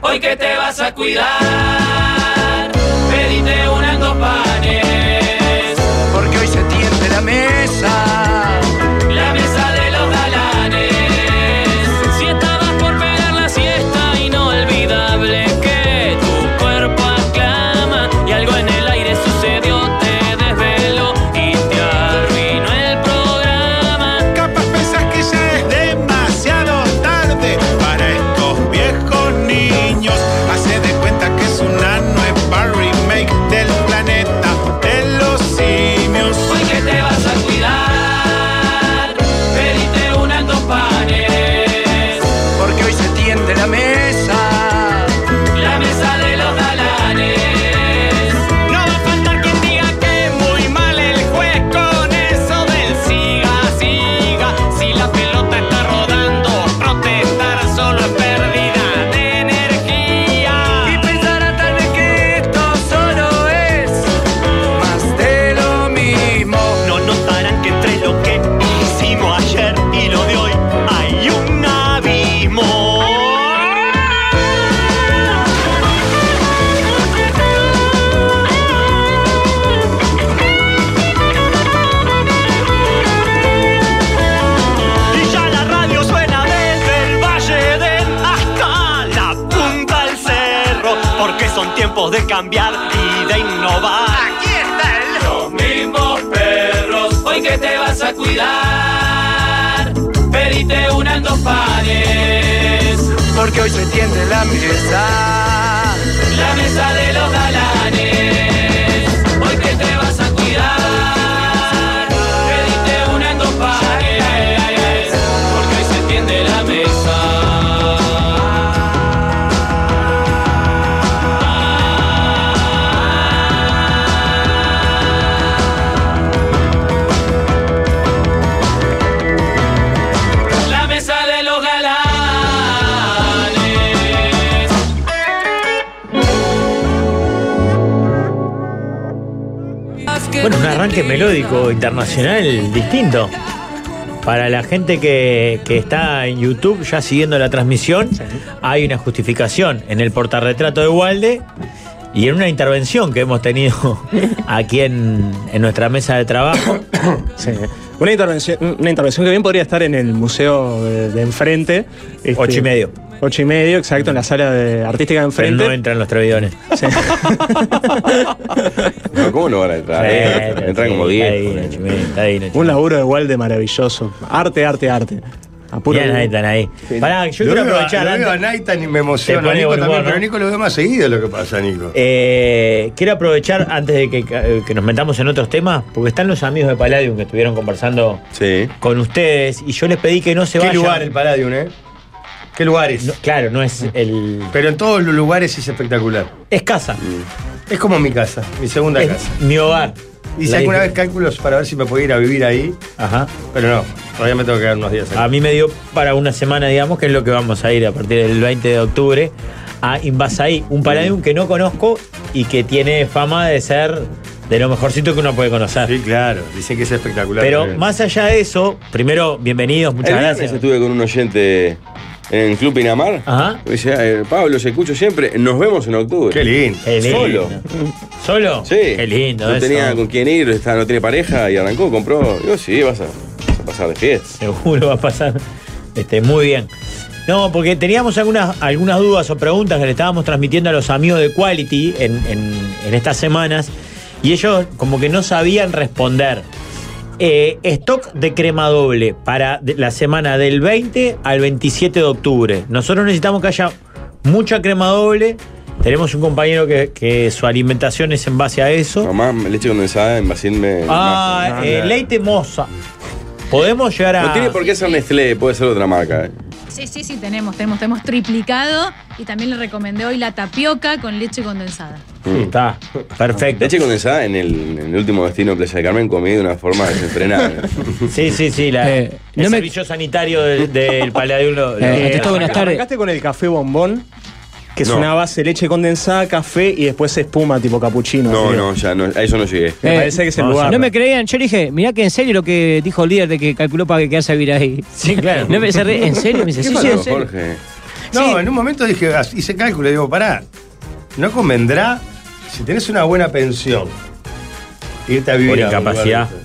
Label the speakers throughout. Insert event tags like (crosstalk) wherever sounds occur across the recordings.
Speaker 1: Hoy que te vas a cuidar, pedite unas dos panes.
Speaker 2: Porque hoy se tiende la mesa.
Speaker 1: La mesa de los galanes. Si estabas por pegar la siesta, inolvidable que tu cuerpo aclama. Y algo en el aire sucedió, te desveló y te arruinó el programa.
Speaker 3: Capaz pensás que ya es demasiado tarde para estos viejos niños. Hace de cuenta que es una nueva remake del planeta de los simios.
Speaker 1: Hoy que te vas a cuidar, pedite unas dos panes.
Speaker 2: Porque hoy se tiende la mesa.
Speaker 1: La mesa de los galanes. No va a faltar quien diga que muy mal el juez con eso del siga, siga. Si la pelota está rodando, protestar solo es pérdida de
Speaker 2: Y
Speaker 1: energía.
Speaker 2: pensará tal vez que esto solo es más de lo mismo.
Speaker 4: No notarán que entre lo que hicimos ayer y lo de hoy hay un abismo. Y ya la radio suena desde el Valle del hasta la punta del cerro, porque son tiempos de cambiar y de innovar.
Speaker 1: Los mismos perros, hoy que te vas a cuidar, pedite unas dos panes.
Speaker 2: Porque hoy se tiende la mesa.
Speaker 1: La mesa de los galanes, hoy que te vas a cuidar, pediste una en dos pares, porque hoy se tiende la mesa. La mesa de los galanes.
Speaker 5: Bueno, un arranque melódico internacional distinto. Para la gente que, que está en YouTube ya siguiendo la transmisión, hay una justificación en el portarretrato de Walde y en una intervención que hemos tenido
Speaker 6: (laughs)
Speaker 5: aquí en, en nuestra mesa de trabajo.
Speaker 6: (coughs) Sí. Una intervención, una intervención que bien podría estar en el museo eh, de enfrente. este,
Speaker 5: Ocho y medio.
Speaker 6: Ocho y medio, exacto, en la sala de artística de
Speaker 5: Pero
Speaker 6: enfrente.
Speaker 5: no entran los trevidones. (laughs)
Speaker 6: Sí.
Speaker 7: No, ¿Cómo no van a entrar?
Speaker 5: Bueno,
Speaker 7: Entran como
Speaker 5: sí,
Speaker 7: 10.
Speaker 5: está bien, ocho y medio, está bien, ocho y
Speaker 6: Un
Speaker 5: medio.
Speaker 6: laburo de Walde maravilloso. Arte, arte, arte. A puro
Speaker 5: Bien, ahí
Speaker 6: gusto.
Speaker 5: están ahí. Pará, yo
Speaker 7: lo
Speaker 5: quiero
Speaker 7: veo,
Speaker 5: aprovechar
Speaker 7: lo veo a
Speaker 5: antes-
Speaker 7: Naitan y me
Speaker 5: Te
Speaker 7: emociona.
Speaker 5: pone
Speaker 7: Nico
Speaker 5: buen humor,
Speaker 7: también, pero
Speaker 5: ¿no?
Speaker 7: Nico lo veo más seguido lo que pasa, Nico.
Speaker 5: Eh, quiero aprovechar antes de que, eh, que nos metamos en otros temas, porque están los amigos de Palladium que estuvieron conversando
Speaker 7: Sí.
Speaker 5: con ustedes y yo les pedí que no se
Speaker 7: ¿Qué
Speaker 5: vayan.
Speaker 7: lugar el Palladium, eh? ¿Qué lugar es?
Speaker 5: No, claro, no es el.
Speaker 7: Pero en todos los lugares es espectacular. Mm.
Speaker 5: Es casa.
Speaker 7: Es como mi casa, mi segunda
Speaker 5: Es
Speaker 7: casa.
Speaker 5: mi hogar.
Speaker 7: Hice
Speaker 5: La
Speaker 7: alguna
Speaker 5: dije-
Speaker 7: vez cálculos para ver si me podía ir a vivir ahí,
Speaker 5: Ajá.
Speaker 7: pero no, todavía me tengo que quedar unos días
Speaker 5: A
Speaker 7: aquí.
Speaker 5: mí me dio para una semana, digamos, que es lo que vamos a ir a partir del 20 de octubre a Invasaí, un Palladium que no conozco y que tiene fama de ser de lo mejorcito que uno puede conocer.
Speaker 7: Sí, claro, dicen que es espectacular.
Speaker 5: Pero
Speaker 7: Eh.
Speaker 5: más allá de eso, primero, bienvenidos, muchas
Speaker 8: El viernes
Speaker 5: gracias.
Speaker 8: estuve con un oyente en Club Pinamar.
Speaker 5: Ajá.
Speaker 8: Me Dice, "Ah, Pablo, se escucho siempre. Nos vemos en octubre.
Speaker 7: Qué lindo.
Speaker 5: Qué lindo.
Speaker 8: Solo.
Speaker 5: ¿Solo?
Speaker 8: Sí.
Speaker 5: Qué lindo
Speaker 8: No
Speaker 5: eso.
Speaker 8: tenía con quién ir, está- no tiene pareja y arrancó, compró. Digo, sí, vas a, vas a pasar de fiesta.
Speaker 5: Seguro va a pasar. Este, muy bien. No, porque teníamos algunas, algunas dudas o preguntas que le estábamos transmitiendo a los amigos de Quality en, en- en estas semanas y ellos como que no sabían responder. Eh, stock de crema doble para de- la semana del 20 al 27 de octubre. Nosotros necesitamos que haya mucha crema doble. Tenemos un compañero que, que su alimentación es en base a eso.
Speaker 8: Mamá, leche condensada en Basil me.
Speaker 5: Ah,
Speaker 7: no,
Speaker 5: eh,
Speaker 7: no.
Speaker 5: Leite Moza. Podemos llegar a.
Speaker 8: no tiene por qué ser Nestlé, puede ser otra marca. eh.
Speaker 9: Sí, sí, sí, tenemos, tenemos, tenemos triplicado y también le recomendé hoy la tapioca con leche condensada.
Speaker 5: Sí, Está, perfecto.
Speaker 8: Leche condensada en el, en el último destino de Playa del Carmen comí de una forma desenfrenada.
Speaker 5: Sí, sí, sí. la-
Speaker 10: Eh,
Speaker 5: el
Speaker 10: no me-
Speaker 5: servicio sanitario del, del Palladium lo- lo-
Speaker 10: Eh, Tito, buenas tardes.
Speaker 6: Arrancaste con el café bombón, que es
Speaker 8: No.
Speaker 6: una base de leche condensada, café y después espuma tipo capuchino.
Speaker 8: No,
Speaker 6: así.
Speaker 8: no, ya no, a eso no llegué.
Speaker 6: Me
Speaker 10: Eh,
Speaker 6: parece que es el
Speaker 5: no,
Speaker 6: lugar.
Speaker 10: No me creían, yo le dije, mirá que en serio lo que dijo el líder de que calculó para que quedarse a vivir ahí. (laughs)
Speaker 5: Sí, claro.
Speaker 10: No me cerré, ¿en serio? Me dice,
Speaker 8: ¿Qué
Speaker 10: sí, sí,
Speaker 8: pasó,
Speaker 10: en serio.
Speaker 8: Jorge?
Speaker 7: No, en un momento dije, as- hice cálculo y digo, pará, ¿no convendrá si tenés una buena pensión irte a vivir
Speaker 5: Por
Speaker 7: a un
Speaker 5: incapacidad. (laughs)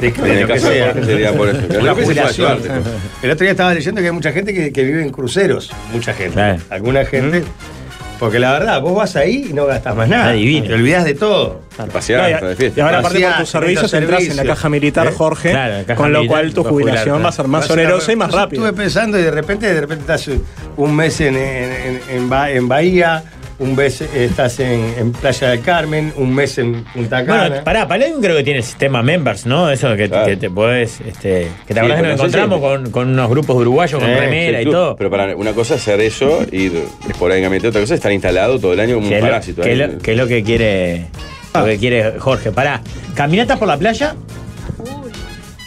Speaker 7: lugar de estos? ¿Eh? De,
Speaker 8: En el
Speaker 7: lo que
Speaker 8: caso de
Speaker 7: sea.
Speaker 8: Jorge sería por eso. Pero
Speaker 7: Una
Speaker 8: lo que se puede
Speaker 7: jubilación.
Speaker 8: ayudarte.
Speaker 7: El otro día estaba leyendo que hay mucha gente que, que vive en cruceros. Mucha gente. Alguna gente.
Speaker 5: Mm.
Speaker 7: Porque la verdad, vos vas ahí y no gastas más nada.
Speaker 5: Adivino.
Speaker 7: Te olvidás de todo.
Speaker 8: Pasear, estar de fiesta.
Speaker 6: Y ahora, aparte, por
Speaker 7: Paseás,
Speaker 6: tus servicios
Speaker 7: estos
Speaker 6: entras en la
Speaker 7: servicios.
Speaker 6: caja militar,
Speaker 7: ¿Eh?
Speaker 6: Jorge,
Speaker 5: Claro, la caja
Speaker 6: con lo
Speaker 5: militar,
Speaker 6: cual tu
Speaker 5: vas a jubilar,
Speaker 6: jubilación
Speaker 5: claro.
Speaker 6: va a ser más
Speaker 7: Vas a la-
Speaker 6: onerosa y más
Speaker 7: Entonces,
Speaker 6: rápida.
Speaker 7: Estuve pensando y de repente, de repente estás un- un mes en, en, en- en Ba- en Bahía, un mes estás en, en Playa del Carmen, un mes en Punta Cana.
Speaker 10: eh.
Speaker 5: Bueno, pará, Palladium creo que tiene el sistema Members, ¿no? Eso que,
Speaker 8: Claro.
Speaker 5: que te podés. Este, que te
Speaker 8: Sí,
Speaker 5: acordás que nos
Speaker 8: pero no sé si-
Speaker 5: encontramos con, con unos grupos uruguayos con
Speaker 7: Sí,
Speaker 5: remera
Speaker 8: Sí,
Speaker 5: y
Speaker 8: club.
Speaker 5: todo.
Speaker 8: Eh, Pero para una cosa es hacer eso, ir esporádicamente, otra cosa es estar instalado todo el año como
Speaker 5: Que
Speaker 8: un
Speaker 5: es, lo,
Speaker 8: parásito.
Speaker 5: que,
Speaker 8: ahí.
Speaker 5: es lo- que es lo que quiere.
Speaker 10: Ah.
Speaker 5: Lo que quiere Jorge. Pará. Caminatas por la playa,
Speaker 9: Uy,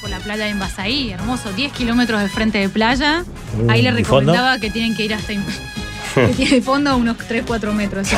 Speaker 9: por la playa en Basaí, hermoso, 10 kilómetros de frente de playa. Ahí le
Speaker 5: Mm, ¿y fondo?
Speaker 9: recomendaba que tienen que
Speaker 5: (laughs)
Speaker 9: ir hasta... que tiene de fondo unos 3-4 metros.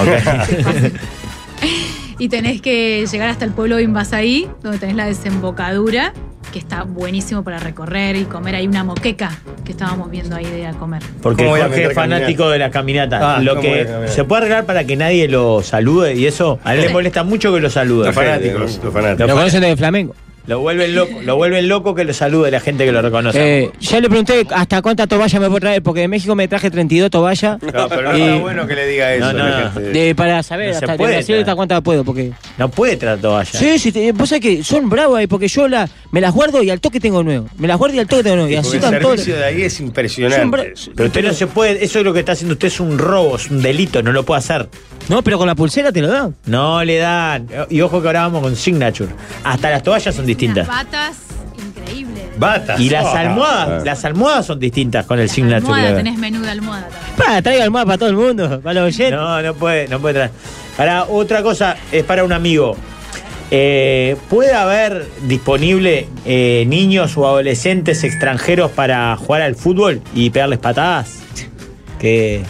Speaker 9: (laughs)
Speaker 5: (laughs)
Speaker 9: y tenés que llegar hasta el pueblo de Invasaí, donde tenés la desembocadura, que está buenísimo para recorrer y comer. Hay una moqueca que estábamos viendo ahí de ir a comer.
Speaker 5: porque
Speaker 7: ¿Cómo voy a
Speaker 5: Jorge
Speaker 7: meter
Speaker 5: es fanático
Speaker 7: caminatas?
Speaker 5: de las caminatas.
Speaker 7: Ah,
Speaker 5: lo
Speaker 7: ¿cómo voy a
Speaker 5: que
Speaker 7: caminar?
Speaker 5: se puede arreglar para que nadie lo salude y eso a él le
Speaker 9: Sí.
Speaker 5: molesta mucho que lo salude.
Speaker 7: Los fanáticos, los
Speaker 10: Lo
Speaker 7: fanáticos.
Speaker 10: conocen desde Flamengo.
Speaker 5: Lo vuelven loco, lo vuelven loco que lo salude la gente que lo reconoce.
Speaker 10: Eh, ya le pregunté hasta cuánta toalla me puedo traer, porque de México me traje 32 toallas.
Speaker 7: No, pero no
Speaker 10: Y-
Speaker 7: está bueno que le diga eso.
Speaker 5: No, no.
Speaker 7: porque te-
Speaker 10: de- para saber
Speaker 5: No se
Speaker 10: hasta, de
Speaker 5: puede
Speaker 10: Brasil
Speaker 5: traer.
Speaker 10: hasta cuánta puedo, porque.
Speaker 5: No puede tratar allá.
Speaker 10: Sí, sí, te- vos sabés que son bravos ahí, porque yo la, me las guardo y al toque tengo nuevo. Me las guardo y al toque tengo nuevo. Y
Speaker 7: porque
Speaker 10: así
Speaker 7: el
Speaker 10: están todos.
Speaker 7: servicio de ahí es
Speaker 10: Son
Speaker 7: impresionante.
Speaker 10: bra-
Speaker 5: Pero usted no se puede, eso es lo que está haciendo usted, es un robo, es un delito, no lo puede hacer.
Speaker 10: No, pero con la pulsera te lo dan.
Speaker 5: No le dan. Y ojo que ahora vamos con Signature. Hasta las toallas son distintas.
Speaker 9: Unas patas increíbles.
Speaker 7: Batas.
Speaker 5: Y las
Speaker 7: Oh,
Speaker 5: almohadas, las almohadas son distintas con el Signature.
Speaker 9: almohada,
Speaker 5: bebé.
Speaker 9: tenés menú de almohada también.
Speaker 10: Pa, traigo almohada para todo el mundo, para los oyentes.
Speaker 5: No, no puede, no puede traer. Ahora, otra cosa es para un amigo. Eh, ¿Puede haber disponible eh, niños o adolescentes extranjeros para jugar al fútbol y pegarles patadas? Que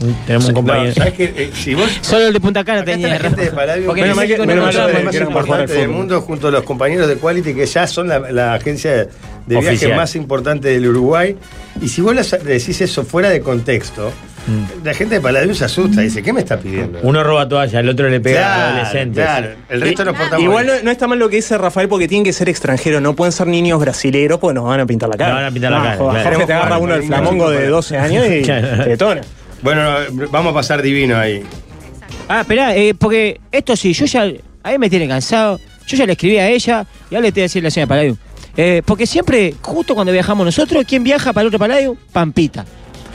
Speaker 5: mm, tenemos un
Speaker 7: No,
Speaker 5: compañero.
Speaker 7: ¿sabes qué? Eh, si vos
Speaker 10: Solo el de Punta Cana
Speaker 7: Acá está
Speaker 10: tenía.
Speaker 7: la gente de Palladio,
Speaker 10: Porque
Speaker 7: que
Speaker 10: en
Speaker 7: es
Speaker 10: México
Speaker 7: el
Speaker 10: no
Speaker 7: menos
Speaker 10: encontraba
Speaker 7: mal
Speaker 10: más
Speaker 7: más importante
Speaker 10: información.
Speaker 7: del mundo junto a los compañeros de Quality que ya son la, la agencia de viaje
Speaker 5: Oficial.
Speaker 7: más importante del Uruguay. Y si vos les decís eso fuera de contexto,
Speaker 5: Mm.
Speaker 7: la gente de Palladio se asusta y dice, ¿qué me está pidiendo?
Speaker 5: Uno roba toalla, el otro le pega a
Speaker 7: claro,
Speaker 5: adolescentes. ah,
Speaker 7: claro, el resto nos portamos
Speaker 6: Igual
Speaker 7: bien.
Speaker 6: no, no está mal lo que dice Rafael porque tienen que ser extranjeros, no pueden ser niños brasileros porque nos van a pintar la cara.
Speaker 5: Nos van a pintar la
Speaker 6: Ah,
Speaker 5: cara,
Speaker 6: joder,
Speaker 5: claro.
Speaker 6: Jorge te agarra uno del flamongo de 12
Speaker 5: (laughs)
Speaker 6: años y
Speaker 5: Claro.
Speaker 6: te detona.
Speaker 7: (laughs) Bueno, vamos a pasar divino ahí.
Speaker 10: Ah, esperá, eh, porque esto sí, yo ya. A mí me tiene cansado. Yo ya le escribí a ella y ahora le estoy diciendo a la señora Palladio. Eh, porque siempre, justo cuando viajamos nosotros, ¿quién viaja para el otro Palladio? Pampita.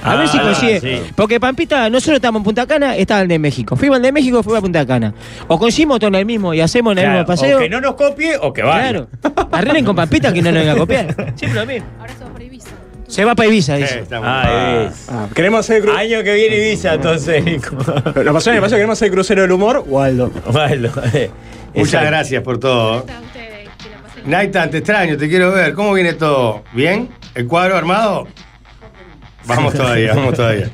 Speaker 10: A
Speaker 5: Ah,
Speaker 10: ver si consigue.
Speaker 5: sí.
Speaker 10: Porque Pampita, nosotros estamos en Punta Cana, estaba el de México. Fuimos al de México, fuimos a Punta Cana. O conseguimos todo en el mismo y hacemos en el
Speaker 5: Claro,
Speaker 10: mismo paseo.
Speaker 5: O que no nos copie o que vaya.
Speaker 10: claro. Arreglen con Pampita que no nos van
Speaker 5: (laughs)
Speaker 10: a copiar. Siempre lo mismo.
Speaker 9: Ahora se va para Ibiza.
Speaker 10: Se va para Ibiza, dice.
Speaker 7: Eh, estamos-
Speaker 5: Ah, es.
Speaker 6: Ah, queremos hacer cru-
Speaker 5: Año que viene Ibiza, entonces, (laughs) Nico.
Speaker 6: Lo pasó en el paseo, queremos hacer crucero del humor, Waldo.
Speaker 5: Bueno, eh,
Speaker 7: Muchas
Speaker 5: exacto.
Speaker 7: gracias por todo.
Speaker 9: Está ustedes, que la pasen bien.
Speaker 7: Naitan, te extraño, te quiero ver. ¿Cómo viene todo? ¿Bien? ¿El cuadro armado? Vamos todavía, vamos todavía.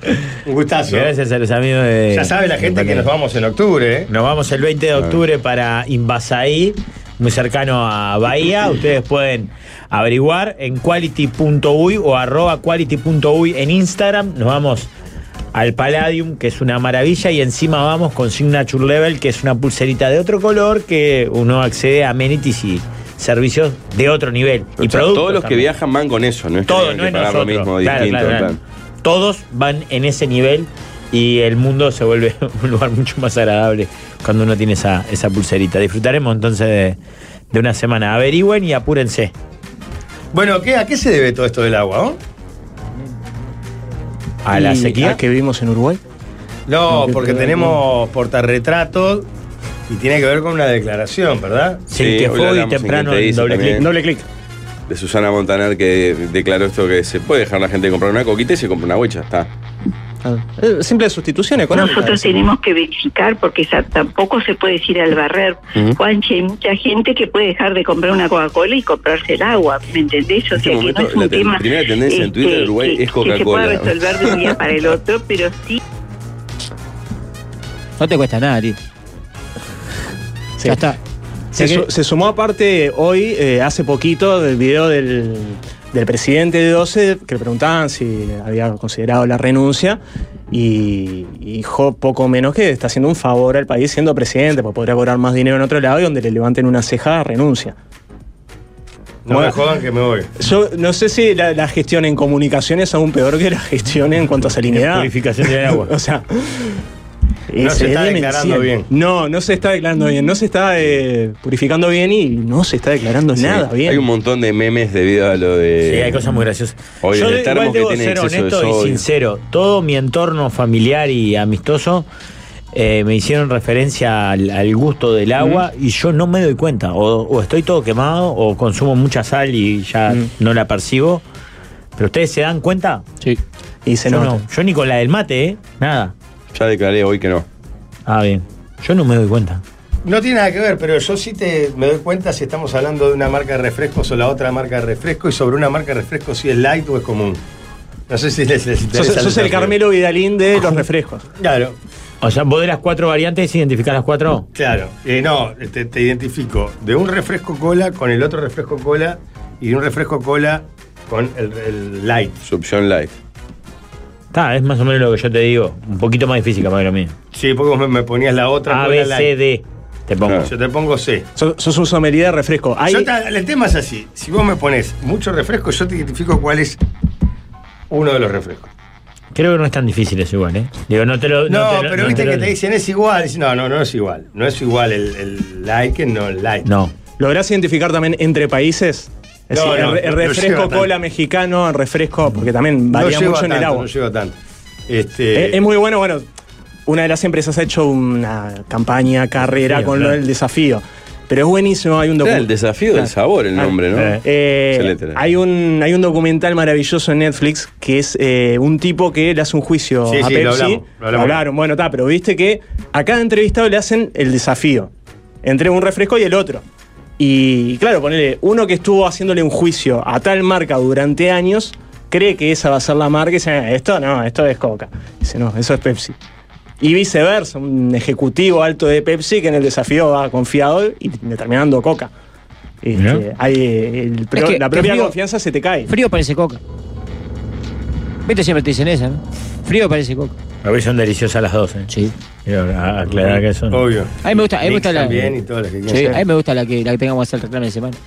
Speaker 7: Un gustazo.
Speaker 5: Gracias a los amigos de.
Speaker 7: Ya sabe la
Speaker 5: de
Speaker 7: gente que
Speaker 5: Paquete.
Speaker 7: nos vamos en octubre, ¿eh?
Speaker 5: Nos vamos el 20 de octubre para Invasaí, muy cercano a Bahía. Ustedes pueden averiguar en quality.uy o arroba quality.uy en Instagram. Nos vamos al Palladium, que es una maravilla, y encima vamos con Signature Level, que es una pulserita de otro color que uno accede a amenities y servicios de otro nivel. y
Speaker 8: O sea,
Speaker 5: productos
Speaker 8: todos los que
Speaker 5: también.
Speaker 8: viajan van con eso, no es que
Speaker 5: Todo,
Speaker 8: tengan
Speaker 5: no
Speaker 8: que
Speaker 5: es
Speaker 8: pagar
Speaker 5: nosotros.
Speaker 8: lo mismo,
Speaker 5: Claro,
Speaker 8: distinto.
Speaker 5: claro,
Speaker 8: en
Speaker 5: claro. Todos van en ese nivel y el mundo se vuelve (laughs) un lugar mucho más agradable cuando uno tiene esa, esa pulserita. Disfrutaremos entonces de, de una semana. Averigüen y apúrense.
Speaker 7: Bueno, ¿qué, ¿a qué se debe todo esto del agua? oh? ¿no?
Speaker 5: A la
Speaker 6: Y
Speaker 5: sequía.
Speaker 6: que vivimos en Uruguay.
Speaker 7: No,
Speaker 6: No, que
Speaker 7: porque
Speaker 6: te-
Speaker 7: tenemos portarretratos y tiene que ver con una declaración, ¿verdad?
Speaker 5: Sí,
Speaker 8: Sí,
Speaker 5: que
Speaker 8: hoy
Speaker 5: fue hoy
Speaker 8: hablamos en
Speaker 5: temprano
Speaker 8: que te
Speaker 5: en
Speaker 8: hice
Speaker 5: doble clic.
Speaker 8: también.
Speaker 6: Doble clic.
Speaker 8: plan. De Susana Montaner que declaró esto que se puede dejar la gente comprar una coquita y se compra una huecha. Está.
Speaker 6: Ah, eh, Simple sustitución económica.
Speaker 11: Nosotros
Speaker 6: decimos.
Speaker 11: tenemos que verificar porque sa- tampoco se puede ir al barrer.
Speaker 8: Ujú.
Speaker 11: Juanche, hay mucha gente que puede dejar de comprar una Coca-Cola y comprarse el agua, ¿me entendés? O
Speaker 8: En
Speaker 11: sea,
Speaker 8: este
Speaker 11: que
Speaker 8: momento,
Speaker 11: no es un
Speaker 8: la ten-
Speaker 11: tema este,
Speaker 8: primera tendencia en Twitter de Uruguay
Speaker 11: que,
Speaker 8: es
Speaker 11: que se
Speaker 8: Coca-Cola.
Speaker 11: pueda resolver de un día para el otro, pero sí
Speaker 10: No te cuesta nada, tío.
Speaker 6: Sí.
Speaker 10: Ya está.
Speaker 6: Se,
Speaker 10: Sé
Speaker 6: su-
Speaker 10: que-
Speaker 6: se sumó aparte hoy, eh, hace poquito, del video del del presidente de 12 que le preguntaban si había considerado la renuncia y y dijo poco menos que está haciendo un favor al país siendo presidente, porque podría cobrar más dinero en otro lado y donde le levanten una ceja renuncia.
Speaker 7: No
Speaker 6: Bueno.
Speaker 7: me jodan que me voy.
Speaker 6: Yo no sé si la, la gestión en comunicaciones es aún peor que la gestión en cuanto a salinidad.
Speaker 5: Purificación del agua.
Speaker 6: (laughs) o sea.
Speaker 7: No se
Speaker 6: es
Speaker 7: está
Speaker 6: demencial.
Speaker 7: declarando bien.
Speaker 6: No, no se está declarando bien. No se está eh, purificando bien y no se está declarando
Speaker 8: Sí,
Speaker 6: nada bien.
Speaker 8: Hay un montón de memes debido a lo de.
Speaker 5: Sí, hay cosas muy graciosas.
Speaker 8: Hoy
Speaker 5: Yo
Speaker 8: el
Speaker 5: de-
Speaker 8: termo
Speaker 5: igual
Speaker 8: que
Speaker 5: debo
Speaker 8: tiene
Speaker 5: ser
Speaker 8: exceso de
Speaker 5: honesto y
Speaker 8: sodio.
Speaker 5: sincero. Todo mi entorno familiar y amistoso eh, me hicieron referencia al, al gusto del agua y yo no me doy cuenta. O, o estoy todo quemado o consumo mucha sal y ya no la percibo. Pero ustedes se dan cuenta.
Speaker 10: Sí.
Speaker 6: Y se
Speaker 5: yo
Speaker 6: nota.
Speaker 5: no. Yo ni con la del mate, ¿eh? Nada.
Speaker 8: Ya declaré hoy que no.
Speaker 5: Ah, bien. Yo no me doy cuenta.
Speaker 7: No tiene nada que ver, pero yo sí te me doy cuenta si estamos hablando de una marca de refrescos o la otra marca de refresco y sobre una marca de refresco si es light o es común. No sé si les, les
Speaker 6: Sos,
Speaker 7: interesa.
Speaker 6: sos el Carmelo Vidalín de los refrescos.
Speaker 7: Claro.
Speaker 5: O sea, vos de las cuatro variantes identificás las cuatro.
Speaker 8: Mm.
Speaker 7: Claro, eh, no, te, te identifico de un refresco cola con el otro refresco cola y de un refresco cola con el, el light.
Speaker 8: Subción light.
Speaker 5: Está, es más o menos lo que yo te digo. Un poquito más difícil, capaz que lo mío.
Speaker 7: Sí, porque vos me, me ponías la otra.
Speaker 5: A,
Speaker 7: cola
Speaker 5: B, C,
Speaker 7: light.
Speaker 5: D. Te pongo.
Speaker 7: Yo te pongo C.
Speaker 6: Sos, sos un sommelier de refresco. Hay-
Speaker 7: Yo te- el tema es así. Si vos me pones mucho refresco, yo te identifico cuál es uno de los refrescos.
Speaker 5: Creo que no es tan difícil eso igual, ¿eh? Digo, no te lo.
Speaker 7: No,
Speaker 5: te lo-
Speaker 7: pero
Speaker 5: no
Speaker 7: viste
Speaker 5: lo-
Speaker 7: que te dicen es igual. Dicen, No, no, no es igual. No es igual el, el light que no el light.
Speaker 5: No.
Speaker 6: ¿Lográs identificar también entre países? Es
Speaker 7: No,
Speaker 6: decir,
Speaker 7: no,
Speaker 6: el, el
Speaker 7: no
Speaker 6: refresco
Speaker 7: lleva tanto.
Speaker 6: cola mexicano, el refresco, porque también
Speaker 7: No
Speaker 6: varía
Speaker 7: lleva
Speaker 6: mucho en el
Speaker 7: tanto,
Speaker 6: agua.
Speaker 7: No lleva tanto.
Speaker 6: Eh,
Speaker 7: Este,
Speaker 6: es muy bueno, bueno. Una de las empresas ha hecho una campaña, carrera
Speaker 8: Desafío,
Speaker 6: con lo
Speaker 8: claro.
Speaker 6: del desafío. Pero es buenísimo, hay un
Speaker 8: Era
Speaker 6: documental.
Speaker 8: el desafío del sabor, el nombre, ¿no?
Speaker 6: Eh,
Speaker 8: Excelente.
Speaker 6: hay, un, hay un documental maravilloso en Netflix que es eh, un tipo que le hace un juicio
Speaker 7: Sí,
Speaker 6: a
Speaker 7: sí,
Speaker 6: Pepsi.
Speaker 7: lo hablamos, lo hablamos.
Speaker 6: Hablaron, bueno, está, pero viste que a cada entrevistado le hacen el desafío entre un refresco y el otro. Y claro, ponele, uno que estuvo haciéndole un juicio a tal marca durante años, cree que esa va a ser la marca y dice, "Ah, esto no, esto es Coca. Dice, no, eso es Pepsi. Y viceversa, un ejecutivo alto de Pepsi que en el desafío va confiado y determinando Coca. Este,
Speaker 10: Mirá.
Speaker 6: hay, eh, el pro-
Speaker 10: que-
Speaker 6: la
Speaker 10: que
Speaker 6: propia
Speaker 10: frío-
Speaker 6: confianza se te cae.
Speaker 10: Frío parece coca. Viste, siempre te dicen esa, ¿no? Frío parece coca.
Speaker 5: A ver, son deliciosas las dos, ¿eh?
Speaker 10: Sí.
Speaker 5: Quiero a- aclarar que son.
Speaker 7: obvio.
Speaker 10: A mí me gusta, a mí me
Speaker 7: Mix
Speaker 10: gusta la.
Speaker 7: también y todas las que quieran
Speaker 10: Sí,
Speaker 7: hacer.
Speaker 10: a mí me gusta la que, la que tengamos que hacer el reclame de semana.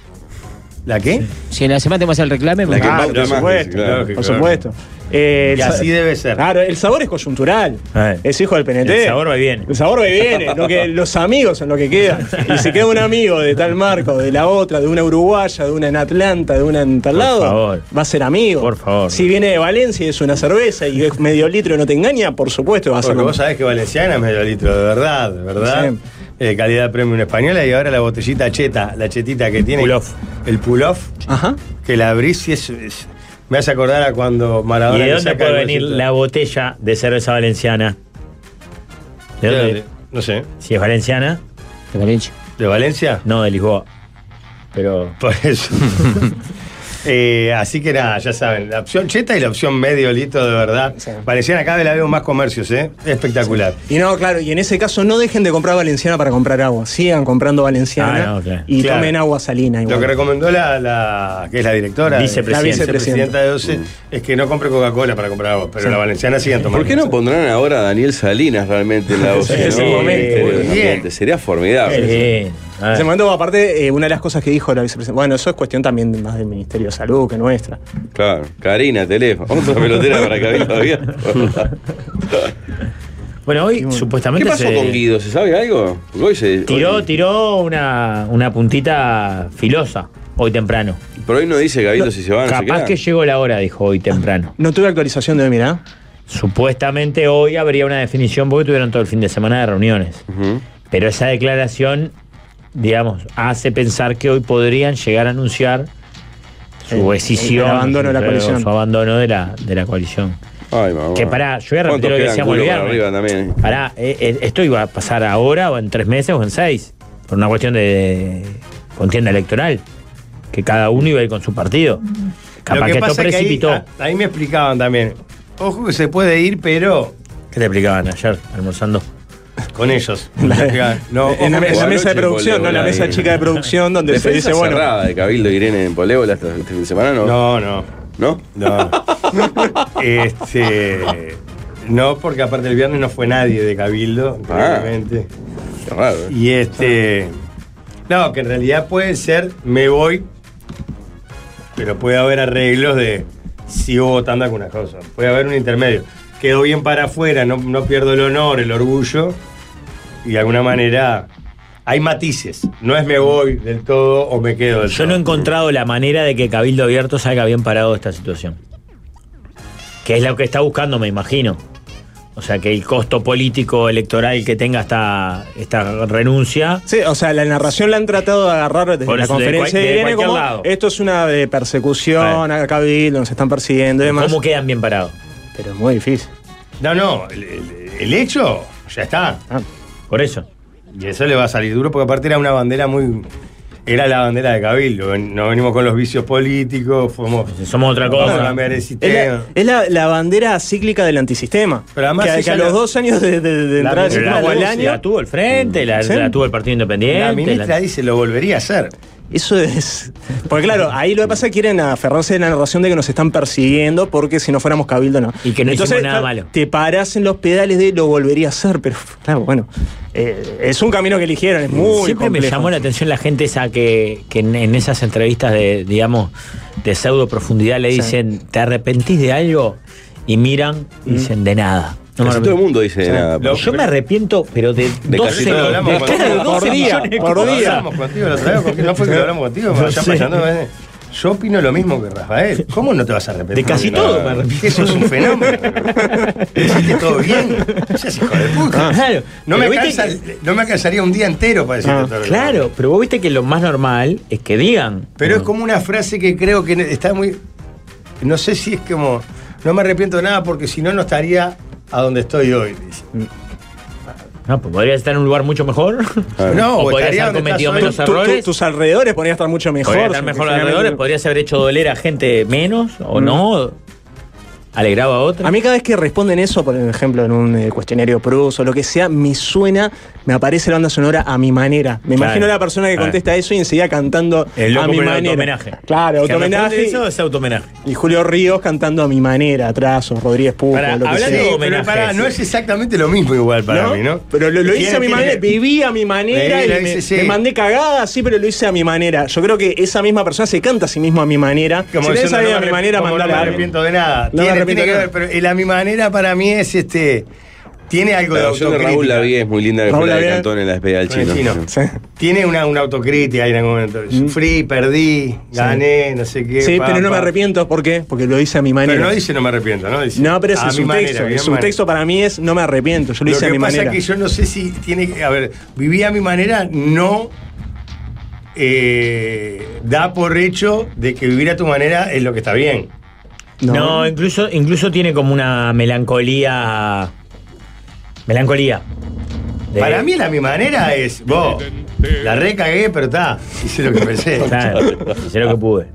Speaker 7: ¿La qué?
Speaker 10: Si en la semana tenemos que hacer el reclame,
Speaker 8: La que
Speaker 10: porque-
Speaker 6: Ah,
Speaker 8: impacta
Speaker 6: por
Speaker 8: más,
Speaker 6: supuesto,
Speaker 8: claro,
Speaker 6: por
Speaker 8: claro.
Speaker 6: supuesto. Eh,
Speaker 7: Y
Speaker 6: el sa-
Speaker 7: así debe ser.
Speaker 6: Claro, el sabor es coyuntural.
Speaker 5: A ver,
Speaker 6: Es hijo del PNT.
Speaker 5: El sabor va bien.
Speaker 6: El sabor ahí viene, lo que, los amigos son lo que quedan. Y si queda un amigo de tal marco, de la otra, de una uruguaya, de una en Atlanta, de una en tal
Speaker 5: Por
Speaker 6: lado,
Speaker 5: favor.
Speaker 6: va a ser amigo.
Speaker 5: Por favor.
Speaker 6: Si viene de Valencia y es una cerveza y es medio litro y no te engaña, por supuesto va a ser
Speaker 7: Porque
Speaker 6: lo
Speaker 7: vos sabés que Valenciana es medio litro, de verdad, de verdad.
Speaker 6: Sí.
Speaker 7: Eh, calidad premium española y ahora la botellita cheta, la chetita que tiene.
Speaker 5: Pull-off.
Speaker 7: El pull-off,
Speaker 6: Ajá.
Speaker 7: que la abrís y es, es- me hace acordar a cuando
Speaker 5: ¿Y
Speaker 7: Maradona.
Speaker 5: de
Speaker 7: le
Speaker 5: dónde
Speaker 7: saca
Speaker 5: puede
Speaker 7: el
Speaker 5: venir
Speaker 7: bolsito.
Speaker 5: la botella de cerveza valenciana? ¿De
Speaker 7: ¿De
Speaker 5: dónde?
Speaker 7: dónde? No sé.
Speaker 5: Si es valenciana,
Speaker 10: De Valencia.
Speaker 7: ¿De Valencia?
Speaker 5: no de Lisboa. Pero.
Speaker 7: Por
Speaker 5: (laughs)
Speaker 7: eso. Eh, así que nada, ya saben, la opción cheta y la opción medio litro de verdad.
Speaker 6: Sí.
Speaker 7: Valenciana, cada vez la veo en más comercios, ¿eh? Espectacular.
Speaker 6: Y no, claro, y en ese caso no dejen de comprar valenciana para comprar agua. Sigan comprando valenciana
Speaker 5: Ah, no, claro.
Speaker 6: y
Speaker 7: Claro.
Speaker 6: tomen agua salina. Igual.
Speaker 7: Lo que recomendó la, la- que es la directora,
Speaker 5: Vicepresidenta.
Speaker 7: la vicepresidenta de 12, es que no compre Coca-Cola para comprar agua, pero la valenciana siguen tomando.
Speaker 8: ¿Por qué no pondrán ahora a Daniel Salinas
Speaker 5: (laughs)
Speaker 8: realmente en la voz?
Speaker 5: Es el momento.
Speaker 7: Muy bien.
Speaker 8: Sería formidable.
Speaker 5: Sí. A
Speaker 6: En ese
Speaker 5: ver.
Speaker 6: momento, aparte, eh, una de las cosas que dijo la vicepresidenta, bueno, eso es cuestión también más del Ministerio de Salud que nuestra.
Speaker 8: Claro. Karina, teléfono. Otra pelotera para Cabildo Abierto.
Speaker 5: Bueno, hoy
Speaker 8: ¿Qué
Speaker 5: supuestamente
Speaker 8: pasó
Speaker 5: se
Speaker 8: con Guido? ¿Se sabe algo? Porque Hoy se,
Speaker 5: tiró,
Speaker 8: hoy-
Speaker 5: tiró una, una puntita filosa hoy temprano.
Speaker 8: pero hoy no dice Cabildo si se va o no se
Speaker 5: Capaz
Speaker 8: queda.
Speaker 5: que llegó la hora, dijo hoy temprano.
Speaker 6: No tuve actualización de hoy, mirá.
Speaker 5: Supuestamente hoy habría una definición porque tuvieron todo el fin de semana de reuniones.
Speaker 8: Ujú.
Speaker 5: Pero esa declaración, digamos, hace pensar que hoy podrían llegar a anunciar
Speaker 6: El-
Speaker 5: su decisión.
Speaker 6: el abandono de la
Speaker 5: su-
Speaker 6: coalición.
Speaker 5: Su abandono de la, de la coalición.
Speaker 8: Ay, mamá.
Speaker 5: Que pará, yo voy a repetir
Speaker 8: ¿Cuántos
Speaker 5: lo que
Speaker 8: quedan
Speaker 5: decíamos el
Speaker 8: culo para
Speaker 5: viernes.
Speaker 8: arriba también?
Speaker 5: Pará, eh, eh, esto iba a pasar ahora o en tres meses o en seis. Por una cuestión de contienda electoral. Que cada uno iba a ir con su partido. Capaz que, esto
Speaker 7: es
Speaker 5: precipitó.
Speaker 7: ahí, a- ahí me explicaban también. Ojo que se puede ir, pero
Speaker 5: ¿Qué te explicaban ayer almorzando?
Speaker 7: (laughs) Con ellos. No,
Speaker 6: en la,
Speaker 7: ojo,
Speaker 6: en la
Speaker 7: Pablo,
Speaker 6: mesa de
Speaker 7: che,
Speaker 6: producción, no
Speaker 7: Pablo,
Speaker 6: la mesa
Speaker 7: ahí.
Speaker 6: chica de producción donde se
Speaker 8: Defensa
Speaker 6: dice, bueno,
Speaker 8: cerrada de Cabildo Irene en Polébola hasta este fin de semana, ¿no?
Speaker 7: No, no.
Speaker 8: ¿No? (laughs)
Speaker 7: No. este. No, porque aparte el viernes no fue nadie de Cabildo,
Speaker 8: Ah.
Speaker 7: realmente.
Speaker 8: Qué raro, ¿eh?
Speaker 7: Y este. No, que en realidad puede ser, me voy, pero puede haber arreglos de sigo votando alguna cosa. Puede haber un intermedio. Quedo bien para afuera, no, no pierdo el honor, el orgullo. Y de alguna manera hay matices. No es me voy del todo o me quedo del
Speaker 5: Yo no he encontrado la manera de que Cabildo Abierto salga bien parado de esta situación. Que es lo que está buscando, me imagino. O sea, que el costo político electoral que tenga esta, esta renuncia.
Speaker 6: Sí, eh, o sea, la narración la han tratado de agarrar desde
Speaker 5: Por
Speaker 6: la
Speaker 5: eso, de
Speaker 6: conferencia
Speaker 5: cual-
Speaker 6: de,
Speaker 5: de
Speaker 6: Irene
Speaker 5: cualquier
Speaker 6: como
Speaker 5: lado. Eh.
Speaker 6: esto es una de persecución a Cabildo, nos están persiguiendo y demás.
Speaker 5: ¿Cómo quedan bien parados?
Speaker 6: Pero es muy difícil.
Speaker 7: No, no, el, el- el hecho ya está.
Speaker 6: Ah.
Speaker 5: Por eso.
Speaker 7: Y eso le va a salir duro porque aparte era una bandera muy... Era la bandera de Cabildo. No venimos con los vicios políticos, fuimos...
Speaker 5: Somos otra cosa.
Speaker 7: Vamos a cambiar el
Speaker 6: Es,
Speaker 7: sistema.
Speaker 6: la, es la- la bandera cíclica del antisistema.
Speaker 7: Pero además
Speaker 6: que,
Speaker 7: ella
Speaker 6: que a
Speaker 7: la-
Speaker 6: los dos años de, de- de entrar al
Speaker 5: Pero
Speaker 6: sistema
Speaker 5: la,
Speaker 6: del
Speaker 5: la
Speaker 6: año.
Speaker 5: tuvo el frente, la,
Speaker 6: Sí.
Speaker 5: la tuvo el Partido Independiente.
Speaker 6: La ministra
Speaker 7: dice lo volvería a hacer.
Speaker 6: Eso es. Porque claro, ahí lo que pasa es que quieren aferrarse de la narración de que nos están persiguiendo porque si no fuéramos cabildo no. Y
Speaker 5: que no hicimos nada malo.
Speaker 6: Te paras en los pedales de lo volvería a hacer, pero claro, bueno. eh, es un camino que eligieron, es muy
Speaker 5: Siempre me
Speaker 6: complejo.
Speaker 5: llamó la atención la gente esa que, que en, en esas entrevistas de, digamos, de pseudo profundidad le
Speaker 8: Sí.
Speaker 5: dicen, ¿te arrepentís de algo? Y miran y dicen, de nada. No me
Speaker 8: Mm. Casi todo el
Speaker 5: arrepiento".
Speaker 8: mundo dice
Speaker 5: Sí.
Speaker 8: nada.
Speaker 5: Lo- yo me arrepiento, pero de,
Speaker 8: De
Speaker 5: 12,
Speaker 8: casi todo.
Speaker 5: de-
Speaker 8: Hablamos
Speaker 5: claro,
Speaker 8: contigo.
Speaker 5: 12
Speaker 8: Por día,
Speaker 5: millones de
Speaker 8: por
Speaker 5: cosas.
Speaker 8: día.
Speaker 7: Hablamos contigo la otra vez, porque no fue que lo hablamos
Speaker 5: (laughs)
Speaker 7: contigo,
Speaker 5: No
Speaker 7: ya
Speaker 5: sé.
Speaker 7: pasando, ¿eh? Yo opino lo mismo que Rafael. ¿Cómo no te vas a arrepentir?
Speaker 5: De casi
Speaker 7: No,
Speaker 5: todo me
Speaker 7: no,
Speaker 5: arrepiento.
Speaker 7: Eso es un
Speaker 5: (laughs)
Speaker 7: fenómeno. Hiciste todo bien. Seas hijo de puta.
Speaker 5: Ah, claro.
Speaker 7: No me,
Speaker 5: Pero viste
Speaker 7: alcanza- no me alcanzaría un día entero para decirte
Speaker 5: Ah,
Speaker 7: todo lo que-
Speaker 5: claro, pero vos viste que lo más normal es que Ah. digan.
Speaker 7: Pero es como una frase que creo que está muy. No sé si es como. No me arrepiento de nada porque si no, no estaría a donde estoy hoy. dice.
Speaker 5: No, pues podrías estar en un lugar mucho mejor.
Speaker 7: No,
Speaker 5: o
Speaker 7: o
Speaker 5: podrías
Speaker 7: estaría
Speaker 5: haber
Speaker 7: donde estás hoy.
Speaker 5: cometido menos
Speaker 7: Tú- tú-
Speaker 5: errores.
Speaker 6: Tus alrededores podrían estar mucho mejor.
Speaker 5: podrías estar mejor alrededores, podrías haber hecho doler a gente menos
Speaker 6: Mm.
Speaker 5: o no. Alegraba a otra.
Speaker 6: A mí cada vez que responden eso, por ejemplo, en un eh, cuestionario Prus o lo que sea, me suena, me aparece la banda sonora a mi manera. Me
Speaker 5: Claro.
Speaker 6: imagino la persona que
Speaker 5: Claro.
Speaker 6: contesta eso y enseguida cantando
Speaker 5: El loco
Speaker 6: a mi
Speaker 5: por el
Speaker 6: manera.
Speaker 5: autohomenaje.
Speaker 6: Claro,
Speaker 5: Que responde
Speaker 6: autohomenaje.
Speaker 5: Eso es autohomenaje.
Speaker 6: Y Julio Ríos cantando a mi manera, atraso, Rodríguez Pujo,
Speaker 5: Pará,
Speaker 6: lo que
Speaker 5: hablando
Speaker 6: sea.
Speaker 5: de
Speaker 7: Sí, pero pará, no es exactamente lo mismo igual para
Speaker 6: ¿No?
Speaker 7: mí, ¿no?
Speaker 6: Pero lo, lo hice
Speaker 7: Tiene-
Speaker 6: a mi
Speaker 7: tiene-
Speaker 6: manera, viví a mi manera
Speaker 7: Sí,
Speaker 6: y
Speaker 7: lo
Speaker 6: me,
Speaker 7: hice, sí.
Speaker 6: me mandé cagada, sí, pero lo hice a mi manera. Yo creo que esa misma persona se canta a sí mismo a mi manera. si le
Speaker 7: diciendo,
Speaker 6: sabe
Speaker 7: no
Speaker 6: a mi
Speaker 7: me arrep-
Speaker 6: manera,
Speaker 7: como no me
Speaker 6: mandala a alguien.
Speaker 7: arrepiento de nada. tiene,
Speaker 6: No me arrepiento
Speaker 7: tiene que
Speaker 6: de
Speaker 7: ver,
Speaker 6: nada.
Speaker 7: pero el a mi manera para mí es este. Tiene algo
Speaker 8: La
Speaker 7: de
Speaker 8: canción de
Speaker 7: autocrítica.
Speaker 8: Raúl Lavie es muy linda que
Speaker 7: Raúl
Speaker 8: fue la de
Speaker 7: Lavie-
Speaker 8: Cantón en la despedida del
Speaker 7: Con el
Speaker 8: chino.
Speaker 7: chino. Tiene una, una autocrítica ahí en algún momento. Sufrí, perdí, gané, no sé qué.
Speaker 6: Mm. Sí,
Speaker 7: pa,
Speaker 6: pero no
Speaker 7: pa.
Speaker 6: me arrepiento, ¿por qué? Porque lo hice a mi manera.
Speaker 7: Pero no dice no me arrepiento, ¿no? Dice,
Speaker 6: No, pero ese
Speaker 7: "A
Speaker 6: es
Speaker 7: mi
Speaker 6: su texto.
Speaker 7: manera, bien
Speaker 6: El subtexto para mí es no me arrepiento, yo lo,
Speaker 7: Lo que
Speaker 6: hice a mi
Speaker 7: pasa
Speaker 6: manera.
Speaker 7: es que yo no sé si tiene que. A ver, viví a mi manera no eh, da por hecho de que vivir a tu manera es lo que está bien.
Speaker 5: No, incluso, incluso tiene como una melancolía. Melancolía. De-
Speaker 7: Para mí, la mi manera es. Vos, la recagué, pero está. Hice lo que pensé.
Speaker 5: Claro, hice lo que pude.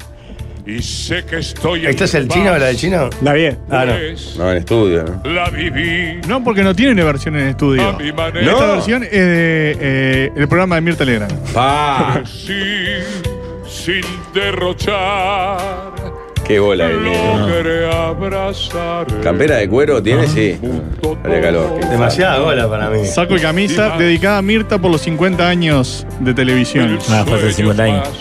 Speaker 12: Y sé que estoy
Speaker 7: ¿Esto es el chino o la del chino?
Speaker 6: La bien.
Speaker 7: Ah, no.
Speaker 8: No, en estudio, ¿no?
Speaker 12: La viví.
Speaker 13: No, porque no tiene una versión en estudio.
Speaker 12: manera.
Speaker 13: Esta
Speaker 12: No.
Speaker 13: versión es de eh, el programa de Mirta Legrand.
Speaker 8: Pa.
Speaker 12: Sí, sin derrochar,
Speaker 8: Qué bola
Speaker 6: eh.
Speaker 8: que tiene.
Speaker 12: logré abrazar.
Speaker 8: Campera de cuero tiene, sí. Haría calor.
Speaker 7: Demasiada bola para mí.
Speaker 13: Saco y camisa dedicada a Mirta por los 50 años de televisión.
Speaker 5: Ah, fue hace 50 años.
Speaker 13: (laughs)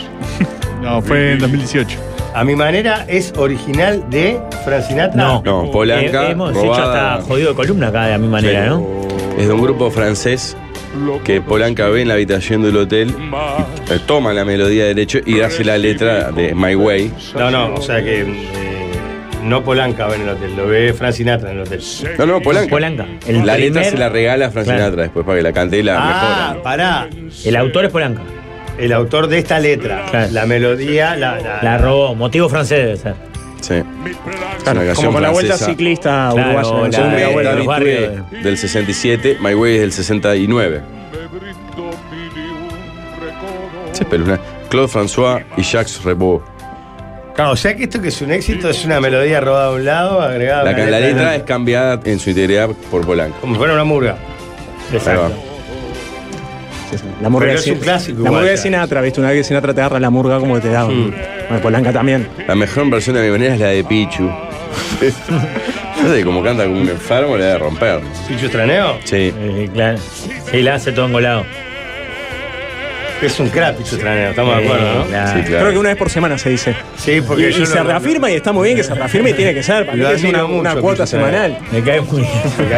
Speaker 13: No, fue en 2018.
Speaker 7: A mi manera es original de Francinatra.
Speaker 5: No.
Speaker 8: No, Polanca,
Speaker 5: Eh, hemos hecho
Speaker 8: robada.
Speaker 5: hasta jodido de columna acá de la misma manera,
Speaker 8: Sí.
Speaker 5: ¿no?
Speaker 8: Es de un grupo francés que Polanca ve en la habitación del hotel, eh, toma la melodía de derecho y hace la letra de My Way.
Speaker 7: No, no, o sea que. eh, no Polanca va en el hotel, lo ve Francinatra en el hotel.
Speaker 8: No, no, Polanca.
Speaker 5: Polanca. El
Speaker 8: La letra
Speaker 5: primer-
Speaker 8: se la regala a Frank
Speaker 5: Claro.
Speaker 8: Sinatra después para que la cante y la
Speaker 7: Ah,
Speaker 8: mejora.
Speaker 7: pará.
Speaker 5: El autor es Polanca.
Speaker 7: El autor de esta letra.
Speaker 5: Claro.
Speaker 7: La melodía, la. la-
Speaker 5: La robó. Motivo francés debe ser.
Speaker 8: Sí.
Speaker 6: Claro, como con la vuelta ciclista
Speaker 5: Claro,
Speaker 6: uruguaya.
Speaker 5: la-
Speaker 6: la segunda
Speaker 5: la-
Speaker 6: vuelta.
Speaker 5: de los barrios.
Speaker 8: Tue del 67, My Way es del 69. Che, peluna. Claude François y Jacques Rebaud.
Speaker 7: Claro, Ah, o sea que esto que es un éxito es una melodía robada a un lado, agregada. a
Speaker 8: La,
Speaker 7: una
Speaker 8: la letra
Speaker 7: de-
Speaker 8: es cambiada en su integridad por Polanco.
Speaker 7: Como si fuera una murga.
Speaker 8: Exacto.
Speaker 6: Sí, sí. La murga
Speaker 8: Pero
Speaker 6: de
Speaker 8: es un
Speaker 6: Sin-
Speaker 8: clásico
Speaker 6: La
Speaker 8: igual,
Speaker 6: murga de
Speaker 8: ya.
Speaker 6: Sinatra, ¿viste? Una vez que Sinatra te agarra la murga, como te da.
Speaker 8: Mm.
Speaker 6: Bueno, Polanca también.
Speaker 8: La mejor versión de mi manera es la de Pichu. (laughs) Yo sé que como canta como un enfermo, le da de romper.
Speaker 7: ¿Pichu Estraneo?
Speaker 8: Sí.
Speaker 6: Eh,
Speaker 5: claro. Y la hace todo engolado.
Speaker 7: Es un crack, Pichu Estraneo, estamos de acuerdo, ¿no?
Speaker 6: Creo que una vez por semana se dice.
Speaker 7: Sí, porque
Speaker 6: y,
Speaker 7: yo
Speaker 6: y
Speaker 7: lo-
Speaker 6: se reafirma y está muy bien que se reafirme y tiene que ser. Para mí
Speaker 8: Lo
Speaker 6: es una,
Speaker 8: admiro mucho,
Speaker 6: una cuota
Speaker 8: Pichu Estraneo.
Speaker 6: semanal.
Speaker 5: Me cae muy
Speaker 7: bien.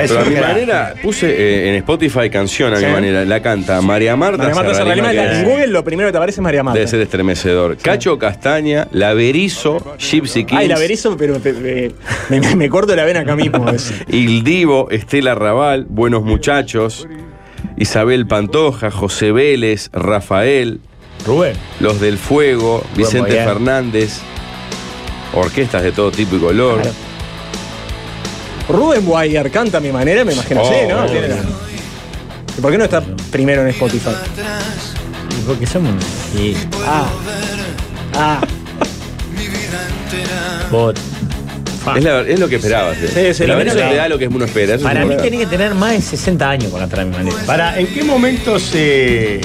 Speaker 8: Pero a mi manera, puse eh, en Spotify canción a
Speaker 6: Sí.
Speaker 8: mi manera. La canta María Marta,
Speaker 6: María Marta
Speaker 8: Serralima,
Speaker 6: Serralima,
Speaker 8: que
Speaker 6: la- en Google lo primero que te aparece es María Marta.
Speaker 8: Debe ser estremecedor. Cacho Castaña, La Berizo, Gypsy Kings.
Speaker 6: Ay, la verizo, pero pe- pe- me, me- me corto la vena acá mismo. es.
Speaker 8: Il Divo, Estela Raval, Buenos Muchachos, Isabel Pantoja, José Vélez, Rafael,
Speaker 5: Rubén,
Speaker 8: Los del Fuego, Vicente
Speaker 5: Moyano.
Speaker 8: Fernández, orquestas de todo tipo y color.
Speaker 6: Rubén Guayar canta a mi manera, me imagino.
Speaker 8: Oh,
Speaker 6: sí, ¿no?
Speaker 8: obvio.
Speaker 6: Tiene la- ¿Por qué no está primero en Spotify?
Speaker 5: Porque somos. Sí.
Speaker 6: Ah.
Speaker 5: (laughs)
Speaker 6: Ah.
Speaker 5: Bot.
Speaker 8: Es, la- es lo que esperabas. ¿eh?
Speaker 5: Sí, sí,
Speaker 8: la
Speaker 5: lo
Speaker 8: verdad
Speaker 5: menos-
Speaker 8: te da lo que uno espera. eso es
Speaker 5: Para
Speaker 8: un
Speaker 5: mí
Speaker 8: problema.
Speaker 5: tiene que tener más de 60 años para cantar a mi manera.
Speaker 7: Para, ¿en qué momento se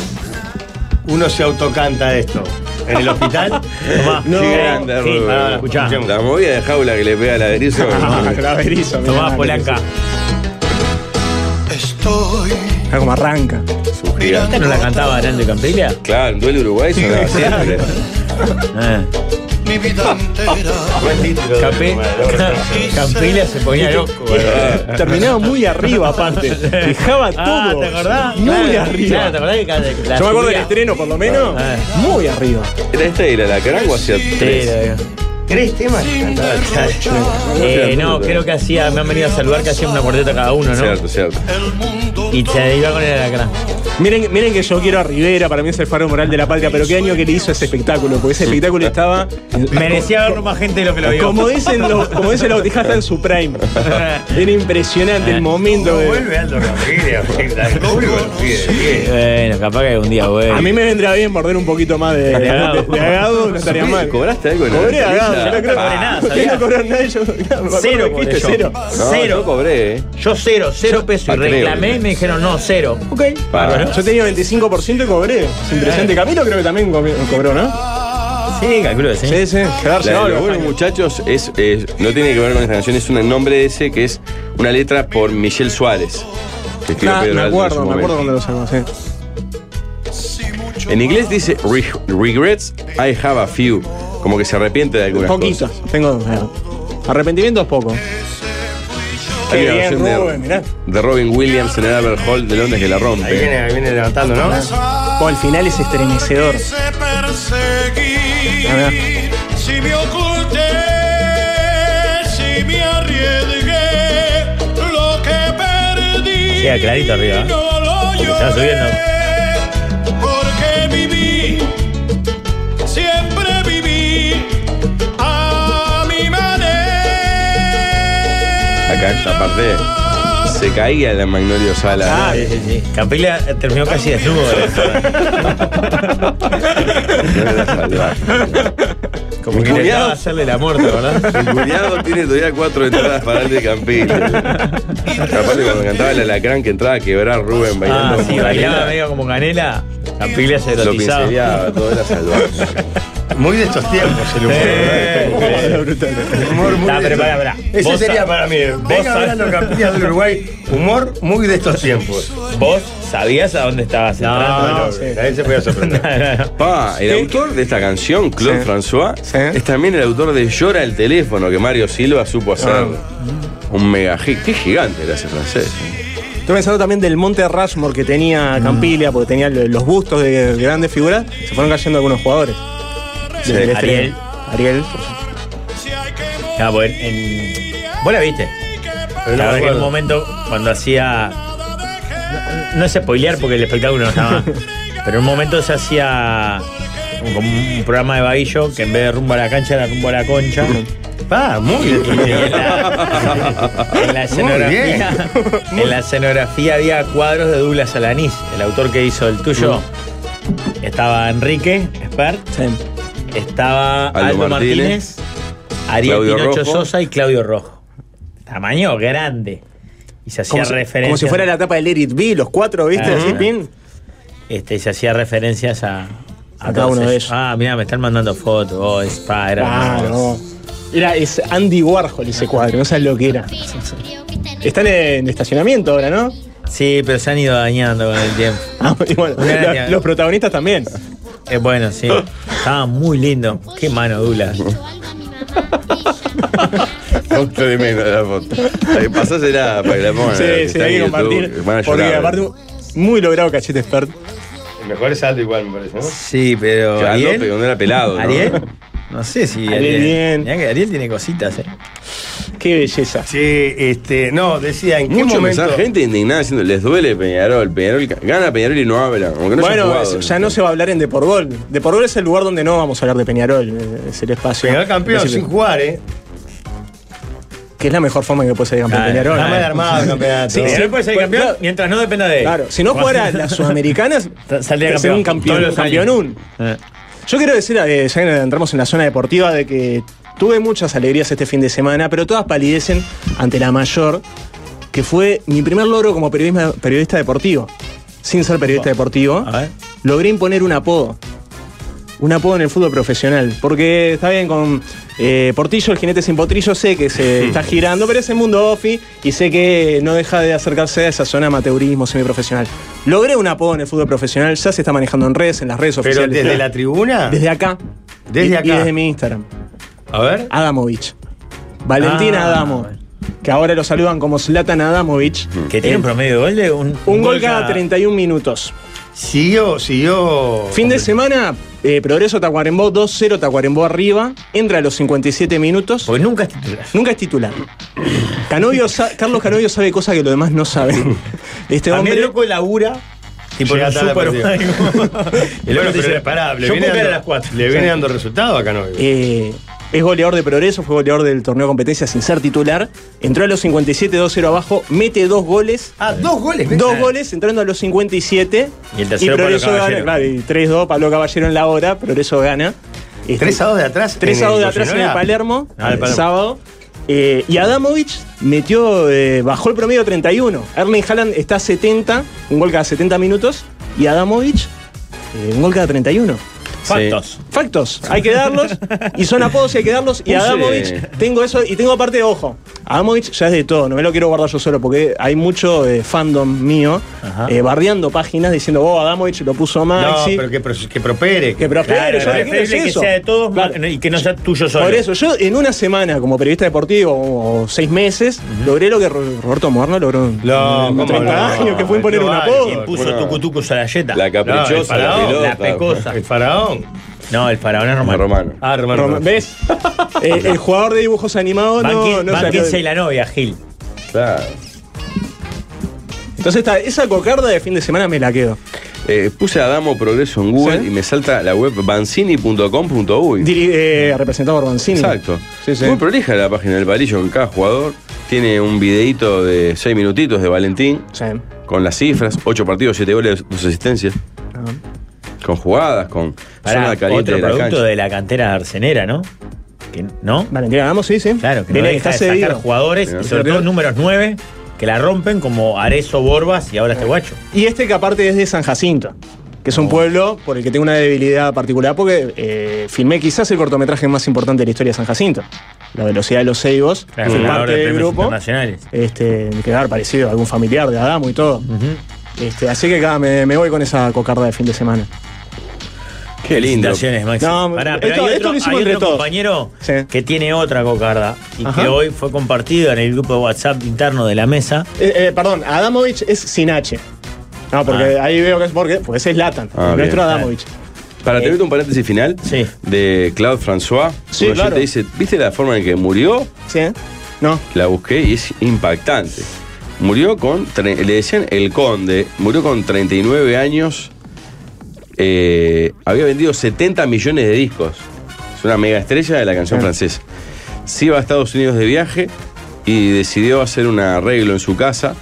Speaker 7: uno se autocanta esto? ¿En el (laughs) hospital? Tomá.
Speaker 8: Qué grande,
Speaker 7: Sí,
Speaker 8: Rubén.
Speaker 7: pará, pará, escuchá.
Speaker 8: La movida de jaula que le pega a la Berizo.
Speaker 6: (laughs) la verizo. mirá,
Speaker 5: Tomás
Speaker 6: la
Speaker 5: Polanca.
Speaker 6: Estoy. Acá como arranca.
Speaker 5: ¿Esta no la cantaba Arando y Campiglia?
Speaker 8: Claro, en duelo Uruguay sonaba siempre.
Speaker 5: Ah.
Speaker 14: Mi vida
Speaker 8: (laughs)
Speaker 14: entera.
Speaker 7: Buen título.
Speaker 5: Campi- Campiglia se ponía loco. ¿verdad?
Speaker 6: Terminaba muy arriba, (laughs) aparte. Dejaba
Speaker 5: Ah,
Speaker 6: todo.
Speaker 5: ¿te acordás?
Speaker 6: Muy
Speaker 5: Claro,
Speaker 6: arriba.
Speaker 5: claro, ¿te acordás que cada- que la
Speaker 6: Yo me acuerdo
Speaker 5: subía?
Speaker 6: del estreno, por lo menos.
Speaker 5: Ah.
Speaker 6: Muy arriba.
Speaker 8: Era esta era la Caragua hacía tres.
Speaker 5: era-
Speaker 7: ¿Tres temas?
Speaker 5: Eh, no, creo que hacía, me han venido a saludar que hacía una cuarteta cada uno, ¿no?
Speaker 8: Cierto, cierto.
Speaker 5: Y se iba con el alacrán.
Speaker 6: Miren, miren que yo quiero a Rivera, para mí es el faro moral de la patria, pero qué año que le hizo ese espectáculo, porque ese espectáculo estaba.
Speaker 5: (laughs) Merecía verlo más gente de lo que lo vio.
Speaker 6: Como dicen los, como dicen los botijas, está en
Speaker 5: (laughs)
Speaker 6: su prime. Era
Speaker 5: Eh.
Speaker 6: impresionante el momento. de-
Speaker 7: Vuelve Aldo Rodríguez, Julio Rodríguez, bien.
Speaker 5: Bueno, capaz que un día, güey.
Speaker 6: A mí me vendría bien morder un poquito más de, de,
Speaker 5: Estaría bravo.
Speaker 6: de agado, no estaría mal.
Speaker 8: ¿Cobraste algo en la
Speaker 6: Cobré agado,
Speaker 8: entrevista?
Speaker 6: yo no creo
Speaker 8: Ah,
Speaker 6: que
Speaker 5: nada,
Speaker 6: ¿Por qué (laughs)
Speaker 5: sabía.
Speaker 6: no cobró nada? Yo, claro, me acuerdo
Speaker 5: Cero
Speaker 6: que
Speaker 5: cobré
Speaker 6: dijiste,
Speaker 5: yo.
Speaker 6: cero.
Speaker 8: No,
Speaker 5: Cero.
Speaker 8: yo cobré, ¿eh?
Speaker 5: Yo cero, cero pesos. Y
Speaker 8: Acreo.
Speaker 5: reclamé y me dijeron no, cero. Ok. Bárbaro.
Speaker 6: Yo tenía 25% y cobré. Es impresionante. Camilo creo que también comió- cobró, ¿no?
Speaker 5: Sí, calculo que sí.
Speaker 6: Sí, sí. Quedarse
Speaker 8: La de
Speaker 6: no,
Speaker 8: los buenos muchachos es, es- no tiene que ver con esta canción, es un nombre ese que es una letra por Michelle Suárez. que escribió
Speaker 6: Ah,
Speaker 8: Pedro
Speaker 6: me
Speaker 8: Alto en su
Speaker 6: acuerdo, me acuerdo
Speaker 8: momento.
Speaker 6: cuando lo sacó, sí.
Speaker 8: En inglés dice "Re- regrets, I have a few. Como que se arrepiente de algunas
Speaker 6: Poquitos,
Speaker 8: cosas.
Speaker 6: tengo eh, arrepentimientos poco.
Speaker 8: Hay
Speaker 6: Qué
Speaker 8: una
Speaker 6: bien,
Speaker 8: versión de-
Speaker 6: Rubén, mirá.
Speaker 8: de, Robin Williams en el Albert Hall de Londres que la
Speaker 7: Ahí viene,
Speaker 8: rompe.
Speaker 7: ahí viene levantando, ¿no?
Speaker 6: Oh, el final es estremecedor.
Speaker 14: Quise perseguir.
Speaker 6: A ver.
Speaker 14: Si me oculté, si me arriesgué, lo que perdí.
Speaker 5: Queda clarito arriba, ¿eh?
Speaker 14: No lo
Speaker 5: Porque está subiendo.
Speaker 14: lloré, porque viví, siempre viví a mi manera.
Speaker 8: Acá esta parte se caía la Magnolio Sala.
Speaker 5: Ah, Sí, sí, sí. Campiglia terminó casi desnudo.
Speaker 8: No era salvaje.
Speaker 5: Como
Speaker 8: Mi
Speaker 5: que
Speaker 8: cuñado-
Speaker 5: intentaba hacerle la muerte, ¿verdad?
Speaker 8: Mi cuñado tiene todavía cuatro entradas para el de Campillo. Aparte, cuando cantaba el alacrán que entraba a quebrar Rubén bailando.
Speaker 5: Ah,
Speaker 8: como
Speaker 5: sí,
Speaker 8: una
Speaker 5: bailaba
Speaker 8: nena,
Speaker 5: medio como canela. Campiglia se
Speaker 8: Lo
Speaker 5: erotizaba.
Speaker 8: pinceleaba, todo era salvaje.
Speaker 7: Muy de estos tiempos el humor. ¿no?
Speaker 5: Eh,
Speaker 7: El humor muy
Speaker 5: Nah,
Speaker 7: de
Speaker 5: pero
Speaker 7: estos-
Speaker 5: pará, pará.
Speaker 7: Ese
Speaker 5: Vos
Speaker 7: sería
Speaker 5: sab-
Speaker 7: para mí. Venga
Speaker 5: sab-
Speaker 7: hablando Campillas del Uruguay. Humor muy de estos tiempos.
Speaker 5: ¿Vos sabías a dónde estabas entrando?
Speaker 7: No, (laughs) no,
Speaker 6: sí.
Speaker 7: a él se podía sorprender.
Speaker 8: Pa, el autor de esta canción, Claude
Speaker 6: Sí.
Speaker 8: François,
Speaker 6: Sí.
Speaker 8: es también el autor de Llora el teléfono, que Mario Silva
Speaker 6: Ah.
Speaker 8: supo hacer un mega hit. Qué gigante era ese francés. ¿eh?
Speaker 6: (laughs) Estoy pensando también del monte Rushmore que tenía Campilia, porque tenía lo- los bustos de grandes figuras. Se fueron cayendo algunos jugadores.
Speaker 8: Sí.
Speaker 6: Desde el
Speaker 5: Ariel.
Speaker 6: estreno. Ariel.
Speaker 5: Ah, bueno, en- Vos la viste.
Speaker 7: Pero no
Speaker 5: La
Speaker 7: me
Speaker 5: verdad que en un
Speaker 7: acuerdo.
Speaker 5: momento cuando hacía. No, no es spoilear porque el espectáculo
Speaker 7: (laughs)
Speaker 5: no estaba. pero en un momento se hacía un- como un programa de vaguillo que en vez de rumbo a la cancha era rumbo a la concha.
Speaker 7: Pa, Ah, muy de estos
Speaker 5: Y
Speaker 7: tiempos.
Speaker 5: en la, en la escenografía, en la escenografía había cuadros de Douglas Alanís, el autor que hizo el tuyo. Estaba Enrique Espert,
Speaker 6: Sí.
Speaker 5: estaba
Speaker 8: Aldo
Speaker 5: Aldo, Martínez, Ariel
Speaker 8: Claudio
Speaker 5: Pinocho
Speaker 8: Rojo.
Speaker 5: Sosa y Claudio Rojo. Tamaño grande. Y se hacía
Speaker 6: Como si,
Speaker 5: referencia.
Speaker 6: como si fuera la etapa del Let It Be, los cuatro, ¿viste?
Speaker 5: Ah.
Speaker 6: Así, pin.
Speaker 5: Este, y se hacía referencias a,
Speaker 6: A cada
Speaker 5: todos
Speaker 6: uno de
Speaker 5: Ah, mira, me están mandando fotos. Oh, es pa, era-
Speaker 6: Ah, no. Era es Andy Warhol ese cuadro, no sabes lo que era. Están en estacionamiento ahora, ¿no?
Speaker 5: Sí, pero se han ido dañando con el tiempo.
Speaker 6: y bueno,
Speaker 5: Mira,
Speaker 6: los, los protagonistas también.
Speaker 5: Es bueno, sí. Estaba muy lindo. Qué mano dura.
Speaker 8: No tremendo la foto. Eh, Pasásela para que la pongan.
Speaker 6: Sí,
Speaker 8: que
Speaker 6: sí,
Speaker 8: está
Speaker 6: hay que
Speaker 8: en YouTube,
Speaker 6: compartir.
Speaker 8: Van a
Speaker 6: Porque
Speaker 8: llorar.
Speaker 6: aparte, muy logrado Cachete Expert.
Speaker 7: El mejor es Aldo igual, me parece, ¿no?
Speaker 5: Sí, pero.
Speaker 8: Que Aldo,
Speaker 5: ¿Ariel?
Speaker 8: pero cuando era pelado, ¿no?
Speaker 5: ¿Ariel? No sé si.
Speaker 6: Ah,
Speaker 8: Ariel
Speaker 5: bien. Mirá que Ariel tiene cositas, ¿eh?
Speaker 6: Qué belleza.
Speaker 7: Sí, este, no, decía, ¿en qué
Speaker 8: Mucho
Speaker 7: momento?
Speaker 8: mensaje, gente indignada diciendo, les duele Peñarol, Peñarol gana Peñarol y no habla. Como que no
Speaker 6: bueno,
Speaker 8: hayan
Speaker 6: es-
Speaker 8: jugado.
Speaker 6: ya no se va a hablar en De Por Gol. De Por Gol es el lugar donde no vamos a hablar de Peñarol, eh, es el espacio.
Speaker 7: Peñarol campeón sin jugar, ¿eh?
Speaker 6: Que es la mejor forma que puede ser campeón
Speaker 5: Claro,
Speaker 6: Peñarol.
Speaker 5: está mal armado el campeonato. Peñarol puede ser campeón mientras no dependa de él.
Speaker 6: Claro, si no jugara las (laughs) sudamericanas,
Speaker 5: saldría
Speaker 6: sería un
Speaker 5: campeón. Todos
Speaker 6: campeón,
Speaker 5: los
Speaker 6: campeón
Speaker 5: años.
Speaker 6: un. Yo quiero decir, eh, ya que entramos en la zona deportiva, de que tuve muchas alegrías este fin de semana, pero todas palidecen ante la mayor, que fue mi primer logro como periodismo- periodista deportivo. Sin ser periodista deportivo, logré imponer un apodo. Un apodo en el fútbol profesional. Porque está bien con eh, Portillo, el jinete sin potrillo, sé
Speaker 7: (laughs)
Speaker 6: que se está girando, pero es el mundo ofi y sé que no deja de acercarse a esa zona amateurismo semiprofesional. Logré un apodo en el fútbol profesional, ya se está manejando en redes, en las redes
Speaker 7: Pero
Speaker 6: oficiales.
Speaker 7: desde la tribuna.
Speaker 6: Desde acá.
Speaker 7: Desde
Speaker 6: Y-
Speaker 7: acá.
Speaker 6: Y desde mi Instagram.
Speaker 7: A ver.
Speaker 6: Adamovich. Valentín
Speaker 5: Ah.
Speaker 6: Adamo. Que ahora lo saludan como Zlatan Adamovich.
Speaker 5: Que tiene un promedio de gol de un,
Speaker 6: Un gol cada 31 minutos.
Speaker 7: Siguió, siguió.
Speaker 6: Fin de semana, eh, Progreso Tacuarembó 2-0, Tacuarembó arriba, entra a los 57 minutos.
Speaker 5: Porque nunca es titular.
Speaker 6: Nunca es titular. Canovio sa- Carlos Canovio sabe cosas que los demás
Speaker 5: (laughs)
Speaker 6: no saben. Este
Speaker 7: También
Speaker 6: hombre.
Speaker 7: loco labura.
Speaker 5: Tipo
Speaker 7: Llega
Speaker 5: un
Speaker 7: tarde al (laughs)
Speaker 5: superhumano.
Speaker 6: (laughs)
Speaker 7: partido.
Speaker 5: El
Speaker 7: bueno,
Speaker 5: otro dice,
Speaker 7: pero pará, le
Speaker 5: yo
Speaker 7: viene
Speaker 5: puedo
Speaker 7: dando,
Speaker 5: caer a las cuatro.
Speaker 7: Le viene
Speaker 5: Sí.
Speaker 7: dando resultado a Canovio.
Speaker 6: eh, es goleador de Progreso, fue goleador del torneo de competencia sin ser titular. Entró a los 57, 2-0 abajo, mete dos goles.
Speaker 7: Ah, dos goles, ¿ves?
Speaker 6: Dos goles entrando a los 57.
Speaker 5: Y el tercero Pablo
Speaker 6: Progreso gana.
Speaker 5: Caballero.
Speaker 6: Claro, y 3-2, Pablo Caballero en la hora, Progreso gana. Este,
Speaker 7: 3 a 2 de atrás.
Speaker 6: 3
Speaker 7: en
Speaker 6: a
Speaker 7: el
Speaker 6: 2 de atrás en el
Speaker 7: Cocinora.
Speaker 6: Palermo,
Speaker 7: Ah, el
Speaker 6: el
Speaker 7: Palermo.
Speaker 6: sábado. Eh, y Adamovich metió, eh, bajó el promedio a 31. Erling Haaland está a 70, un gol cada 70 minutos. Y Adamovich, eh, un gol cada 31.
Speaker 5: Factos.
Speaker 6: Factos, hay que darlos. y son apodos y hay que darlos. Y
Speaker 8: Puse-
Speaker 6: Adamovich, tengo eso. Y tengo aparte, ojo, Adamovich ya es de todo. No me lo quiero guardar yo solo porque hay mucho eh, fandom mío eh, bardeando páginas diciendo, oh, Adamovich lo puso
Speaker 7: No,
Speaker 6: Maxi.
Speaker 7: pero que, pro- que propere.
Speaker 6: Que prospere,
Speaker 5: Claro,
Speaker 6: yo lo que
Speaker 5: es
Speaker 6: quiero es
Speaker 5: preferible que
Speaker 6: eso.
Speaker 5: sea de todos y que no sea tuyo solo.
Speaker 6: Por eso, yo en una semana como periodista deportivo, o seis meses, logré lo que Ro- Roberto Morno logró en
Speaker 7: No,
Speaker 6: en
Speaker 7: ¿cómo
Speaker 6: 30
Speaker 7: no?
Speaker 6: años, que fue imponer
Speaker 7: No
Speaker 6: un
Speaker 7: vale,
Speaker 6: apodo.
Speaker 5: ¿Quién puso Tucutucu Sarayeta?
Speaker 8: La
Speaker 7: No, el
Speaker 8: caprichosa, la
Speaker 7: faraón,
Speaker 8: pelota.
Speaker 5: La pecosa.
Speaker 7: El faraón.
Speaker 5: No, el faraón es romano.
Speaker 8: Romano.
Speaker 7: Ah, Romano.
Speaker 5: (laughs)
Speaker 6: Rom- ¿Ves? Eh, el jugador de dibujos animados
Speaker 5: Van,
Speaker 6: no,
Speaker 5: Quin-
Speaker 6: no
Speaker 5: Van
Speaker 6: salió.
Speaker 5: Quince y la novia, Gil.
Speaker 8: Claro.
Speaker 6: Entonces está, esa cocarda de fin de semana me la quedo.
Speaker 8: Eh, puse Adamo Progreso en Google
Speaker 6: Sí.
Speaker 8: y me salta la web bancini.com.uy.
Speaker 6: Diri- eh, representado por Mancini.
Speaker 8: Exacto.
Speaker 6: Sí, sí.
Speaker 8: Muy prolija la página del palillo con cada jugador. Tiene un videito de 6 minutitos de Valentín
Speaker 6: Sí.
Speaker 8: con las cifras: 8 partidos, 7 goles, 2 asistencias.
Speaker 6: Ah.
Speaker 8: Con jugadas, con
Speaker 5: Pará,
Speaker 8: zona caliente
Speaker 5: otro
Speaker 8: de la
Speaker 5: producto
Speaker 8: cancha.
Speaker 5: de la cantera arcenera, ¿no? Que- ¿No?
Speaker 6: Valentina Adamo, sí, sí.
Speaker 5: Claro, que no
Speaker 6: Viene,
Speaker 5: deja de sacar
Speaker 6: cedido.
Speaker 5: jugadores, y sobre todo números 9, que la rompen como Arezo, Borbas y ahora este guacho. Oh.
Speaker 6: Y este que aparte es de San Jacinto, que es un pueblo por el que tengo una debilidad particular porque eh, filmé quizás el cortometraje más importante de la historia de San Jacinto. La velocidad de los ceibos.
Speaker 5: Claro,
Speaker 6: fui
Speaker 5: ganador
Speaker 6: parte
Speaker 5: de
Speaker 6: del
Speaker 5: premios
Speaker 6: grupo.
Speaker 5: internacionales.
Speaker 6: Este, que haber parecido a algún familiar de Adamo y todo. Este, así que acá me, me voy con esa cocarda de fin de semana.
Speaker 8: Qué lindo.
Speaker 5: Felicitaciones, Maxi.
Speaker 6: No,
Speaker 5: Pará,
Speaker 6: esto-
Speaker 5: pero hay
Speaker 6: esto
Speaker 5: otro,
Speaker 6: lo hicimos
Speaker 5: hay
Speaker 6: entre
Speaker 5: otro
Speaker 6: todos.
Speaker 5: compañero
Speaker 6: Sí.
Speaker 5: que tiene otra cocarda y
Speaker 6: Ajá.
Speaker 5: que hoy fue compartido en el grupo de WhatsApp interno de la mesa.
Speaker 6: Eh, eh, perdón, Adamovich es sin H. No, porque
Speaker 5: Ah.
Speaker 6: ahí veo que es porque, porque ese es Latan,
Speaker 8: Ah,
Speaker 6: nuestro
Speaker 8: bien.
Speaker 6: Adamovich.
Speaker 8: Para tener un paréntesis final
Speaker 5: eh, Sí.
Speaker 8: de Claude François,
Speaker 6: Sí,
Speaker 8: un oyente
Speaker 6: claro.
Speaker 8: dice: ¿Viste la forma en que murió?
Speaker 6: ¿Sí? eh? No.
Speaker 8: La busqué y es impactante. Murió con, tre- le decían el conde, murió con 39 años, eh, había vendido 70 millones de discos. Es una mega estrella de la canción francesa. Se iba a Estados Unidos de viaje y decidió hacer un arreglo en su casa.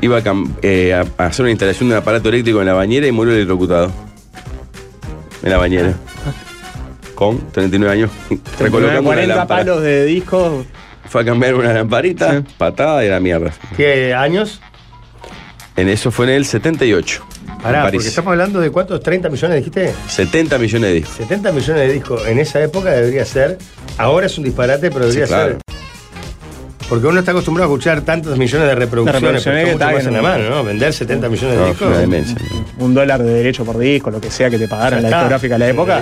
Speaker 8: Iba a, cam- eh, a- a hacer una instalación de un aparato eléctrico en la bañera y murió electrocutado. En la bañera. Con 39 años, recolocando una
Speaker 6: 40
Speaker 8: lámpara.
Speaker 6: palos de discos.
Speaker 8: Fue a cambiar una lamparita, patada y la mierda.
Speaker 7: ¿Qué años?
Speaker 8: En eso fue en el 78.
Speaker 7: Pará,
Speaker 8: París.
Speaker 7: porque estamos hablando de cuántos, 30 millones, dijiste.
Speaker 8: 70 millones de discos.
Speaker 7: 70 millones de discos en esa época debería ser. Ahora es un disparate, pero debería
Speaker 8: Sí, claro.
Speaker 7: ser. Porque uno está acostumbrado a escuchar tantos millones de reproducciones, pero está mucho más en la mano, ¿no? Vender 70 millones de discos.
Speaker 6: Un dólar de derecho por disco, lo que sea que te pagaran
Speaker 7: Ya
Speaker 6: la
Speaker 7: está.
Speaker 6: discográfica de la época.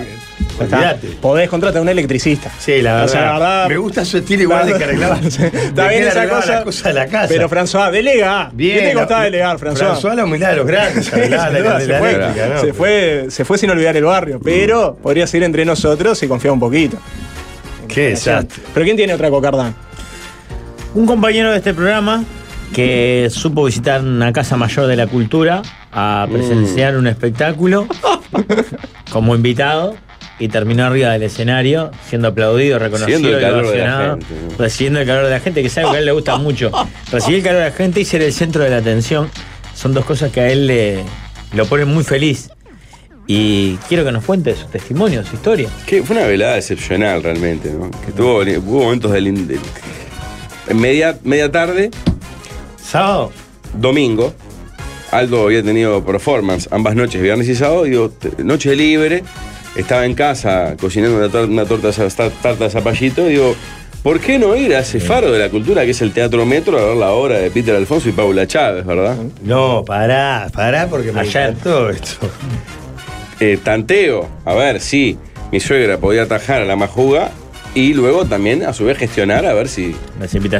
Speaker 6: ya está.
Speaker 7: Olvídate.
Speaker 6: Podés contratar a un electricista.
Speaker 7: Sí, la
Speaker 6: O sea, la
Speaker 7: verdad.
Speaker 6: verdad-
Speaker 7: Me gusta su estilo igual de que arreglaba.
Speaker 6: Está bien esa cosa.
Speaker 7: de la casa.
Speaker 6: Pero François, delega.
Speaker 7: Bien,
Speaker 6: ¿Qué te costaba
Speaker 7: la-
Speaker 6: delegar, François?
Speaker 7: François, la humildad de los
Speaker 6: (laughs)
Speaker 7: grandes, arreglaba la-
Speaker 6: sin duda,
Speaker 7: la-
Speaker 6: se,
Speaker 7: la
Speaker 6: fue,
Speaker 7: eléctrica, ¿no? Mm.
Speaker 6: se, fue, se fue sin olvidar el barrio, pero podría seguir entre nosotros y confiar un poquito.
Speaker 7: Qué desastre.
Speaker 6: ¿Pero quién tiene otra cocarda?
Speaker 5: Un compañero de este programa que supo visitar una casa mayor de la cultura
Speaker 8: Mm.
Speaker 5: a presenciar un
Speaker 8: (laughs)
Speaker 5: espectáculo como invitado y terminó arriba del escenario siendo aplaudido, reconocido,
Speaker 8: Siendo el
Speaker 5: y
Speaker 8: calor de la
Speaker 5: ovacionado,
Speaker 8: gente.
Speaker 5: recibiendo el calor de la gente, que es algo que a él le gusta
Speaker 8: (laughs)
Speaker 5: mucho. Recibir el calor de la gente y ser el centro de la atención son dos cosas que a él le, lo ponen muy feliz. Y quiero que nos cuente su testimonio, su historia.
Speaker 8: Que fue una velada excepcional realmente, ¿no? Que tuvo, hubo momentos del, del- en media, media tarde.
Speaker 7: Sábado.
Speaker 8: Domingo. Aldo había tenido performance ambas noches, viernes y sábado. Digo, te- noche libre. Estaba en casa cocinando una, tor- una torta, de za- tar- tarta de zapallito. Digo, ¿por qué no ir a ese faro de la cultura que es el Teatro Metro a ver la obra de Peter Alfonso y Paula Chávez, verdad?
Speaker 7: No, pará, pará, porque me encantó esto.
Speaker 8: eh, tanteo, a ver si mi suegra podía atajar a la majuga y luego también a su vez gestionar a ver si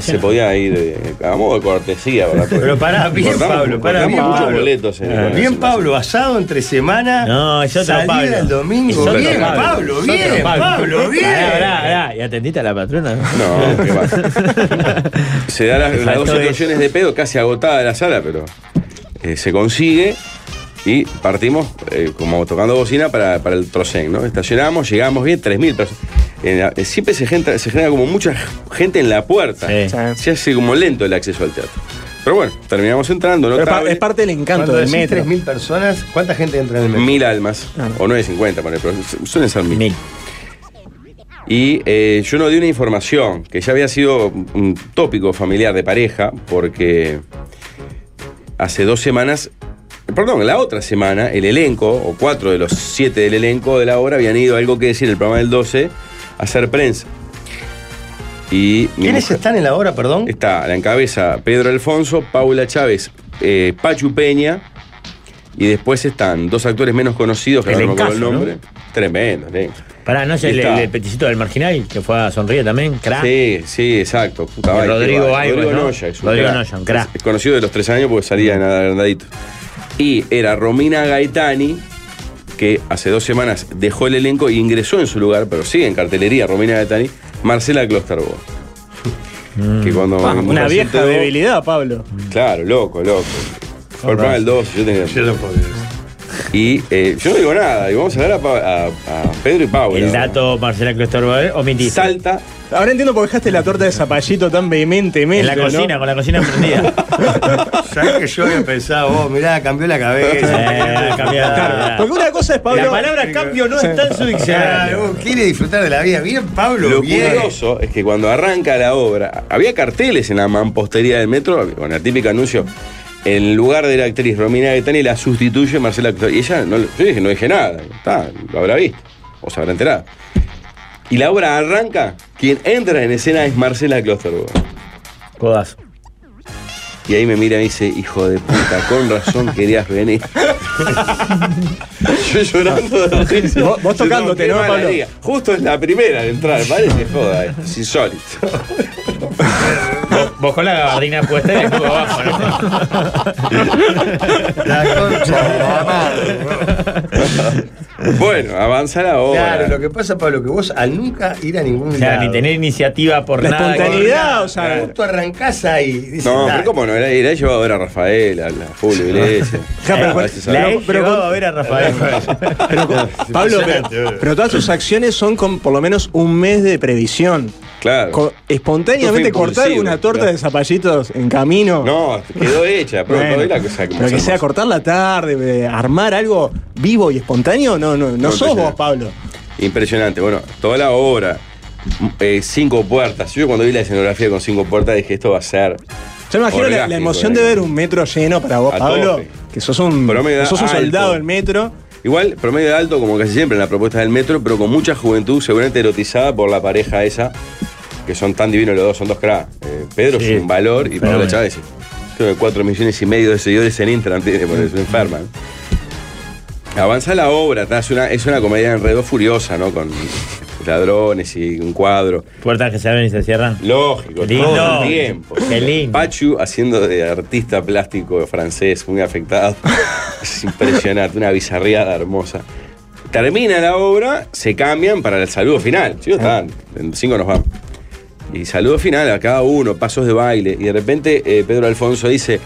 Speaker 8: se podía ir eh, a modo de cortesía, ¿verdad? Porque
Speaker 7: (laughs) Pero pará, bien
Speaker 8: cortamos-
Speaker 7: Pablo, pará,
Speaker 8: cortamos
Speaker 7: bien
Speaker 8: muchos
Speaker 7: Pablo. Ah,
Speaker 8: boletos eh, en- con
Speaker 7: bien
Speaker 8: eso.
Speaker 7: Pablo, asado entre semana.
Speaker 5: No, es otro
Speaker 7: salida
Speaker 5: Pablo.
Speaker 7: el
Speaker 5: Es
Speaker 7: domingo.
Speaker 5: otro
Speaker 7: bien, Pablo,
Speaker 5: Es
Speaker 7: bien,
Speaker 5: otro
Speaker 7: Pablo, bien.
Speaker 5: Pará, pará, pará. ¿Y atendiste a la patrona?
Speaker 8: No, qué va. Se da las, las
Speaker 5: Faltó
Speaker 8: 12
Speaker 5: eso.
Speaker 8: millones de pedo, casi agotada de la sala, pero eh, se consigue y partimos eh, como tocando bocina para, para el Trocén, ¿no? Estacionamos, llegamos bien, 3.000 personas. En la- eh, siempre se, gente- se genera como mucha gente en la puerta. Se hace como lento el acceso al teatro. Pero bueno, terminamos entrando, ¿no?
Speaker 6: Pero es pa- es parte del encanto
Speaker 8: Cuando
Speaker 6: del
Speaker 8: decís
Speaker 6: metro.
Speaker 7: 3.000 personas, ¿cuánta gente entra en el metro?
Speaker 8: Mil almas, o 950, por ejemplo, suelen ser mil. Y eh, yo no di una información que ya había sido un tópico familiar de pareja, porque hace dos semanas, perdón, la otra semana, el elenco, o cuatro de los siete del elenco de la obra, habían ido a algo que decir en el programa del 12 a hacer prensa. Y mi
Speaker 7: ¿Quiénes
Speaker 8: mujer-
Speaker 7: están en la obra, perdón?
Speaker 8: Está la encabeza Pedro Alfonso, Paula Chávez, eh, Pachu Peña. Y después están dos actores menos conocidos, que ahora no me acuerdo el
Speaker 5: Elencazo,
Speaker 8: nombre. Tremendo, elenco.
Speaker 5: Pará, ¿no es el,
Speaker 8: Está.
Speaker 5: el- el peticito del marginal que fue a sonríe también? Crack.
Speaker 8: Sí, sí, exacto.
Speaker 5: Y
Speaker 8: Puta, ay, qué
Speaker 5: Rodrigo
Speaker 8: va.
Speaker 5: Aibas,
Speaker 8: Rodrigo
Speaker 5: ¿no?
Speaker 8: Noya, es un
Speaker 5: Rodrigo
Speaker 8: crack.
Speaker 5: Noya, un crack.
Speaker 8: Es conocido de los tres años porque salía en agrandadito. Y era Romina Gaetani, que hace dos semanas dejó el elenco y ingresó en su lugar, pero sigue en cartelería Romina Gaetani, Marcela Klosterbo.
Speaker 5: Mm.
Speaker 8: Que cuando
Speaker 5: Ah,
Speaker 6: Pa,
Speaker 8: mi
Speaker 6: una
Speaker 8: mujer
Speaker 6: vieja
Speaker 8: sentó-
Speaker 6: debilidad, Pablo.
Speaker 8: Claro, loco, loco. Fue el
Speaker 6: Ahora,
Speaker 8: programa del 12, yo tenía. Y eh, yo no digo nada, digo, vamos a ver a, Pa- a- a Pedro y Paula.
Speaker 5: El dato, Marcela Clostorbaer, omití.
Speaker 8: Salta.
Speaker 6: Ahora entiendo por qué dejaste la torta de zapallito tan vehementemente.
Speaker 5: En la cocina, con la cocina prendida.
Speaker 7: (laughs) ¿Sabes que yo había pensado, vos, mirá, cambió la cabeza?
Speaker 5: Eh, ha cambiado,
Speaker 7: Claro.
Speaker 6: Porque una cosa es Pablo.
Speaker 7: La palabra cambio no está en su diccionario. Claro, vos quiere disfrutar de la vida. Bien, Pablo,
Speaker 8: Lo
Speaker 7: bien.
Speaker 8: curioso es que cuando arranca la obra, había carteles en la mampostería del metro, con el típico anuncio. En lugar de la actriz Romina Gaetani la sustituye Marcela Clostor. Y ella, no, yo dije, no dije nada. Está, lo habrá visto. O se habrá enterado. Y la obra arranca. Quien entra en escena es Marcela Clostor.
Speaker 5: Codazo.
Speaker 8: Y ahí me mira y me dice, hijo de puta, con razón querías
Speaker 6: (laughs)
Speaker 8: venir. yo llorando de risa.
Speaker 6: Vos- vos tocándote,
Speaker 8: Qué
Speaker 6: ¿no,
Speaker 8: mala
Speaker 6: Pablo?
Speaker 8: liga. Justo es la primera de entrar, parece joda, eh. es insólito.
Speaker 5: Vos con la gabardina puesta y el cubo abajo, ¿no?
Speaker 7: (laughs) La concha de la madre.
Speaker 8: bueno, avanza la obra.
Speaker 7: Claro, lo que pasa, Pablo, que vos al nunca ir a ningún
Speaker 5: O sea,
Speaker 7: lado.
Speaker 5: ni tener iniciativa por
Speaker 7: La
Speaker 5: nada.
Speaker 7: espontaneidad, o
Speaker 5: sea.
Speaker 7: Justo arrancás ahí. dices,
Speaker 8: No,
Speaker 7: "Nah".
Speaker 8: pero cómo no, era, era llevado a ver a Rafael, a, la Julio Iglesias.
Speaker 6: (laughs) Ya, pero-
Speaker 8: A veces a-
Speaker 5: La he
Speaker 6: Pero- pero
Speaker 5: llevado
Speaker 6: con-
Speaker 5: a ver a Rafael.
Speaker 8: (laughs)
Speaker 6: Pablo,
Speaker 5: Impresionante,
Speaker 6: pero,
Speaker 5: boludo.
Speaker 6: pero todas tus acciones son con por lo menos un mes de previsión.
Speaker 8: Claro.
Speaker 6: Co- espontáneamente
Speaker 8: Esto fue
Speaker 6: cortar
Speaker 8: impulsivo,
Speaker 6: una torta
Speaker 8: claro.
Speaker 6: de zapallitos en camino.
Speaker 8: No, quedó hecha, pero
Speaker 6: Bueno,
Speaker 8: todavía la cosa como
Speaker 6: pero que
Speaker 8: somos.
Speaker 6: sea cortar la tarde, eh, armar algo vivo y espontáneo, no, no, no,
Speaker 8: No,
Speaker 6: sos vos,
Speaker 8: impresionante.
Speaker 6: Pablo.
Speaker 8: Impresionante. Bueno, toda la obra, eh, cinco puertas. Yo cuando vi la escenografía con cinco puertas dije, esto va a ser.
Speaker 6: Yo me imagino la- la,
Speaker 8: orgásmico,
Speaker 6: emoción
Speaker 8: eh.
Speaker 6: de ver un metro lleno para vos,
Speaker 8: A
Speaker 6: Pablo.
Speaker 8: tope.
Speaker 6: que sos un,
Speaker 8: Promedio de edad
Speaker 6: sos un
Speaker 8: alto.
Speaker 6: soldado del metro.
Speaker 8: Igual, promedio de alto, como casi siempre en la propuesta del metro, pero con mucha juventud, seguramente erotizada por la pareja esa, que son tan divinos los dos, son dos cracks. Eh, Pedro
Speaker 7: Sí.
Speaker 8: es un valor y Pablo
Speaker 7: Fenómeno.
Speaker 8: Chávez, creo que 4 millones y medio de seguidores en Instagram tiene, por eso enferma. Avanza la obra, está, es una, es una comedia de enredo furiosa, ¿no? Con ladrones y un cuadro.
Speaker 5: Puertas que se abren y se cierran.
Speaker 8: Lógico,
Speaker 5: Qué lindo.
Speaker 8: todo el tiempo.
Speaker 5: Qué lindo.
Speaker 8: Pachu haciendo de artista plástico francés, muy afectado.
Speaker 5: (laughs)
Speaker 8: es impresionante, una bizarriada hermosa. Termina la obra, se cambian para el saludo final. Chicos, están,
Speaker 5: Ah.
Speaker 8: en cinco nos vamos. Y saludo final a cada uno, pasos de baile. Y de repente eh, Pedro Alfonso dice,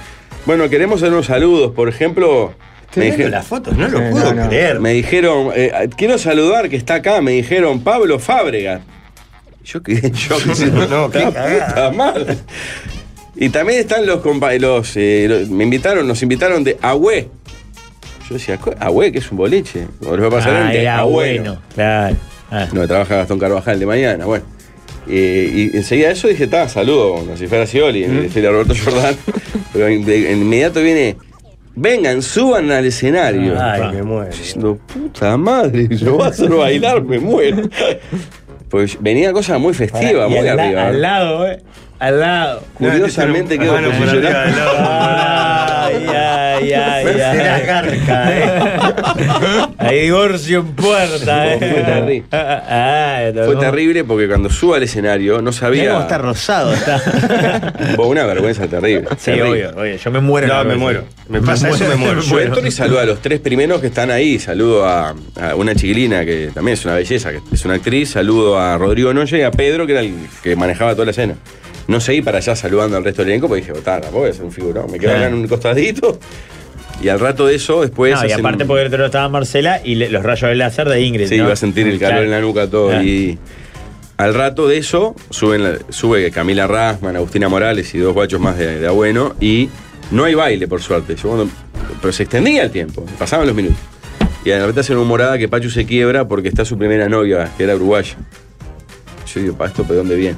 Speaker 8: bueno, queremos hacer unos saludos. Por ejemplo...
Speaker 7: Estoy viendo las fotos, (laughs) no lo Sí, puedo no, no. creer.
Speaker 8: Me dijeron, eh, quiero saludar que está acá, me dijeron Pablo Fábrega. (laughs) Yo quedé en shock.
Speaker 7: No, qué
Speaker 8: La
Speaker 7: cagada.
Speaker 8: puta madre. Y también están los compañeros, me invitaron, nos invitaron de Agüe. Yo decía, "Co- Agüe, que es un boliche. O les va a pasar
Speaker 5: Ah,
Speaker 8: antes,
Speaker 5: era
Speaker 8: Agüeno.
Speaker 5: bueno. Claro. Ah.
Speaker 8: No, trabaja Gastón Carvajal de mañana, bueno. Eh, y enseguida eso dije, está, saludo, como si fuera Scioli, estoy de Roberto Jordán. Pero in- de- inmediato viene, vengan, suban al escenario.
Speaker 7: Ay,
Speaker 8: Pa.
Speaker 7: me muero.
Speaker 8: Estoy diciendo, puta madre, yo voy a hacer bailar, me muero. Pues venía cosa muy festiva,
Speaker 5: Y
Speaker 8: muy
Speaker 5: al, la-
Speaker 8: arriba.
Speaker 5: al lado, eh. Al lado.
Speaker 8: Curiosamente quedo
Speaker 5: Mano por
Speaker 8: posicionado.
Speaker 5: arriba del otro. Ay, ay, ay,
Speaker 8: Pero
Speaker 5: ay.
Speaker 8: será
Speaker 5: garca, eh. Hay divorcio en puerta, eh.
Speaker 8: Fue terrible. Fue terrible porque cuando subo al escenario no
Speaker 5: Mirá
Speaker 8: sabía.
Speaker 5: cómo está
Speaker 8: rosado. (laughs) una vergüenza terrible.
Speaker 5: Sí,
Speaker 8: terrible.
Speaker 5: obvio, obvio. Yo me muero.
Speaker 7: No,
Speaker 5: en la
Speaker 7: me
Speaker 5: vergüenza.
Speaker 7: muero. Me pasa eso, me muero.
Speaker 8: Yo entro y saludo a los tres primeros que están ahí. Saludo a, a una chiquilina que también es una belleza, que es una actriz. Saludo a Rodrigo Noche y a Pedro, que era el que manejaba toda la escena. No seguí para allá saludando al resto del elenco porque dije, botarra, voy a ser un figurón. Me quedo acá en un costadito. Y al rato de eso, después.
Speaker 5: No, y
Speaker 8: hacen-
Speaker 5: aparte porque el otro estaba Marcela y le- los rayos de láser de Ingrid.
Speaker 8: Sí,
Speaker 5: ¿no?
Speaker 8: iba a sentir el calor
Speaker 5: Claro.
Speaker 8: en la nuca todo.
Speaker 5: Claro.
Speaker 8: Y al rato de eso, suben la- sube Camila Rasman, Agustina Morales y dos guachos más de, de Abueno. Y no hay baile, por suerte. Yo cuando- pero se extendía el tiempo, pasaban los minutos. Y de repente hacen una morada que Pachu se quiebra porque está su primera novia, que era uruguaya. Yo digo, pa, esto, ¿pero dónde bien?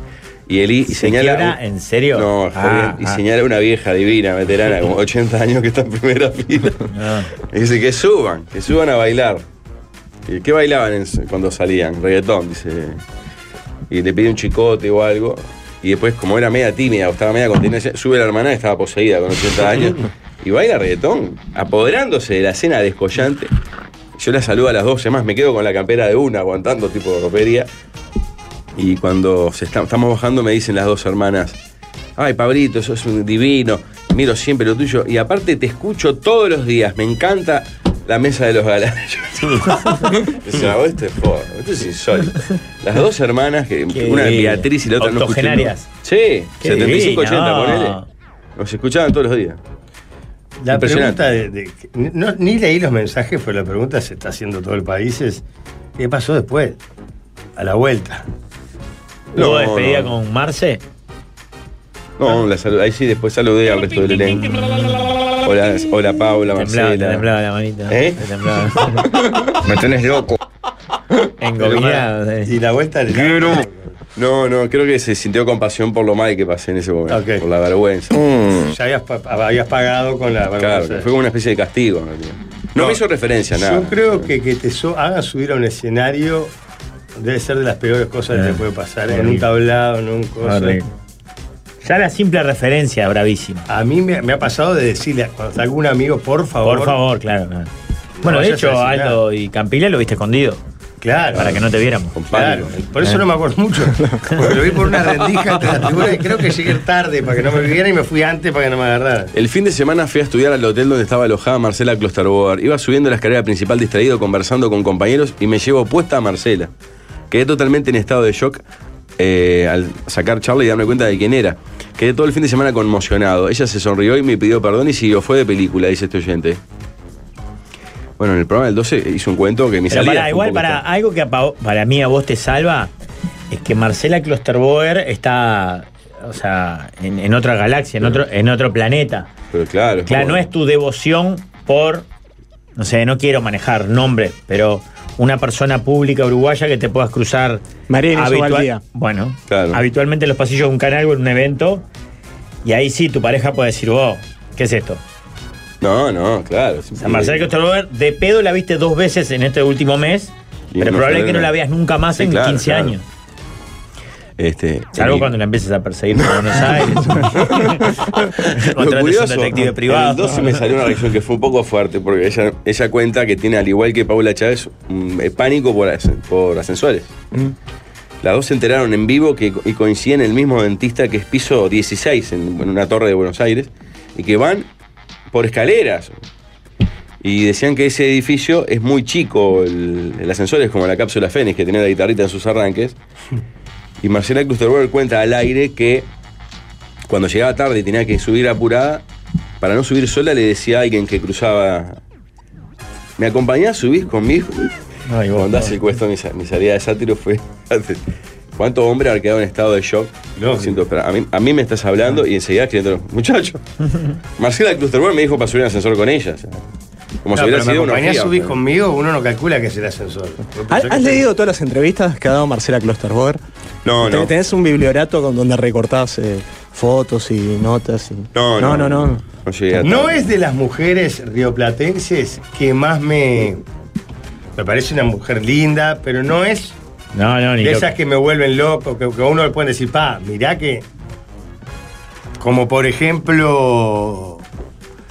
Speaker 8: Y Eli y
Speaker 5: ¿Se quiebra?
Speaker 8: señala.
Speaker 5: ¿En serio?
Speaker 8: No,
Speaker 5: Ah,
Speaker 8: Javier, y
Speaker 5: ah.
Speaker 8: señala una vieja divina, veterana, como 80 años que está en primera fila.
Speaker 5: Ah.
Speaker 8: Y dice que suban, que suban a bailar. ¿Y ¿Qué bailaban en- cuando salían? Reggaetón, dice. Y le pide un chicote o algo. Y después, como era media tímida o estaba media continencia, sube la hermana que estaba poseída con 80 años. Y baila reggaetón, apoderándose de la cena descollante. Yo la saludo a las 12 más, me quedo con la campera de una, aguantando tipo ropería. Y cuando se está- estamos bajando, me dicen las dos hermanas: Ay, Pabrito, sos un divino, miro siempre lo tuyo. Y aparte, te escucho todos los días, me encanta la mesa de los galas. Yo decía, "Vos, esto (laughs) es forro, esto es insólito. Las dos hermanas, que
Speaker 5: Qué
Speaker 8: una es
Speaker 5: divino.
Speaker 8: Beatriz y la otra no escucha-
Speaker 5: Octogenarias.
Speaker 8: Sí,
Speaker 5: Qué
Speaker 8: 75, 80,
Speaker 5: divino.
Speaker 8: ponele. Nos escuchaban todos los días.
Speaker 7: La
Speaker 8: Impresionante.
Speaker 7: pregunta de, de- no, ni leí los mensajes, pero la pregunta se está haciendo todo el país es ¿qué pasó después? A la vuelta.
Speaker 5: ¿Hubo
Speaker 8: No,
Speaker 5: despedida
Speaker 8: no.
Speaker 5: con Marce?
Speaker 8: No, la salu- ahí sí, después saludé al resto del elenco. Hola, hola Paula,
Speaker 5: Temblaba, te
Speaker 8: Marcela.
Speaker 5: temblaba la manita.
Speaker 8: ¿Eh?
Speaker 5: Te temblaba.
Speaker 8: (laughs)
Speaker 5: eh.
Speaker 8: Me tenés loco.
Speaker 5: Engominado,
Speaker 7: Y la vuelta del
Speaker 8: No, no, creo que se sintió compasión por lo mal que pasé en ese momento.
Speaker 7: Ok.
Speaker 8: Por la vergüenza. Mm.
Speaker 7: Ya habías, pa- habías pagado con la
Speaker 8: Claro,
Speaker 7: vergüenza.
Speaker 8: fue como una especie de castigo. No, No me hizo referencia a nada.
Speaker 7: Yo creo que que te so- haga subir a un escenario debe ser de las peores cosas que te puede pasar. ¿eh? En un
Speaker 5: horrible.
Speaker 7: tablado, en un coso.
Speaker 5: Horrible. Ya la simple referencia, bravísima.
Speaker 7: A mí me, me ha pasado de decirle a cuando está algún amigo, por favor.
Speaker 5: Por favor, claro. no. Bueno, de
Speaker 7: vayas a
Speaker 5: hecho,
Speaker 7: decir
Speaker 5: Aldo y Campila lo viste escondido.
Speaker 7: Claro.
Speaker 5: Para que no te viéramos. Eh.
Speaker 7: Claro, por eso no me acuerdo mucho. Porque lo vi por una rendija entre la tribuna y creo que llegué tarde para que no me vieran y me fui antes para que no me agarraran.
Speaker 8: El fin de semana fui a estudiar al hotel donde estaba alojada Marcela Klosterboer. Iba subiendo la escalera principal distraído, conversando con compañeros y me llevo puesta a Marcela. Quedé totalmente en estado de shock eh, al sacar charla y darme cuenta de quién era. Quedé todo el fin de semana conmocionado. Ella se sonrió y me pidió perdón y siguió. Fue de película, dice este oyente. Bueno, en el programa del 12 hizo un cuento que mi
Speaker 5: Pero
Speaker 8: salida
Speaker 5: para,
Speaker 8: fue un
Speaker 5: igual,
Speaker 8: poco
Speaker 5: para
Speaker 8: extraña.
Speaker 5: algo que apa- para mí a vos te salva es que Marcela Klosterboer está, o sea, en, en otra galaxia, en otro, en otro planeta.
Speaker 8: Pero claro.
Speaker 5: Claro, no es tu devoción por, no sé, no quiero manejar nombres, pero una persona pública uruguaya que te puedas cruzar
Speaker 6: María Inés
Speaker 5: habitua-
Speaker 6: Ovaldía.
Speaker 5: bueno,
Speaker 8: Claro.
Speaker 5: habitualmente en los pasillos de un canal o en un evento, y ahí sí tu pareja puede decir, oh, ¿qué es esto?
Speaker 8: No, no, claro. eh,
Speaker 5: A Marcela Castroverde, de pedo la viste dos veces en este último mes,
Speaker 8: Y
Speaker 5: pero
Speaker 8: no
Speaker 5: probable
Speaker 8: saber
Speaker 5: que no
Speaker 8: nada.
Speaker 5: la veas nunca más
Speaker 8: Sí,
Speaker 5: en
Speaker 8: claro,
Speaker 5: 15
Speaker 8: claro.
Speaker 5: años.
Speaker 8: Este,
Speaker 5: Salvo
Speaker 8: y-
Speaker 5: cuando la empieces a perseguir por
Speaker 8: (laughs)
Speaker 5: Buenos Aires.
Speaker 8: Lo
Speaker 5: Contrates un
Speaker 8: curioso,
Speaker 5: detective
Speaker 8: En
Speaker 5: privado.
Speaker 8: el 12 me salió una reacción que fue un poco fuerte, porque ella, ella cuenta que tiene, al igual que Paula Chávez, un, eh, pánico por, as- por ascensores.
Speaker 10: Mm.
Speaker 8: Las dos se enteraron en vivo que, co- y coinciden el mismo dentista que es piso 16 en, en una torre de Buenos Aires, y que van por escaleras. Y decían que ese edificio es muy chico, el, el ascensor es como la cápsula Fénix que tenía la guitarrita en sus arranques. Y Marcela Clusterberg cuenta al aire que cuando llegaba tarde y tenía que subir apurada, para no subir sola le decía a alguien que cruzaba, ¿me acompañás? ¿Subís conmigo?
Speaker 5: Ay,
Speaker 8: vos, Cuando hace el cuesto, mi, sa- mi salida de sátiro fue... (laughs) ¿Cuántos hombres han quedado en estado de shock? Siento, pero a, mí, a mí me estás hablando y enseguida escribiendo, muchacho, Marcela Clusterberg me dijo para subir al ascensor con ella. o sea, como si
Speaker 7: No,
Speaker 8: hubiera
Speaker 7: pero me
Speaker 8: sido una
Speaker 7: acompañás,
Speaker 8: orgía,
Speaker 7: subís
Speaker 8: pero-
Speaker 7: conmigo, uno no calcula que es el ascensor.
Speaker 6: ¿Has, has leído todas las entrevistas que ha dado Marcela Klosterboer?
Speaker 8: No,
Speaker 6: Ten-
Speaker 8: no.
Speaker 6: Tenés un bibliorato con donde recortás eh, fotos y notas. y-
Speaker 8: No, no,
Speaker 6: no. no,
Speaker 8: no llegué a
Speaker 7: No
Speaker 8: tanto.
Speaker 7: es de las mujeres rioplatenses que más me. Me parece una mujer linda, pero no es
Speaker 5: No, no, ni
Speaker 7: de
Speaker 5: loco.
Speaker 8: (laughs)
Speaker 7: esas que me vuelven loco, que, que a uno le pueden decir, pa, mirá que. Como por ejemplo.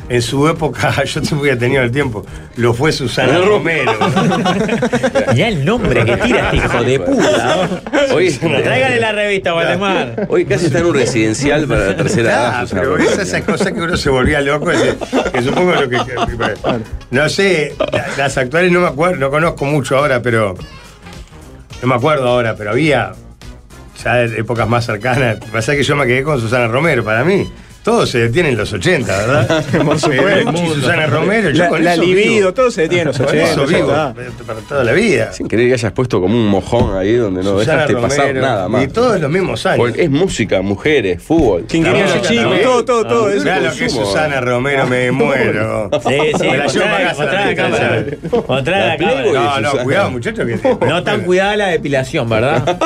Speaker 7: En su época, (laughs) yo te hubiera tenido el tiempo, lo fue Susana Romero.
Speaker 5: Mirá el nombre
Speaker 7: (laughs)
Speaker 5: que
Speaker 8: (laughs)
Speaker 5: tira este hijo de puta.
Speaker 8: Hoy,
Speaker 5: Tráigale la revista, Valdemar.
Speaker 8: hoy casi está en un residencial para la tercera edad.
Speaker 7: Claro,
Speaker 8: Susana
Speaker 7: pero
Speaker 8: Romero.
Speaker 7: es esa cosa que uno se volvía loco, es, es un poco lo que. No sé, la- las actuales no me acuerdo, no conozco mucho ahora, pero. No me acuerdo ahora, pero había. Ya de épocas más cercanas. Pasa que yo me quedé con Susana Romero, para mí. Todos se detienen en los 80, ¿verdad?
Speaker 6: (laughs) Por
Speaker 7: Eh,
Speaker 6: supuesto.
Speaker 7: Muchi, Susana Romero, yo
Speaker 6: La-
Speaker 7: con
Speaker 6: la
Speaker 7: eso
Speaker 6: libido,
Speaker 7: vivo.
Speaker 6: todo se detiene en los
Speaker 7: Con eso
Speaker 6: 80, ya
Speaker 7: vivo,
Speaker 6: está.
Speaker 7: para toda la vida.
Speaker 8: Sin querer que hayas puesto como un mojón ahí donde no
Speaker 7: Susana
Speaker 8: dejaste pasar
Speaker 7: Romero,
Speaker 8: nada más.
Speaker 7: y todos los mismos años.
Speaker 8: Porque es música, mujeres, fútbol.
Speaker 7: Quinquenio
Speaker 8: Música
Speaker 7: los chicos,
Speaker 8: también.
Speaker 7: todo, todo, todo,
Speaker 8: Ah,
Speaker 7: eso. Mirá lo que es Susana Romero, (laughs) me muero.
Speaker 5: Sí, sí,
Speaker 7: Me la llevo para
Speaker 5: mostrá-
Speaker 7: casa,
Speaker 5: mostrá la
Speaker 7: la
Speaker 5: cámara.
Speaker 7: revista,
Speaker 5: Mostrá
Speaker 7: ¿sabes?
Speaker 5: la cámara.
Speaker 7: No, no, cuidado, muchachos.
Speaker 8: (laughs)
Speaker 7: Que...
Speaker 5: No tan cuidada la depilación, ¿verdad?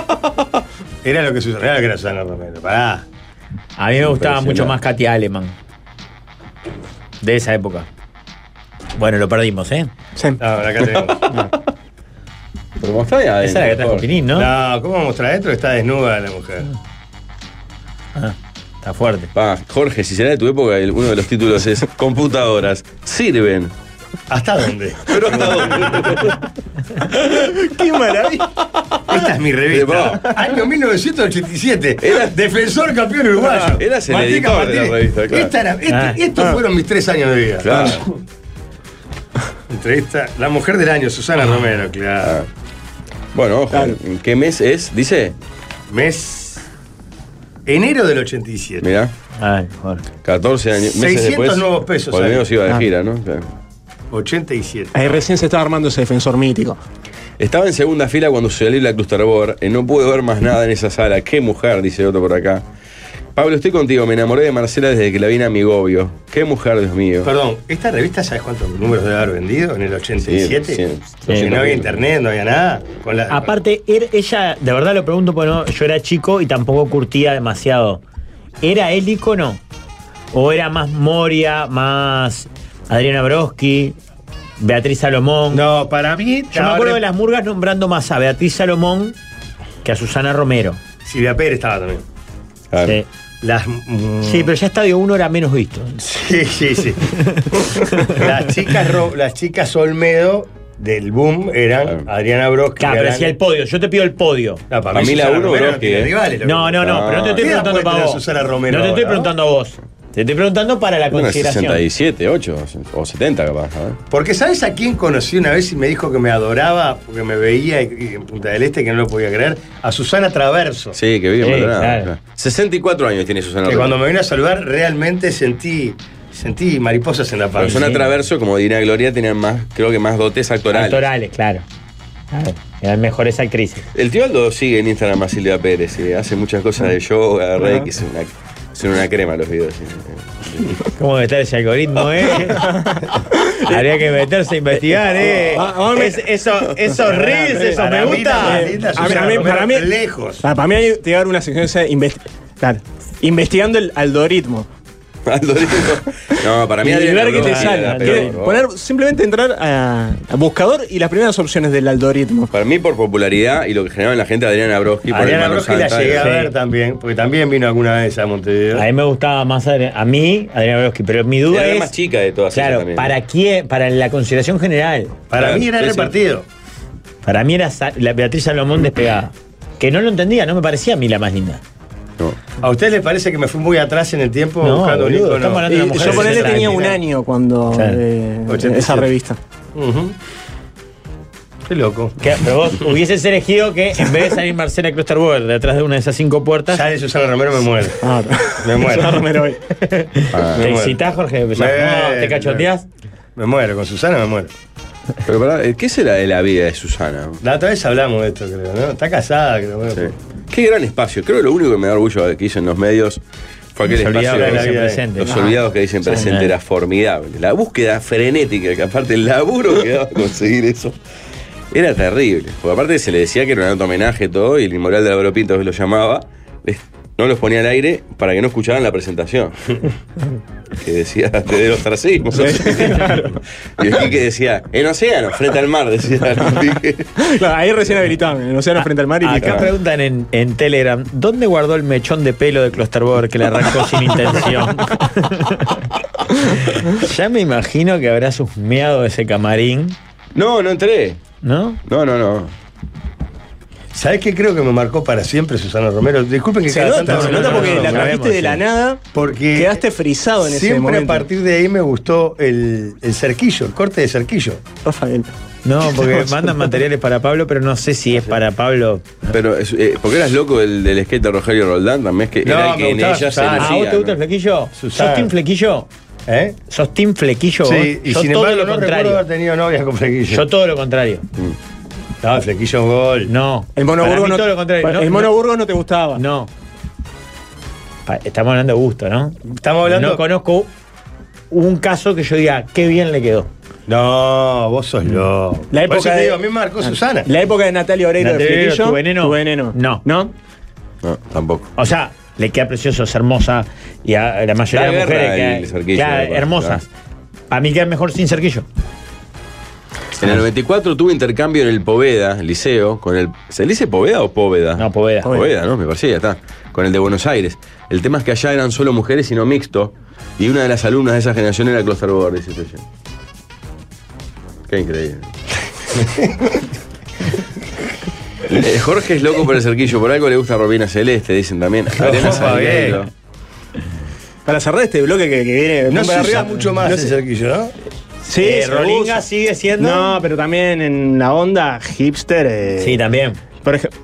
Speaker 7: (laughs) Era lo que Susana, era lo que era Susana Romero, pará.
Speaker 5: A mí me gustaba
Speaker 7: Impresionante.
Speaker 5: mucho más Katia Aleman. De esa época. Bueno, lo perdimos, ¿eh?
Speaker 7: No, acá tenemos.
Speaker 8: Pero mostrá ahí adentro,
Speaker 5: Esa es la que trajo
Speaker 8: por favor.
Speaker 5: Pinín, ¿no?
Speaker 7: No, ¿cómo mostrar adentro? Está desnuda la mujer.
Speaker 5: Está fuerte.
Speaker 8: Pa, Jorge, si será de tu época, el- uno de los títulos es Computadoras sirven.
Speaker 7: ¿Hasta dónde?
Speaker 8: (laughs) Pero
Speaker 7: (laughs)
Speaker 8: hasta dónde.
Speaker 6: ¡Qué maravilla!
Speaker 7: Esta es mi revista. Año 1987. defensor campeón uruguayo.
Speaker 8: Eras Ah, el
Speaker 7: Martín
Speaker 8: editor
Speaker 7: Capatín.
Speaker 8: de la revista, claro.
Speaker 7: Esta era- este-
Speaker 8: Ah.
Speaker 7: Estos fueron mis tres años de vida. (laughs)
Speaker 8: Claro.
Speaker 7: Entrevista. La mujer del año, Susana Romero, claro.
Speaker 8: Ah. Bueno, ojo, ¿en qué mes es? Dice.
Speaker 7: Mes. Enero del 87.
Speaker 8: Mirá.
Speaker 5: Ay, joder.
Speaker 8: 14 años. Meses
Speaker 7: 600
Speaker 8: después,
Speaker 7: nuevos pesos,
Speaker 8: Por lo menos
Speaker 7: sale.
Speaker 8: iba de
Speaker 7: Ah.
Speaker 8: gira, ¿no? Claro.
Speaker 7: 87.
Speaker 6: Ahí Eh, recién se estaba armando ese defensor mítico.
Speaker 8: Estaba en segunda fila cuando salió la Clusterbor. eh, no pude ver más nada en esa sala. Qué mujer, dice otro por acá. Pablo, estoy contigo. Me enamoré de Marcela desde que la vi en Amigobio. Qué mujer, Dios mío.
Speaker 7: Perdón, ¿esta revista sabes cuántos números debe haber vendido en el 87?
Speaker 8: Sí, sí,
Speaker 7: Si
Speaker 8: sí.
Speaker 7: no había internet, no había nada. Con la,
Speaker 5: Aparte, er- ella, de verdad lo pregunto porque no- yo era chico y tampoco curtía demasiado. ¿Era él ícono? ¿O era más Moria, más Adriana Broski, Beatriz Salomón?
Speaker 7: No, para mí.
Speaker 5: Yo me acuerdo de las murgas nombrando más a Beatriz Salomón que a Susana Romero.
Speaker 7: Silvia Pérez estaba también.
Speaker 5: Sí.
Speaker 7: Las, mm.
Speaker 5: Sí, pero ya Estadio 1 era menos visto.
Speaker 7: Sí, sí,
Speaker 5: (laughs)
Speaker 7: sí. (laughs) las, chicas, Ro- las chicas Olmedo del boom eran Adriana Broski.
Speaker 5: Claro, pero decía el podio. Yo te pido el podio.
Speaker 7: para mí Susana Romero no
Speaker 8: ¿eh?
Speaker 7: tiene rivales, lo
Speaker 5: No,
Speaker 7: que-
Speaker 5: no, no, pero no te estoy
Speaker 7: ¿Qué edad
Speaker 5: preguntando
Speaker 7: puede
Speaker 5: para
Speaker 7: tener
Speaker 5: vos.
Speaker 7: Susana Romero
Speaker 5: no te estoy
Speaker 7: ahora?
Speaker 5: preguntando a vos. Te estoy preguntando para la
Speaker 8: Bueno,
Speaker 5: consideración.
Speaker 8: 67, 8 o 70 capaz. ¿eh?
Speaker 7: Porque ¿sabes a quién conocí una vez y me dijo que me adoraba porque me veía y- y en Punta del Este que no lo podía creer? A Susana Traverso.
Speaker 8: Sí, que vive
Speaker 7: Sí,
Speaker 8: en Maldonado,
Speaker 7: claro.
Speaker 8: claro. 64 años tiene Susana
Speaker 7: Que
Speaker 8: Romero.
Speaker 7: cuando me vino a saludar realmente sentí, sentí mariposas en la
Speaker 8: Pero
Speaker 7: panza.
Speaker 8: Susana Traverso, como diría Gloria, tenían más, creo que más dotes actorales.
Speaker 5: Actorales, claro. Claro, Eran mejores actrices.
Speaker 8: El tío Aldo sigue en Instagram a Silvia Pérez, eh, hace muchas cosas de yoga, reiki, que son una, son una crema los videos.
Speaker 5: ¿Cómo debe estar ese
Speaker 7: (laughs)
Speaker 5: algoritmo, eh? Habría que meterse a investigar, eh.
Speaker 7: ah,
Speaker 5: Es- eso, esos reels, esos me gusta.
Speaker 6: para mí, para mí-
Speaker 7: lejos.
Speaker 6: Para, para mí hay que llegar una sección que sea investi- claro, investigando el algoritmo.
Speaker 8: No, para mí
Speaker 6: Y
Speaker 8: Adriana
Speaker 6: ver qué
Speaker 8: Brody era
Speaker 6: te sale.
Speaker 8: la
Speaker 6: Que
Speaker 8: peor, ¿no?
Speaker 6: poner, simplemente entrar a, a buscador y las primeras opciones del algoritmo.
Speaker 8: Para mí, por popularidad y lo que generaba en la gente Adriana Broski. por
Speaker 7: Adriana
Speaker 8: Hermano
Speaker 7: Broski la
Speaker 8: Santa,
Speaker 7: llegué a
Speaker 8: era-
Speaker 7: ver también, porque también vino alguna vez a Montevideo.
Speaker 5: A mí me gustaba más Adri- a mí, Adriana Broski, pero mi duda
Speaker 7: Era la
Speaker 5: es.
Speaker 7: más chica de todas ellas
Speaker 5: Claro,
Speaker 7: también, ¿no?
Speaker 5: ¿para quién? Para la consideración general.
Speaker 7: Para mí era repartido.
Speaker 5: Para mí era Sa- la Beatriz Salomón despegada. Que no lo entendía, no me parecía a mí la más linda.
Speaker 7: ¿A ustedes les parece que me fui muy atrás en el tiempo
Speaker 5: No,
Speaker 7: buscando un
Speaker 5: boludo,
Speaker 7: ícono?
Speaker 5: estamos hablando de
Speaker 6: Y
Speaker 5: una mujer
Speaker 6: yo
Speaker 5: de
Speaker 6: por él
Speaker 5: 60
Speaker 6: tenía un
Speaker 5: años.
Speaker 6: año cuando
Speaker 5: Claro.
Speaker 6: eh,
Speaker 5: 87.
Speaker 6: esa revista.
Speaker 7: Ujú. Qué loco.
Speaker 5: Que- pero
Speaker 6: (laughs)
Speaker 5: vos hubieses elegido que en vez de salir Marcela Klosterboer de atrás de una de esas cinco puertas. Ah,
Speaker 7: Sale Susana Romero, me muero. Me muero.
Speaker 5: Susana Romero hoy.
Speaker 7: Ah. Me
Speaker 5: ¿Te
Speaker 7: muero.
Speaker 5: excitás, Jorge? ¿Empezás?
Speaker 7: Me-
Speaker 5: No, ¿Te cachoteás?
Speaker 7: Me muero, con Susana me muero.
Speaker 8: Pero pará, ¿qué será de la vida de Susana?
Speaker 7: La otra vez hablamos de esto, creo, ¿no? Está casada, creo. bueno.
Speaker 8: Qué gran espacio. Creo que lo único que me da orgullo de que hizo en los medios fue aquel
Speaker 7: Los
Speaker 8: espacio.
Speaker 7: olvidados que dicen
Speaker 8: de-
Speaker 7: presente.
Speaker 8: Los
Speaker 7: Ah.
Speaker 8: olvidados que dicen
Speaker 7: Sí.
Speaker 8: presente era formidable. La búsqueda frenética, que aparte el laburo que daba conseguir eso. Era terrible. Porque aparte se le decía que era un alto homenaje todo, y el inmoral de Álvaro Pinto que lo llamaba, les- no los ponía al aire para que no escucharan la presentación. que decía te del ostracismo. (laughs) Y el que decía, en océano, frente al mar, decía Álvaro Pique.
Speaker 7: (laughs)
Speaker 6: Claro, ahí recién habilitaban, en el
Speaker 5: Ah,
Speaker 6: océano frente al mar y
Speaker 5: Acá preguntan en, en Telegram, ¿dónde guardó el mechón de pelo de Klosterboer que le (laughs) arrancó sin intención? ya me imagino que habrás husmeado ese camarín.
Speaker 8: No, no entré.
Speaker 5: ¿No?
Speaker 8: No, no, no.
Speaker 7: ¿Sabés qué creo que me marcó para siempre Susana Romero? Disculpen que
Speaker 6: Se
Speaker 7: cada
Speaker 6: nota,
Speaker 7: tanto-
Speaker 6: se nota porque la trajiste de la nada,
Speaker 7: porque
Speaker 6: quedaste frisado en ese
Speaker 7: Siempre a
Speaker 6: momento.
Speaker 7: partir de ahí me gustó el, el cerquillo, el corte de cerquillo.
Speaker 6: Rafael.
Speaker 7: (laughs)
Speaker 5: No, porque mandan materiales para Pablo, pero no sé si es para Pablo.
Speaker 8: Pero, es- eh, porque eras loco del, del skate de Rogelio Roldán también, es que era el que en ella se
Speaker 5: ¿A Ah, vos
Speaker 8: nacía,
Speaker 5: te gusta el
Speaker 8: ¿no?
Speaker 5: flequillo?
Speaker 7: Susana.
Speaker 5: ¿Sos team flequillo?
Speaker 7: ¿Eh?
Speaker 5: ¿Sos team flequillo?
Speaker 7: Sí,
Speaker 5: vos?
Speaker 7: y
Speaker 5: Yo
Speaker 7: sin embargo
Speaker 5: todo lo
Speaker 7: no recuerdo
Speaker 5: contrario.
Speaker 7: haber tenido novia con flequillo.
Speaker 5: Yo todo lo contrario.
Speaker 7: No, el flequillo es gol.
Speaker 5: Mm. No.
Speaker 6: El mono
Speaker 5: Para
Speaker 6: Burgos
Speaker 5: mí
Speaker 6: no-
Speaker 5: todo lo contrario.
Speaker 6: el mono Burgos no te gustaba.
Speaker 5: No. Pa- Estamos hablando de gusto, ¿no?
Speaker 7: Estamos hablando-
Speaker 5: No conozco un caso que yo diga, qué bien le quedó. Mm.
Speaker 7: No, vos sos loco.
Speaker 6: La época
Speaker 7: Por eso te
Speaker 6: de- Ah.
Speaker 7: digo, a mí me marcó Susana.
Speaker 6: La época de Natalia Oreiro de
Speaker 5: Natalia Oreiro,
Speaker 6: Flequillo.
Speaker 5: ¿Tu veneno? No.
Speaker 6: ¿No?
Speaker 8: No, tampoco.
Speaker 5: O sea, le queda precioso, es hermosa. Y a la mayoría
Speaker 8: Da
Speaker 5: de las
Speaker 8: guerra
Speaker 5: mujeres
Speaker 8: el
Speaker 5: que-
Speaker 8: cerquillo,
Speaker 5: claro,
Speaker 8: me parece,
Speaker 5: hermosas. A mí queda mejor sin cerquillo.
Speaker 8: En el 94 tuve intercambio en el Poveda, el liceo, con el. ¿Se le dice Poveda o Póveda? No,
Speaker 5: Poveda.
Speaker 8: Poveda, ¿no? Me parecía, ya está. Con el de Buenos Aires. El tema es que allá eran solo mujeres y no mixto. Y una de las alumnas de esa generación era Klosterboer, dice ella. Qué increíble. Eh, Jorge es loco por el cerquillo, por algo le gusta Robina Celeste, dicen también. Arena
Speaker 7: Ojo,
Speaker 8: Salguero.
Speaker 7: bien.
Speaker 6: Para cerrar este bloque que, que viene.
Speaker 7: No
Speaker 6: muy para
Speaker 7: se usa
Speaker 6: arriba,
Speaker 7: mucho más
Speaker 6: no
Speaker 7: el
Speaker 6: sé.
Speaker 7: cerquillo, ¿no?
Speaker 6: Sí,
Speaker 5: Eh,
Speaker 6: se
Speaker 5: Rolinga
Speaker 6: usa.
Speaker 5: sigue siendo-
Speaker 6: No, pero también en la onda hipster. eh,
Speaker 5: Sí, también.
Speaker 6: Por ejemplo.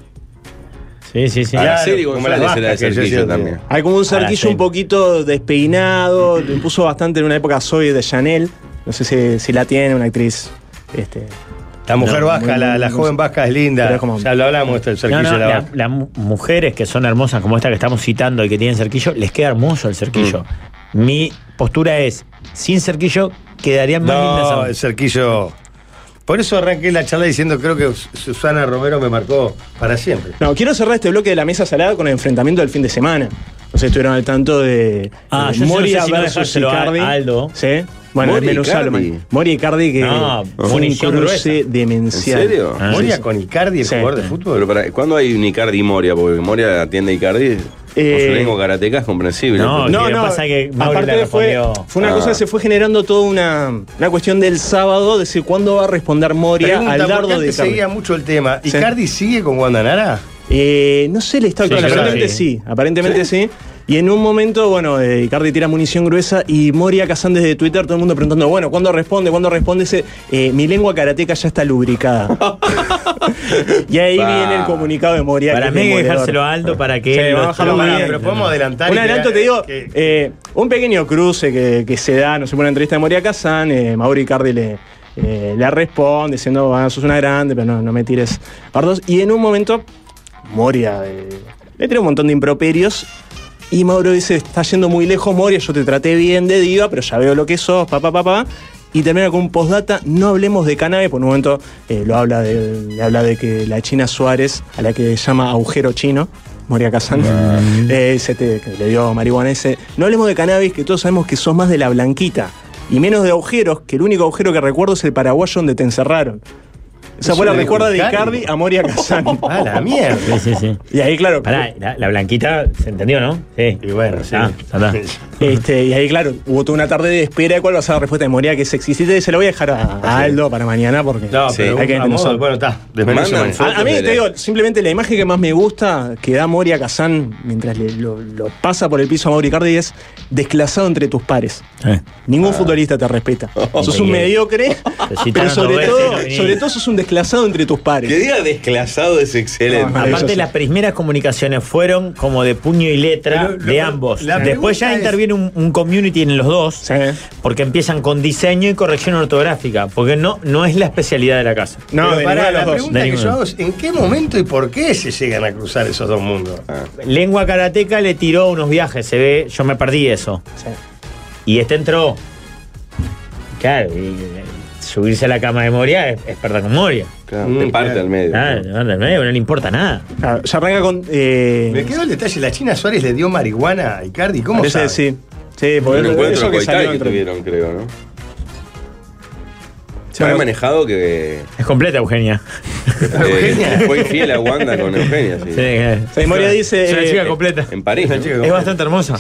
Speaker 5: Sí, sí, sí.
Speaker 8: A la serie
Speaker 7: como las
Speaker 8: González
Speaker 7: vascas
Speaker 8: era de
Speaker 7: que yo
Speaker 8: cerquillo
Speaker 7: hacía
Speaker 8: también.
Speaker 6: Hay como un
Speaker 5: Ahora
Speaker 6: cerquillo
Speaker 5: sí.
Speaker 6: un poquito despeinado, lo impuso bastante en una época soy de Chanel. No sé si, si la tiene una actriz. Este,
Speaker 7: La mujer
Speaker 6: No,
Speaker 7: vasca,
Speaker 6: muy-
Speaker 7: la,
Speaker 6: muy-
Speaker 7: la
Speaker 6: muy-
Speaker 7: joven vasca es
Speaker 6: Pero
Speaker 7: linda.
Speaker 6: es como-
Speaker 7: Ya lo hablamos esto, el
Speaker 5: No,
Speaker 7: cerquillo
Speaker 5: no,
Speaker 7: de la
Speaker 5: la-
Speaker 7: vasca.
Speaker 5: las mu- mujeres que son hermosas como esta que estamos citando y que tienen cerquillo, les queda hermoso el cerquillo.
Speaker 7: Mm.
Speaker 5: Mi postura es, sin cerquillo quedarían más lindas
Speaker 7: No,
Speaker 5: aún.
Speaker 7: el cerquillo. Por eso arranqué la charla diciendo creo que Susana Romero me marcó para siempre.
Speaker 6: No, quiero cerrar este bloque de la mesa salada con el enfrentamiento del fin de semana. No sé, estuvieron al tanto de
Speaker 5: Ah, yo
Speaker 6: de
Speaker 5: sí no
Speaker 6: Moria
Speaker 5: sé si no
Speaker 6: versus
Speaker 5: dejárselo a
Speaker 6: Icardi.
Speaker 5: Aldo.
Speaker 6: ¿Sí? Bueno,
Speaker 8: Moria
Speaker 6: desmenuzalo,
Speaker 8: Icardi.
Speaker 6: man. Moria Icardi que
Speaker 5: No,
Speaker 6: fue un
Speaker 5: punición
Speaker 6: cruce demencial.
Speaker 8: ¿En serio?
Speaker 5: Ah,
Speaker 7: Moria
Speaker 6: sí, sí.
Speaker 7: con Icardi, el
Speaker 6: Sí.
Speaker 7: jugador de
Speaker 5: Este.
Speaker 7: fútbol.
Speaker 8: Pero para, ¿cuándo hay un Icardi y Moria? Porque Moria atiende a Icardi. Con su
Speaker 6: Eh,
Speaker 8: lengua karateca es comprensible.
Speaker 5: No,
Speaker 8: Pero-
Speaker 5: Lo que pasa es que Mauri
Speaker 6: aparte
Speaker 5: le
Speaker 6: fue,
Speaker 5: respondió.
Speaker 6: fue una
Speaker 8: Ah.
Speaker 6: cosa que se fue generando toda una, una cuestión del sábado, de si cuándo va a responder Moria
Speaker 7: Pregunta,
Speaker 6: al
Speaker 7: porque
Speaker 6: dardo de
Speaker 7: antes
Speaker 6: Icardi.
Speaker 7: seguía mucho el tema.
Speaker 6: Sí.
Speaker 7: ¿Icardi sigue con Guandanara?
Speaker 6: Eh, no sé el estado
Speaker 5: Sí,
Speaker 6: actual,
Speaker 5: claro,
Speaker 6: aparentemente
Speaker 5: sí.
Speaker 6: sí. aparentemente ¿Sí? Y en un momento, bueno, eh, Icardi tira munición gruesa y Moria Kazan desde Twitter, todo el mundo preguntando, bueno, ¿cuándo responde? ¿Cuándo responde? Ese, eh, mi lengua karateca ya está lubricada. y ahí
Speaker 8: Pa.
Speaker 6: viene el comunicado de Moria.
Speaker 5: Para
Speaker 6: es
Speaker 5: mí hay que
Speaker 6: demoledor.
Speaker 5: dejárselo a Aldo para que
Speaker 6: Sí,
Speaker 5: él lo
Speaker 6: vamos a dejarlo
Speaker 5: estudie.
Speaker 6: muy bien.
Speaker 7: pero podemos adelantar. y
Speaker 6: Un
Speaker 7: que-
Speaker 6: adelanto te digo,
Speaker 7: que-
Speaker 6: eh, un pequeño cruce que, que se da, no sé, por una entrevista de Moria Kazan, eh, Mauro Icardi le, eh, le responde diciendo, ah, sos una grande, pero no, no me tires bardos. Y en un momento, Moria eh, le tira un montón de improperios y Mauro dice, está yendo muy lejos Moria, yo te traté bien de diva, pero ya veo lo que sos, papá, papá. Y termina con un postdata, no hablemos de cannabis, por un momento eh, lo habla de, le habla de que la China Suárez, a la que llama agujero chino, Moria Kazan,
Speaker 5: Mm.
Speaker 6: eh, ese té que (laughs) le dio marihuana ese. No hablemos de cannabis, que todos sabemos que sos más de la blanquita. Y menos de agujeros, que el único agujero que recuerdo es el paraguayo donde te encerraron. Esa
Speaker 5: Eso
Speaker 6: fue la
Speaker 5: de
Speaker 6: recuerda de
Speaker 5: Icardi.
Speaker 6: Icardi
Speaker 5: (laughs)
Speaker 6: a Moria Kazan.
Speaker 5: Ah, la mierda. Sí, sí, sí.
Speaker 6: Y ahí, claro.
Speaker 5: Pará, la, la blanquita se entendió, ¿no? Sí.
Speaker 7: Y bueno,
Speaker 5: sí. Ah, ya está.
Speaker 6: Este, y ahí, claro, hubo toda una tarde de espera de cuál va a ser la respuesta de Moria, que es exquisita, y se la voy a dejar a Aldo para mañana porque
Speaker 7: No, pero
Speaker 6: hay que
Speaker 7: a modo, bueno, está. desmenuzo mañana.
Speaker 6: a, a mí te digo, simplemente la imagen que más me gusta que da Moria Kazán mientras le- lo, lo pasa por el piso a Mauri Cardi es desclasado entre tus pares.
Speaker 8: Ah.
Speaker 6: Ningún futbolista
Speaker 8: (laughs)
Speaker 6: te respeta. sos un
Speaker 8: Increíble.
Speaker 6: mediocre, pero
Speaker 8: citaron dos
Speaker 6: sobre
Speaker 8: veces,
Speaker 6: todo,
Speaker 8: no viniste.
Speaker 6: sobre todo sos un desclasado entre tus pares.
Speaker 8: Que diga desclasado es excelente.
Speaker 5: Aparte, las primeras comunicaciones fueron como de puño y letra
Speaker 8: Pero,
Speaker 5: de
Speaker 8: lo-
Speaker 5: ambos.
Speaker 8: la
Speaker 5: Después ya
Speaker 8: pregunta es-
Speaker 5: interviene un, un community en los dos, porque empiezan con diseño y corrección ortográfica, porque no, no es la especialidad de la casa.
Speaker 7: Pero pará, la pregunta
Speaker 5: De
Speaker 7: que yo
Speaker 5: ninguno.
Speaker 7: hago es, ¿en qué momento y por qué se llegan a cruzar esos dos mundos?
Speaker 5: Ah. Lengua Karateca le tiró unos viajes, se ve, yo me perdí eso. Y este entró. Claro, y, eh, subirse a la cama de Moria es, es perder con Moria.
Speaker 8: Claro,
Speaker 7: Mm.
Speaker 8: te parte al medio.
Speaker 5: Claro, te parte al medio, no le importa nada.
Speaker 7: Ah,
Speaker 6: ya arranca con. eh,
Speaker 7: Me quedó el detalle, la China Suárez le dio marihuana a Icardi, ¿cómo
Speaker 6: Parece
Speaker 7: sabe?
Speaker 6: sí. Sí,
Speaker 8: Fue
Speaker 6: porque
Speaker 8: un
Speaker 6: eso
Speaker 8: encuentro
Speaker 6: que
Speaker 8: coital
Speaker 6: salió
Speaker 8: que
Speaker 6: entre-
Speaker 8: tuvieron, creo, ¿no?
Speaker 6: Se
Speaker 8: Se
Speaker 6: llama-
Speaker 8: manejado
Speaker 6: (laughs)
Speaker 8: que.
Speaker 5: Es completa, Eugenia.
Speaker 8: eh, fue fiel a Wanda con Eugenia, sí.
Speaker 7: Eh,
Speaker 6: Sí, Moria dice, Es una eh, chica
Speaker 5: completa.
Speaker 8: En París. ¿no?
Speaker 5: Es bastante hermosa.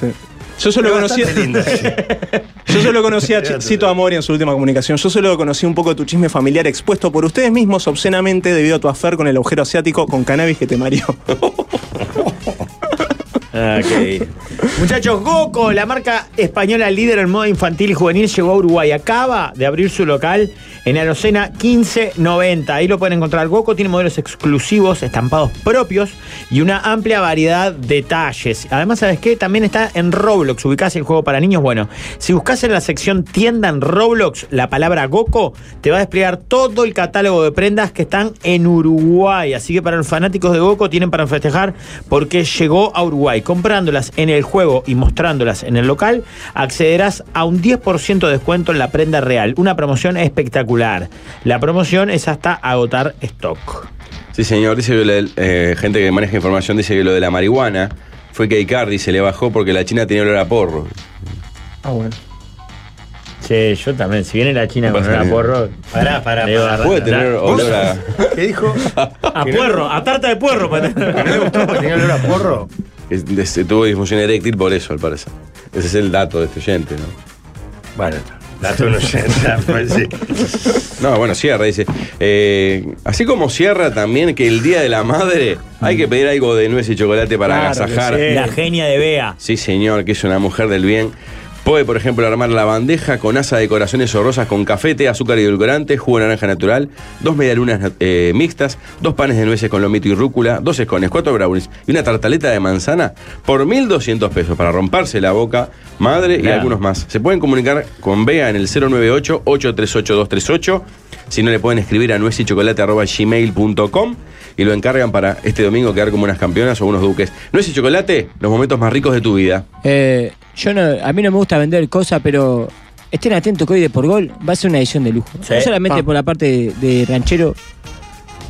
Speaker 6: Yo solo conocí. (laughs) Yo solo conocí (laughs) a Chi- Cito Amor en su última comunicación. Yo solo conocí un poco tu chisme familiar expuesto por ustedes mismos obscenamente debido a tu afer con el agujero asiático con cannabis que te mareó.
Speaker 5: Ah, qué divino. Muchachos, Goco, la marca española líder en moda infantil y juvenil, llegó a Uruguay. Acaba de abrir su local en Arocena 1590. Ahí lo pueden encontrar. Goco tiene modelos exclusivos, estampados propios y una amplia variedad de talles. Además, ¿sabes qué? También está en Roblox. Ubicás el juego para niños. Bueno, si buscas en la sección tienda en Roblox la palabra Goco, te va a desplegar todo el catálogo de prendas que están en Uruguay. Así que para los fanáticos de Goco tienen para festejar porque llegó a Uruguay. Comprándolas en el juego y mostrándolas en el local, accederás a un 10% de descuento en la prenda real. Una promoción espectacular. La promoción es hasta agotar stock.
Speaker 8: Sí, señor, dice que lo del- eh, gente que maneja información dice que lo de la marihuana fue que a Icardi se le bajó porque la China tenía olor a porro.
Speaker 6: Ah, bueno.
Speaker 5: Che, yo también. Si viene la China con
Speaker 8: pasa
Speaker 5: una
Speaker 8: nada.
Speaker 5: porro.
Speaker 7: Pará, pará,
Speaker 5: le digo,
Speaker 7: pará.
Speaker 8: Puede
Speaker 5: la-
Speaker 8: tener
Speaker 5: la-
Speaker 8: olor a.
Speaker 7: ¿Qué dijo?
Speaker 5: A puerro, a tarta de puerro.
Speaker 7: ¿Tenía olor a porro?
Speaker 8: es- de- se tuvo disfunción eréctil por eso, al parecer. Ese es el dato de este oyente, ¿no?
Speaker 7: Bueno, dato no llega, pues sí.
Speaker 8: (laughs) No, bueno, cierra, dice. eh, así como cierra también que el Día de la Madre hay que pedir algo de nuez y chocolate para agasajar.
Speaker 5: La genia de Bea.
Speaker 8: Sí, señor, que es una mujer del bien. Puede, por ejemplo, armar la bandeja con asa de corazones o rosas con café, té, azúcar y edulcorante, jugo de naranja natural, dos medialunas eh, mixtas, dos panes de nueces con lomito y rúcula, dos escones, cuatro brownies y una tartaleta de manzana por 1.200 pesos para romperse la boca, madre y
Speaker 5: Claro.
Speaker 8: algunos más. Se pueden comunicar con Bea en el 098-838-238. Si no, le pueden escribir a nuez y chocolate arroba gmail.com y lo encargan para este domingo quedar como unas campeonas o unos duques. Nuez y chocolate, los momentos más ricos de tu vida.
Speaker 10: Eh, yo no, a mí no me gusta vender cosas, pero estén atentos que hoy de por gol va a ser una edición de lujo.
Speaker 5: Sí.
Speaker 10: No solamente
Speaker 5: Pa.
Speaker 10: por la parte de, de ranchero,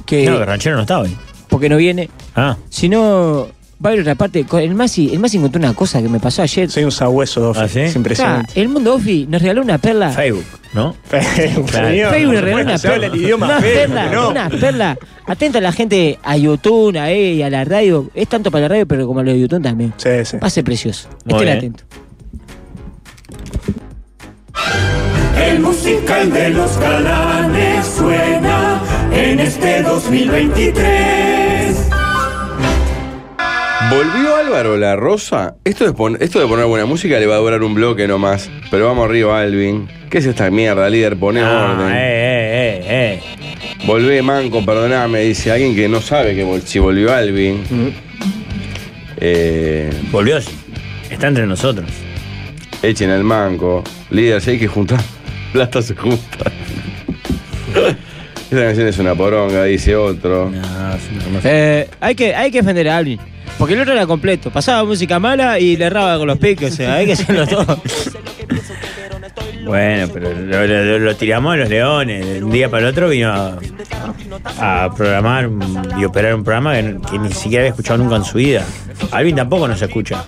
Speaker 10: que
Speaker 5: No, el ranchero no está hoy.
Speaker 10: porque no viene,
Speaker 5: Ah.
Speaker 10: sino va a haber otra parte. Con El Masi, el Masi encontró una cosa que me pasó ayer.
Speaker 6: Soy un sabueso,
Speaker 5: ¿Ah,
Speaker 6: Dofi. Es impresionante.
Speaker 10: Está, el mundo Ofi nos regaló una perla.
Speaker 5: Facebook, ¿no?
Speaker 6: Facebook,
Speaker 10: Claro. Ah. Facebook le regaló una
Speaker 6: Se habla
Speaker 10: perla.
Speaker 6: el idioma
Speaker 10: una
Speaker 6: Facebook,
Speaker 10: perla,
Speaker 6: ¿no?
Speaker 10: una perla. Atenta a la gente a YouTube, a E y a la radio. Es tanto para la radio, pero como lo de YouTube también.
Speaker 6: Sí, sí.
Speaker 10: Va a ser precioso.
Speaker 5: Muy
Speaker 10: Estén
Speaker 5: bien.
Speaker 10: atentos.
Speaker 15: El musical de los galanes suena en este 2023.
Speaker 8: ¿Volvió Álvaro La Rosa? Esto de, pon- esto de poner buena música le va a durar un bloque nomás. Pero vamos arriba, Alvin. ¿Qué es esta mierda, líder? Poné
Speaker 5: Ah,
Speaker 8: orden.
Speaker 5: eh, eh, eh,
Speaker 8: Volvé, manco, perdoname, dice alguien que no sabe que vol- si volvió Alvin. Eh,
Speaker 5: Volvió. Está entre nosotros.
Speaker 8: Echen al manco. Líder, si hay que juntar. (laughs) Plata se
Speaker 5: (laughs)
Speaker 8: junta. Esta canción es una poronga, dice otro.
Speaker 10: Eh, hay, que, hay que defender a Alvin. Porque el otro era completo. Pasaba música mala y le erraba con los piques. O sea, hay que hacerlo todo.
Speaker 5: Bueno, pero lo, lo- lo- lo tiramos a los leones. De un día para el otro vino a, a programar un- y operar un programa que, que ni siquiera había escuchado nunca en su vida. Alvin tampoco nos escucha.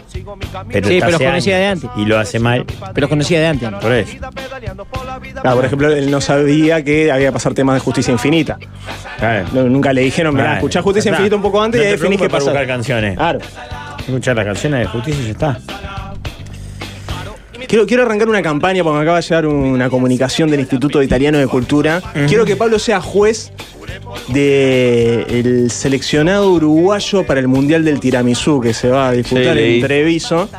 Speaker 5: Pero
Speaker 10: Sí,
Speaker 5: está
Speaker 10: pero
Speaker 5: hace
Speaker 10: conocía
Speaker 5: años
Speaker 10: de
Speaker 5: Y lo hace mal.
Speaker 10: Pero conocía de antes.
Speaker 5: Por eso.
Speaker 6: Ah, por ejemplo, él no sabía que había que pasar temas de justicia infinita. No, nunca le dijeron, mira,
Speaker 5: Claro.
Speaker 6: escuchá justicia
Speaker 5: Ya está.
Speaker 6: infinita un poco antes
Speaker 5: No
Speaker 6: y ahí
Speaker 5: te
Speaker 6: definís qué
Speaker 5: preocupes
Speaker 6: pasa.
Speaker 5: por buscar canciones.
Speaker 6: Claro.
Speaker 5: Escuchar las canciones de justicia y ya está.
Speaker 6: Quiero, quiero arrancar una campaña porque me acaba de llegar una comunicación del Instituto Italiano de Cultura. Quiero que Pablo sea juez del seleccionado uruguayo para el Mundial del Tiramisú que se va a disputar
Speaker 8: leí.
Speaker 6: en Treviso.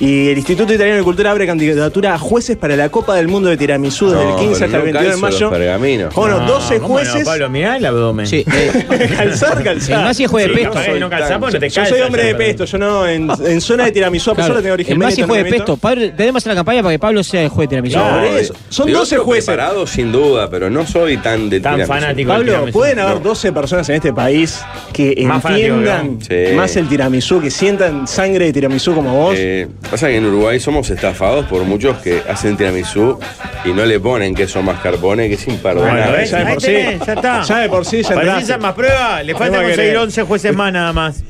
Speaker 6: Y el Instituto Italiano de Cultura abre candidatura a jueces para la Copa del Mundo de Tiramisú desde
Speaker 8: No,
Speaker 6: el 15 hasta
Speaker 8: pero
Speaker 6: el
Speaker 8: no
Speaker 6: 22 de
Speaker 8: calzo los
Speaker 6: mayo.
Speaker 8: pergaminos.
Speaker 6: Bueno,
Speaker 8: No,
Speaker 6: 12
Speaker 8: ¿cómo no,
Speaker 6: jueces.
Speaker 5: Pablo, mirá el abdomen.
Speaker 10: Sí,
Speaker 6: (laughs) calzar, calzar.
Speaker 10: Y más si es juez de
Speaker 6: Sí,
Speaker 10: pesto.
Speaker 6: no, soy
Speaker 5: no calzás,
Speaker 6: tan-
Speaker 5: pues no te
Speaker 6: Yo soy
Speaker 5: calzas,
Speaker 6: hombre de
Speaker 5: ya,
Speaker 6: pesto, yo no. En, en zona de tiramisú, a pesar de
Speaker 10: Claro,
Speaker 6: tener origen
Speaker 10: el más si es
Speaker 6: veneto,
Speaker 10: juez de
Speaker 6: no me meto.
Speaker 10: pesto. Pablo, debemos hacer la campaña para que Pablo sea el juez de tiramisú.
Speaker 8: No,
Speaker 10: Por
Speaker 8: de-
Speaker 10: eso.
Speaker 6: son
Speaker 8: de
Speaker 6: 12
Speaker 8: otro
Speaker 6: jueces.
Speaker 8: Preparado sin duda, pero no soy tan de tiramisú.
Speaker 6: Pablo, pueden haber 12 personas en este país que
Speaker 8: Más fanático
Speaker 6: entiendan
Speaker 8: que vos. Sí.
Speaker 6: más el tiramisú, que sientan sangre de tiramisú como vos.
Speaker 8: Eh, pasa que en Uruguay somos estafados por muchos que hacen tiramisú y no le ponen queso mascarpone, que es
Speaker 5: Bueno,
Speaker 8: imperdonable.
Speaker 5: ¿ves? Ahí tenés, ya está.
Speaker 6: Ya de por sí, ya
Speaker 5: Para
Speaker 6: entraste.
Speaker 5: esa más prueba, le
Speaker 6: No
Speaker 5: falta
Speaker 6: va a
Speaker 5: conseguir
Speaker 6: querer.
Speaker 5: 11 jueces más nada
Speaker 6: (laughs)
Speaker 5: más.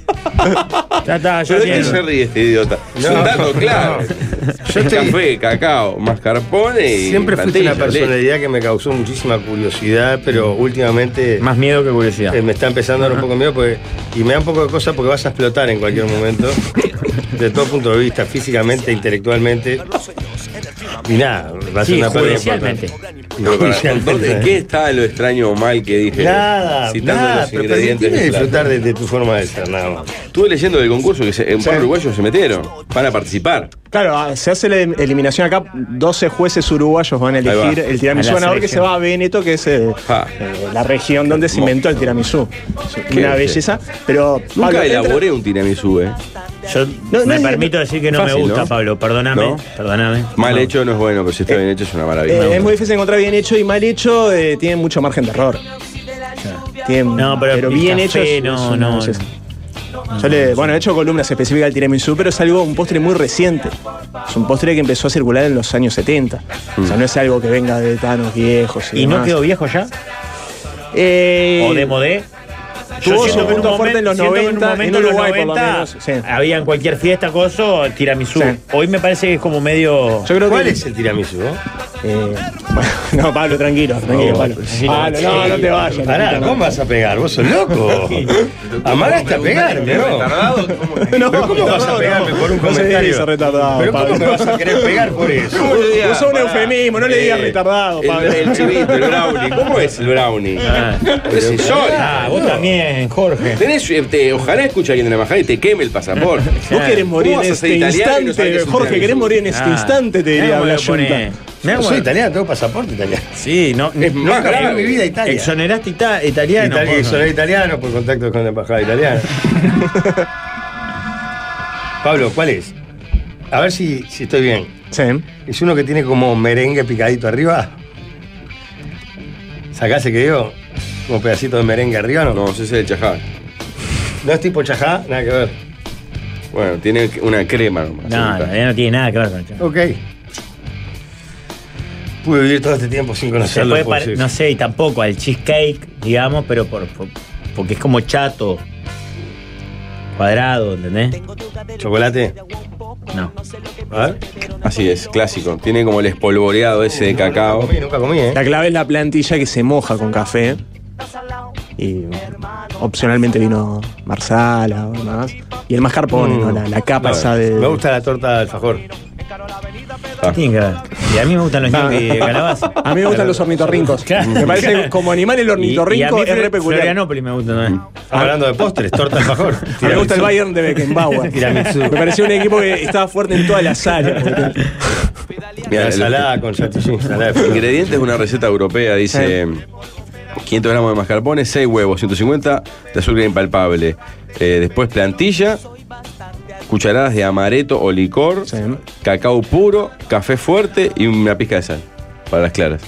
Speaker 5: ya está, ya
Speaker 8: ¿Pero de qué se
Speaker 5: tiene.
Speaker 8: ríe este idiota? Es un
Speaker 5: No.
Speaker 8: dato claro. Yo Café, cacao, mascarpone y
Speaker 7: Siempre fuiste
Speaker 8: natilla,
Speaker 7: una personalidad que me causó muchísima curiosidad, pero últimamente. eh,
Speaker 5: Más miedo que curiosidad.
Speaker 7: me está empezando a dar un poco de miedo porque, y me da un poco de cosa porque vas a explotar en cualquier momento, de todo punto de vista, físicamente, intelectualmente. Y nada, va a ser
Speaker 8: Sí,
Speaker 7: una pérdida
Speaker 8: judicialmente.
Speaker 7: importante.
Speaker 8: Pero para- ¿dónde-
Speaker 7: Judicialmente.
Speaker 8: ¿Qué está lo extraño o mal que dije?
Speaker 7: Nada,
Speaker 8: Citando
Speaker 7: nada,
Speaker 8: los
Speaker 7: pero
Speaker 8: ingredientes.
Speaker 7: permitime
Speaker 8: del plato.
Speaker 7: disfrutar de, de tu forma de ser, nada más.
Speaker 8: Estuve leyendo del concurso que se, un par de uruguayos se metieron para participar.
Speaker 6: Claro, ah, se hace la em- eliminación acá, 12 jueces uruguayos van a
Speaker 8: va.
Speaker 6: elegir el
Speaker 8: A
Speaker 6: tiramisú
Speaker 8: la
Speaker 6: ganador que se
Speaker 8: selección.
Speaker 6: va a Veneto, que es eh, eh, la región donde se inventó el tiramisú.
Speaker 8: Qué
Speaker 6: Una
Speaker 8: belleza.
Speaker 6: belleza, pero...
Speaker 8: Nunca
Speaker 6: Pablo, entra-
Speaker 8: elaboré un tiramisú, ¿eh?
Speaker 5: Yo
Speaker 6: No,
Speaker 5: me
Speaker 6: no,
Speaker 5: permito decir que no
Speaker 8: Fácil,
Speaker 5: me gusta,
Speaker 8: ¿no?
Speaker 5: Pablo. Perdóname.
Speaker 8: ¿No?
Speaker 5: Perdóname.
Speaker 8: Mal hecho no es bueno, pero si está bien hecho es una
Speaker 6: Eh,
Speaker 8: maravilla.
Speaker 6: es muy difícil encontrar bien hecho y mal hecho eh, tiene mucho margen de error. Tienen-
Speaker 5: No, pero
Speaker 6: pero,
Speaker 5: el
Speaker 6: bien
Speaker 5: café,
Speaker 6: hecho es-
Speaker 5: no,
Speaker 6: es una
Speaker 5: no,
Speaker 6: belleza. Yo le- bueno, he hecho columnas específicas del tiramisú, pero es algo, un postre muy reciente. Es un postre que empezó a circular en los años 70. O sea, no es algo que venga de tanos viejos. ¿Y,
Speaker 5: Mm. ¿Y no
Speaker 6: demás.
Speaker 5: quedó viejo ya?
Speaker 6: Eh,
Speaker 5: ¿O de modé?
Speaker 6: Tuvo
Speaker 5: siento
Speaker 6: su
Speaker 5: que en
Speaker 6: punto
Speaker 5: un
Speaker 6: fuerte en los
Speaker 5: siento que
Speaker 6: 90,
Speaker 5: en, un momento en
Speaker 6: en
Speaker 5: los
Speaker 6: Uruguay, por lo
Speaker 5: 90,
Speaker 6: menos, sí.
Speaker 5: había en cualquier fiesta, coso, tiramisú. Hoy me parece que es como medio...
Speaker 6: Yo creo que- ¿Cuál es
Speaker 7: el tiramisú?
Speaker 5: Eh.
Speaker 6: no, Pablo, tranquilo, tranquilo, Pablo.
Speaker 5: Ah,
Speaker 6: Ah, Pablo, no, no te vayas.
Speaker 7: Pará,
Speaker 6: no.
Speaker 7: ¿cómo vas a pegar? ¿Vos sos loco? Amagaste a pegarme, ¿no?
Speaker 6: (laughs) No,
Speaker 7: ¿Pero cómo vas a pegarme por un
Speaker 6: no se
Speaker 7: comentario?
Speaker 6: dice retardado,
Speaker 7: ¿Pero cómo
Speaker 6: Pablo.
Speaker 7: me vas a querer pegar por eso?
Speaker 8: ¿Cómo le digas?
Speaker 6: Usa un
Speaker 8: Pará.
Speaker 6: eufemismo, no le digas
Speaker 8: Eh,
Speaker 6: retardado,
Speaker 8: El,
Speaker 6: Pablo.
Speaker 8: el chivito, el brownie. ¿Cómo es el brownie? es insólito.
Speaker 5: Ah, vos también, Jorge.
Speaker 8: Tenés, eh, te- ojalá escuche a alguien de la majada y te queme el pasaporte.
Speaker 6: (laughs) Vos querés morir en este instante, Jorge, querés morir en
Speaker 7: Ah.
Speaker 6: este instante, te diría hablar Junta.
Speaker 7: Yo soy italiano, tengo pasaporte italiano.
Speaker 5: Sí, no,
Speaker 7: Es más
Speaker 5: nunca fui
Speaker 7: grave.
Speaker 5: en mi vida a Italia. Exoneraste ita- italiano.
Speaker 7: Itali-
Speaker 5: Jorge.
Speaker 7: soy italiano por contacto con la embajada italiana. Pablo, ¿cuál es? A ver si, si estoy bien.
Speaker 6: Sí.
Speaker 7: Es uno que tiene como merengue picadito arriba. ¿Sacás el que digo? Como pedacito de merengue arriba, ¿no?
Speaker 8: No, ese es el chajá.
Speaker 7: No es tipo chajá, nada que ver.
Speaker 8: Bueno, tiene una crema nomás.
Speaker 5: No, no, ya no tiene nada que ver con
Speaker 7: Ok. Pude vivir todo este tiempo sin
Speaker 5: Se
Speaker 7: conocerlo.
Speaker 5: puede
Speaker 7: puedo
Speaker 5: pare-
Speaker 7: decir.
Speaker 5: no sé, y tampoco al cheesecake, digamos, pero por, por- porque es como chato. Cuadrado, ¿entendés? (laughs)
Speaker 7: ¿Chocolate?
Speaker 5: No.
Speaker 8: Así es, clásico. Tiene como el espolvoreado ese de cacao.
Speaker 7: nunca comí, ¿eh?
Speaker 6: La clave es la plantilla que se moja con café. Y opcionalmente vino marsala o demás. Y el mascarpone, ¿no? La, la capa esa de.
Speaker 7: Mm. Me gusta la torta de alfajor.
Speaker 5: ¿Qué tiene que ver? Y a mí me gustan los ñoquis
Speaker 7: Ah.
Speaker 5: de calabaza.
Speaker 6: A mí me gustan los ornitorrincos. Me parece que como animal el
Speaker 5: Y- y a
Speaker 6: ornitorrinco
Speaker 5: mí
Speaker 6: es re
Speaker 5: Flor-
Speaker 6: peculiar.
Speaker 5: Florianópolis me gusta también.
Speaker 7: Mm. Hablando de postres,
Speaker 5: (laughs)
Speaker 7: torta de (laughs) alfajor.
Speaker 6: Me gusta el
Speaker 7: Tiramisú.
Speaker 6: Bayern
Speaker 7: (laughs)
Speaker 6: de Beckenbauer.
Speaker 7: Tiramisú.
Speaker 6: Me pareció un equipo que estaba fuerte en todas las áreas.
Speaker 5: (laughs)
Speaker 8: Mira, el-
Speaker 7: ensalada con chantilly, ensalada de
Speaker 8: El
Speaker 7: fruta.
Speaker 8: ingrediente es una receta europea, dice 500 gramos de mascarpone, 6 huevos, 150 de azúcar impalpable. Eh, después plantilla, cucharadas de amareto o licor, cacao puro, café fuerte y una pizca de sal para las claras.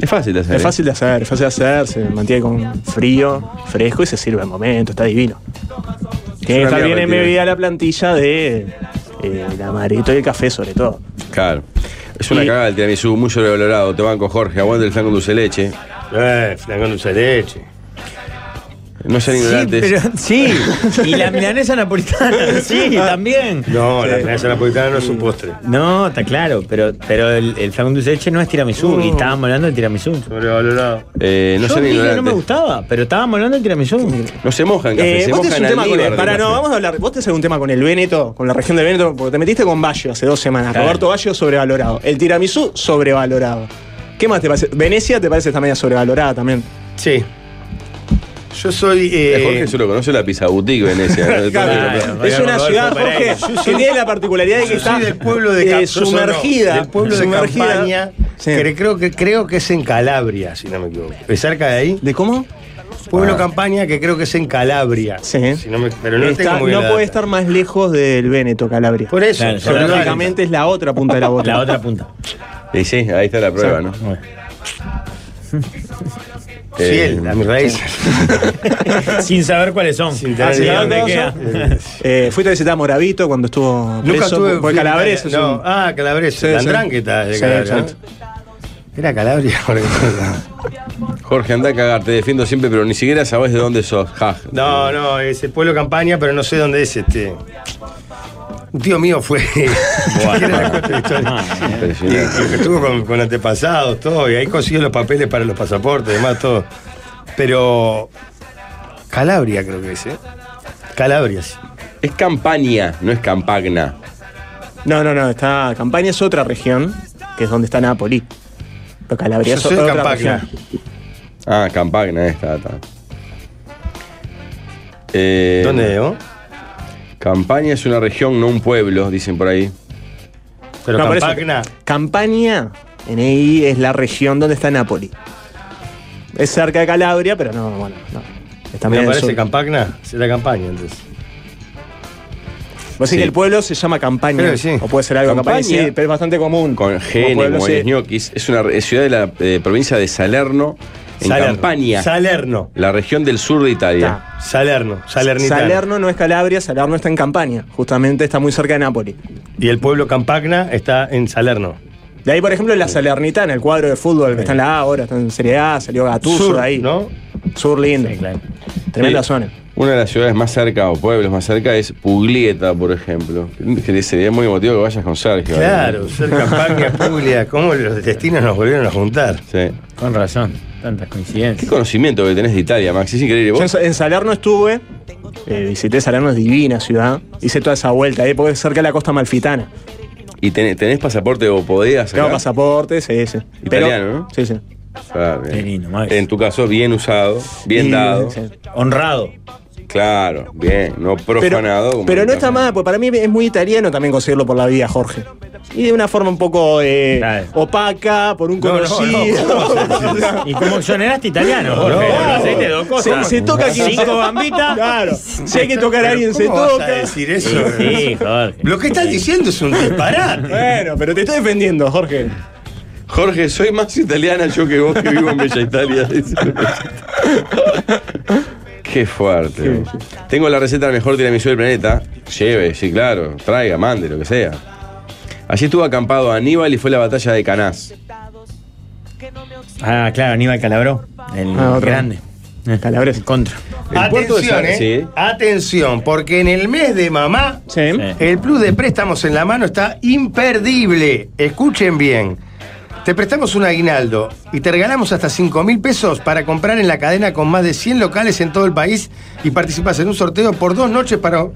Speaker 8: Es fácil de hacer.
Speaker 6: Es
Speaker 8: ¿eh?
Speaker 6: fácil de hacer, es fácil de hacer, se mantiene con frío, fresco y se sirve al momento, está divino. Tiene que
Speaker 8: Yo la voy
Speaker 6: estar
Speaker 8: a
Speaker 6: bien
Speaker 8: retirar.
Speaker 6: embebida la plantilla de eh, el amaretto y el café sobre todo.
Speaker 8: Claro. Es una cagada el tiramisú, muy sobrevalorado. Te banco Jorge, aguante el flan con dulce de leche.
Speaker 7: Eh, flan con dulce de leche.
Speaker 8: No sean ignorantes.
Speaker 5: sí, y la
Speaker 7: (laughs)
Speaker 5: milanesa napolitana, sí, también.
Speaker 7: No, la
Speaker 5: Sí.
Speaker 7: milanesa napolitana no es un postre.
Speaker 5: No, está claro, pero, pero el, el flan con dulce de leche no es tiramisú, y estábamos hablando del tiramisú.
Speaker 7: Uh. Sobrevalorado.
Speaker 8: Eh, no
Speaker 5: Yo
Speaker 8: sean
Speaker 5: dije que no me
Speaker 8: ignorantes.
Speaker 5: gustaba, pero estábamos hablando del tiramisú.
Speaker 8: No se mojan, café,
Speaker 6: Eh,
Speaker 8: se
Speaker 6: vos
Speaker 8: mojan
Speaker 6: tenés un tema con
Speaker 8: almíbar
Speaker 6: el,
Speaker 8: de
Speaker 6: para, no,
Speaker 8: café.
Speaker 6: vamos a hablar. Vos tenés algún tema con el Véneto, con la región de Véneto, porque te metiste con Baggio hace dos semanas.
Speaker 5: Claro.
Speaker 6: Roberto Baggio sobrevalorado. El tiramisú sobrevalorado. ¿Qué más te parece? Venecia te parece también sobrevalorada también.
Speaker 7: Sí. Yo soy. eh,
Speaker 8: Jorge solo conoce la pizza boutique Venecia. ¿no?
Speaker 7: Claro,
Speaker 6: es una
Speaker 7: Rodolfo
Speaker 6: ciudad,
Speaker 7: Pereira.
Speaker 6: Jorge,
Speaker 7: Yo
Speaker 6: que
Speaker 7: soy-
Speaker 6: tiene la particularidad de que
Speaker 7: yo
Speaker 6: está
Speaker 7: soy del pueblo de
Speaker 6: eh,
Speaker 7: Cam- yo soy, no,
Speaker 6: sumergida.
Speaker 7: del pueblo de
Speaker 6: sumergida.
Speaker 7: Campaña, que creo que creo que es en Calabria, si no me equivoco. ¿Es cerca de ahí?
Speaker 6: ¿De cómo?
Speaker 7: Pueblo
Speaker 6: Ah.
Speaker 7: Campaña que creo que es en Calabria.
Speaker 6: Sí.
Speaker 7: Si no me- pero no
Speaker 6: Está-
Speaker 7: tengo muy
Speaker 6: no
Speaker 7: bien la
Speaker 6: puede
Speaker 7: data.
Speaker 6: estar más lejos del Véneto, Calabria.
Speaker 7: Por eso, Claro,
Speaker 5: sobre
Speaker 6: geográficamente es la otra punta de la bota.
Speaker 5: La otra punta.
Speaker 8: Y sí, ahí está la prueba, ¿no? Eh,
Speaker 7: Fiel a mis raíces.
Speaker 5: (laughs) Sin saber cuáles son.
Speaker 7: Sin
Speaker 6: Ah, sí,
Speaker 7: tener
Speaker 6: ¿dónde
Speaker 7: ni idea.
Speaker 6: queda? Eh, fuiste a visitar a Moravito cuando estuvo
Speaker 7: Nunca
Speaker 6: preso
Speaker 7: estuve.
Speaker 6: por- por Calabres. es
Speaker 7: No,
Speaker 6: un-
Speaker 7: Ah, Calabres.
Speaker 6: Sí,
Speaker 7: la
Speaker 6: sí.
Speaker 7: Andrangheta de
Speaker 6: Sí,
Speaker 7: Calabria,
Speaker 6: exacto.
Speaker 7: ¿no? Era Calabria. (laughs)
Speaker 8: Jorge, anda a cagar, te defiendo siempre, pero ni siquiera sabes de dónde sos. Ja.
Speaker 7: No, no, es el pueblo Campaña, pero no sé dónde es este. Un tío mío fue. (laughs) Siquiera le cuento la historia.
Speaker 8: Ah,
Speaker 7: Y- y que estuvo con, con antepasados, todo, y ahí consiguió los papeles para los pasaportes, demás, todo. Pero. Calabria creo que es, ¿eh? Calabria, sí.
Speaker 8: Es Campania, no es Campagna.
Speaker 6: No, no, no, está. Campania es otra región, que es donde está Napoli. Pero Calabria
Speaker 8: Yo
Speaker 6: es
Speaker 8: soy de
Speaker 6: otra
Speaker 8: Campagna.
Speaker 6: región.
Speaker 8: Ah, Campagna, esta está. Eh,
Speaker 7: ¿Dónde, no?
Speaker 8: Campania es una región, no un pueblo, dicen por ahí.
Speaker 7: Pero
Speaker 6: No, por eso,
Speaker 7: Campagna.
Speaker 6: Campania, NI, es la región donde está Napoli. Es cerca de Calabria, pero no, bueno, no. Está
Speaker 7: ¿Me
Speaker 6: medio al
Speaker 7: parece
Speaker 6: sur.
Speaker 7: Campagna? Será Campaña, entonces.
Speaker 6: Vos decís que el pueblo se llama Campania.
Speaker 8: Creo que sí.
Speaker 6: O puede ser algo Campania,
Speaker 8: Campania.
Speaker 6: sí, pero es bastante común.
Speaker 8: Con Gene,
Speaker 6: pueblo,
Speaker 8: como
Speaker 6: sí.
Speaker 8: en ñoquis. Es una re- es ciudad de la eh, provincia de Salerno, en
Speaker 7: Salerno.
Speaker 8: Campania.
Speaker 7: Salerno.
Speaker 8: La región del sur de Italia.
Speaker 7: Salerno, Salernitano.
Speaker 6: Salerno no es Calabria, Salerno está en Campania. Justamente está muy cerca de Nápoli.
Speaker 7: Y el pueblo Campagna está en Salerno.
Speaker 6: De ahí, por ejemplo, la Salernitana, el cuadro de fútbol que está en la A ahora, está en Serie A, salió Gattuso
Speaker 8: Sur,
Speaker 6: de ahí.
Speaker 7: ¿no?
Speaker 6: Sur lindo. Tremenda zona.
Speaker 8: Una de las ciudades más cerca o pueblos más cerca es Puglieta, por ejemplo. Que sería muy emotivo que vayas con Sergio.
Speaker 7: Claro, ser Campagna, Puglia, cómo los destinos nos volvieron a juntar.
Speaker 8: Sí.
Speaker 5: Con razón, tantas
Speaker 8: Qué
Speaker 5: coincidencias.
Speaker 8: conocimiento que tenés de Italia, Max. Es increíble.
Speaker 6: Yo en,
Speaker 8: ¿Vos?
Speaker 6: Sa- en Salerno estuve, eh, visité Salerno, es divina ciudad. Hice toda esa vuelta, ahí porque es cerca de la costa malfitana.
Speaker 8: ¿Y tenés, tenés pasaporte o podías?
Speaker 6: Tengo
Speaker 8: acá?
Speaker 6: pasaporte, sí, sí. Pero-
Speaker 8: Italiano, ¿no?
Speaker 6: Sí, sí.
Speaker 8: Ah, bien. En tu caso, bien usado, bien
Speaker 6: Y-
Speaker 8: dado.
Speaker 6: sí.
Speaker 5: Honrado.
Speaker 8: Claro, bien, no
Speaker 6: Pero,
Speaker 8: profanado. como
Speaker 6: pero no
Speaker 8: en
Speaker 6: está
Speaker 8: casa.
Speaker 6: mal, porque para mí es muy italiano también conseguirlo por la vía, Jorge. Y de una forma un poco eh, opaca, por un
Speaker 5: No, no, no,
Speaker 6: (laughs) conocido.
Speaker 5: ¿Y cómo exoneraste italiano, Jorge?
Speaker 6: No.
Speaker 5: Lo hiciste dos cosas.
Speaker 6: Se- se toca quien-
Speaker 5: Cinco gambitas.
Speaker 6: Claro. Si hay que tocar a
Speaker 7: Pero
Speaker 6: alguien, se
Speaker 7: ¿cómo vas a
Speaker 6: toca.
Speaker 7: decir eso?
Speaker 5: Sí, Jorge.
Speaker 7: Lo que estás diciendo es un disparate.
Speaker 6: Bueno, pero te estoy defendiendo, Jorge.
Speaker 8: Jorge, soy más italiana yo que vos que vivo en Bella Italia. dice el muchacho. Qué fuerte. Tengo la receta del mejor tiramisú del planeta. Lleve, sí, claro. Traiga, mande, lo que sea. Allí estuvo acampado Aníbal y fue la batalla de Canás.
Speaker 5: Ah, claro, Aníbal Calabró. El
Speaker 8: Ah, otro.
Speaker 5: grande.
Speaker 6: Calabres.
Speaker 5: Contra.
Speaker 7: Atención, eh. Atención, porque en el mes de mamá, el plus de préstamos en la mano está imperdible. Escuchen bien. Te prestamos un aguinaldo y te regalamos hasta 5 mil pesos para comprar en la cadena con más de 100 locales en todo el país y participas en un sorteo por dos noches para,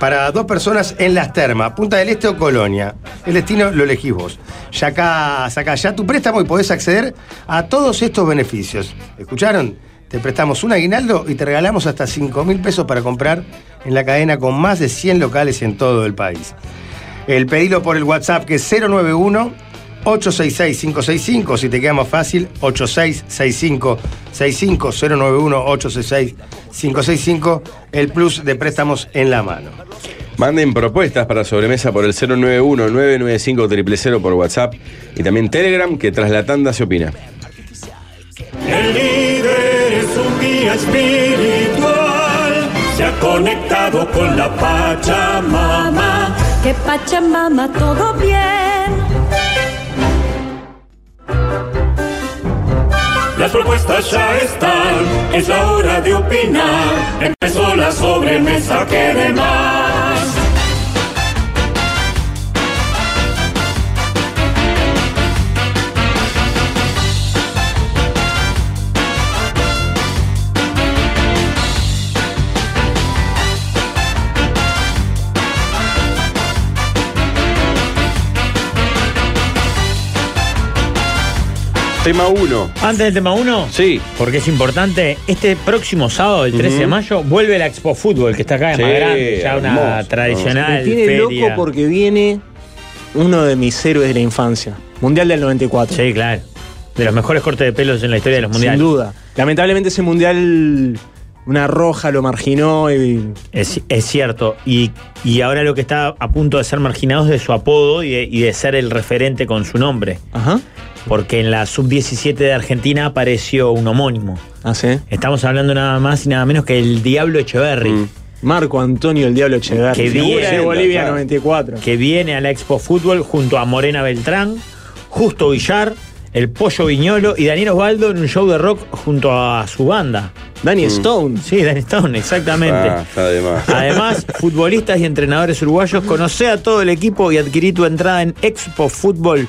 Speaker 7: para dos personas en Las Termas, Punta del Este o Colonia. El destino lo elegís vos. Ya acá, saca ya tu préstamo y podés acceder a todos estos beneficios. ¿Escucharon? Te prestamos un aguinaldo y te regalamos hasta 5 mil pesos para comprar en la cadena con más de 100 locales en todo el país. El pedido por el WhatsApp que es 091-866-565. Si te queda más fácil, 8665 091-866-565. El plus de préstamos en la mano.
Speaker 8: Manden propuestas para sobremesa por el 091-995-000 por WhatsApp y también Telegram, que tras la tanda se opina.
Speaker 15: El líder es un guía espiritual, se ha conectado con la Pachamama.
Speaker 16: Que Pachamama, todo bien.
Speaker 15: Las propuestas ya están, es la hora de opinar. Empezó la sobremesa que de más.
Speaker 8: Tema 1.
Speaker 5: Antes del tema 1,
Speaker 8: sí.
Speaker 5: porque es importante, este próximo sábado, el 13 de
Speaker 8: Ujú.
Speaker 5: mayo, vuelve la Expo Fútbol, que está acá en
Speaker 6: Sí,
Speaker 5: Magrán, ya una
Speaker 6: hermoso.
Speaker 5: tradicional
Speaker 6: Me tiene
Speaker 5: feria.
Speaker 6: loco porque viene uno de mis héroes de la infancia. Mundial del 94.
Speaker 5: Sí, claro. De los mejores cortes de pelos en la historia de los mundiales.
Speaker 6: Sin duda. Lamentablemente ese mundial, una roja lo marginó y...
Speaker 5: Es, es cierto, y, y ahora lo que está a punto de ser marginado es de su apodo y de, y de ser el referente con su nombre. Porque en la sub-17 de Argentina apareció un homónimo.
Speaker 6: Ah, sí.
Speaker 5: Estamos hablando nada más y nada menos que el Diablo Echeverry.
Speaker 6: Mm. Marco Antonio el Diablo Echeverri.
Speaker 5: Que
Speaker 6: Figura
Speaker 5: viene,
Speaker 6: de Bolivia
Speaker 5: claro.
Speaker 6: 94.
Speaker 5: que viene a la Expo Fútbol junto a Morena Beltrán, Justo Villar, el Pollo Viñolo y Daniel Osvaldo en un show de rock junto a su banda.
Speaker 6: Danny
Speaker 8: Mm.
Speaker 6: Stone.
Speaker 5: Sí, Danny Stone, exactamente.
Speaker 8: Ah, está de más. (laughs)
Speaker 5: Además, futbolistas y entrenadores uruguayos, conoce a todo el equipo y adquirí tu entrada en expofutbol.com.uy.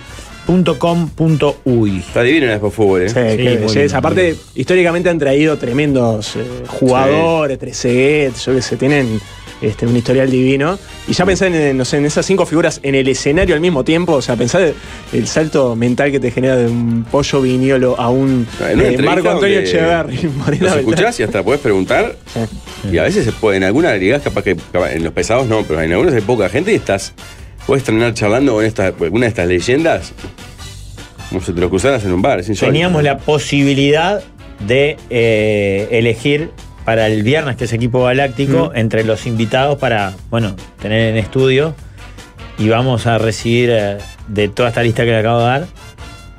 Speaker 8: Está divino la Expo Fútbol, ¿eh?
Speaker 6: Sí, qué
Speaker 8: muy
Speaker 6: belleza.
Speaker 8: lindo.
Speaker 6: Aparte, históricamente han traído tremendos eh, jugadores, 13 yo qué sé, tienen este, un historial divino. Y ya pensar en, no sé, en esas cinco figuras en el escenario al mismo tiempo, o sea, pensar el salto mental que te genera de un pollo viñolo a un
Speaker 8: Ah, En una
Speaker 6: eh,
Speaker 8: entrevista
Speaker 6: Marco Antonio
Speaker 8: donde
Speaker 6: Echeverri, (laughs) Morena
Speaker 8: Los
Speaker 6: Beltrán.
Speaker 8: escuchás y hasta podés preguntar. Y a veces se puede, en algunas ligas, capaz que capaz- en los pesados no, pero en algunos hay poca gente y estás. Puedes terminar charlando con esta, alguna de estas leyendas como si te lo cruzaras en un bar. es insólito.
Speaker 5: Teníamos la posibilidad de eh, elegir para el viernes, que es equipo galáctico, entre los invitados para, bueno, tener en estudio. Y vamos a recibir eh, de toda esta lista que le acabo de dar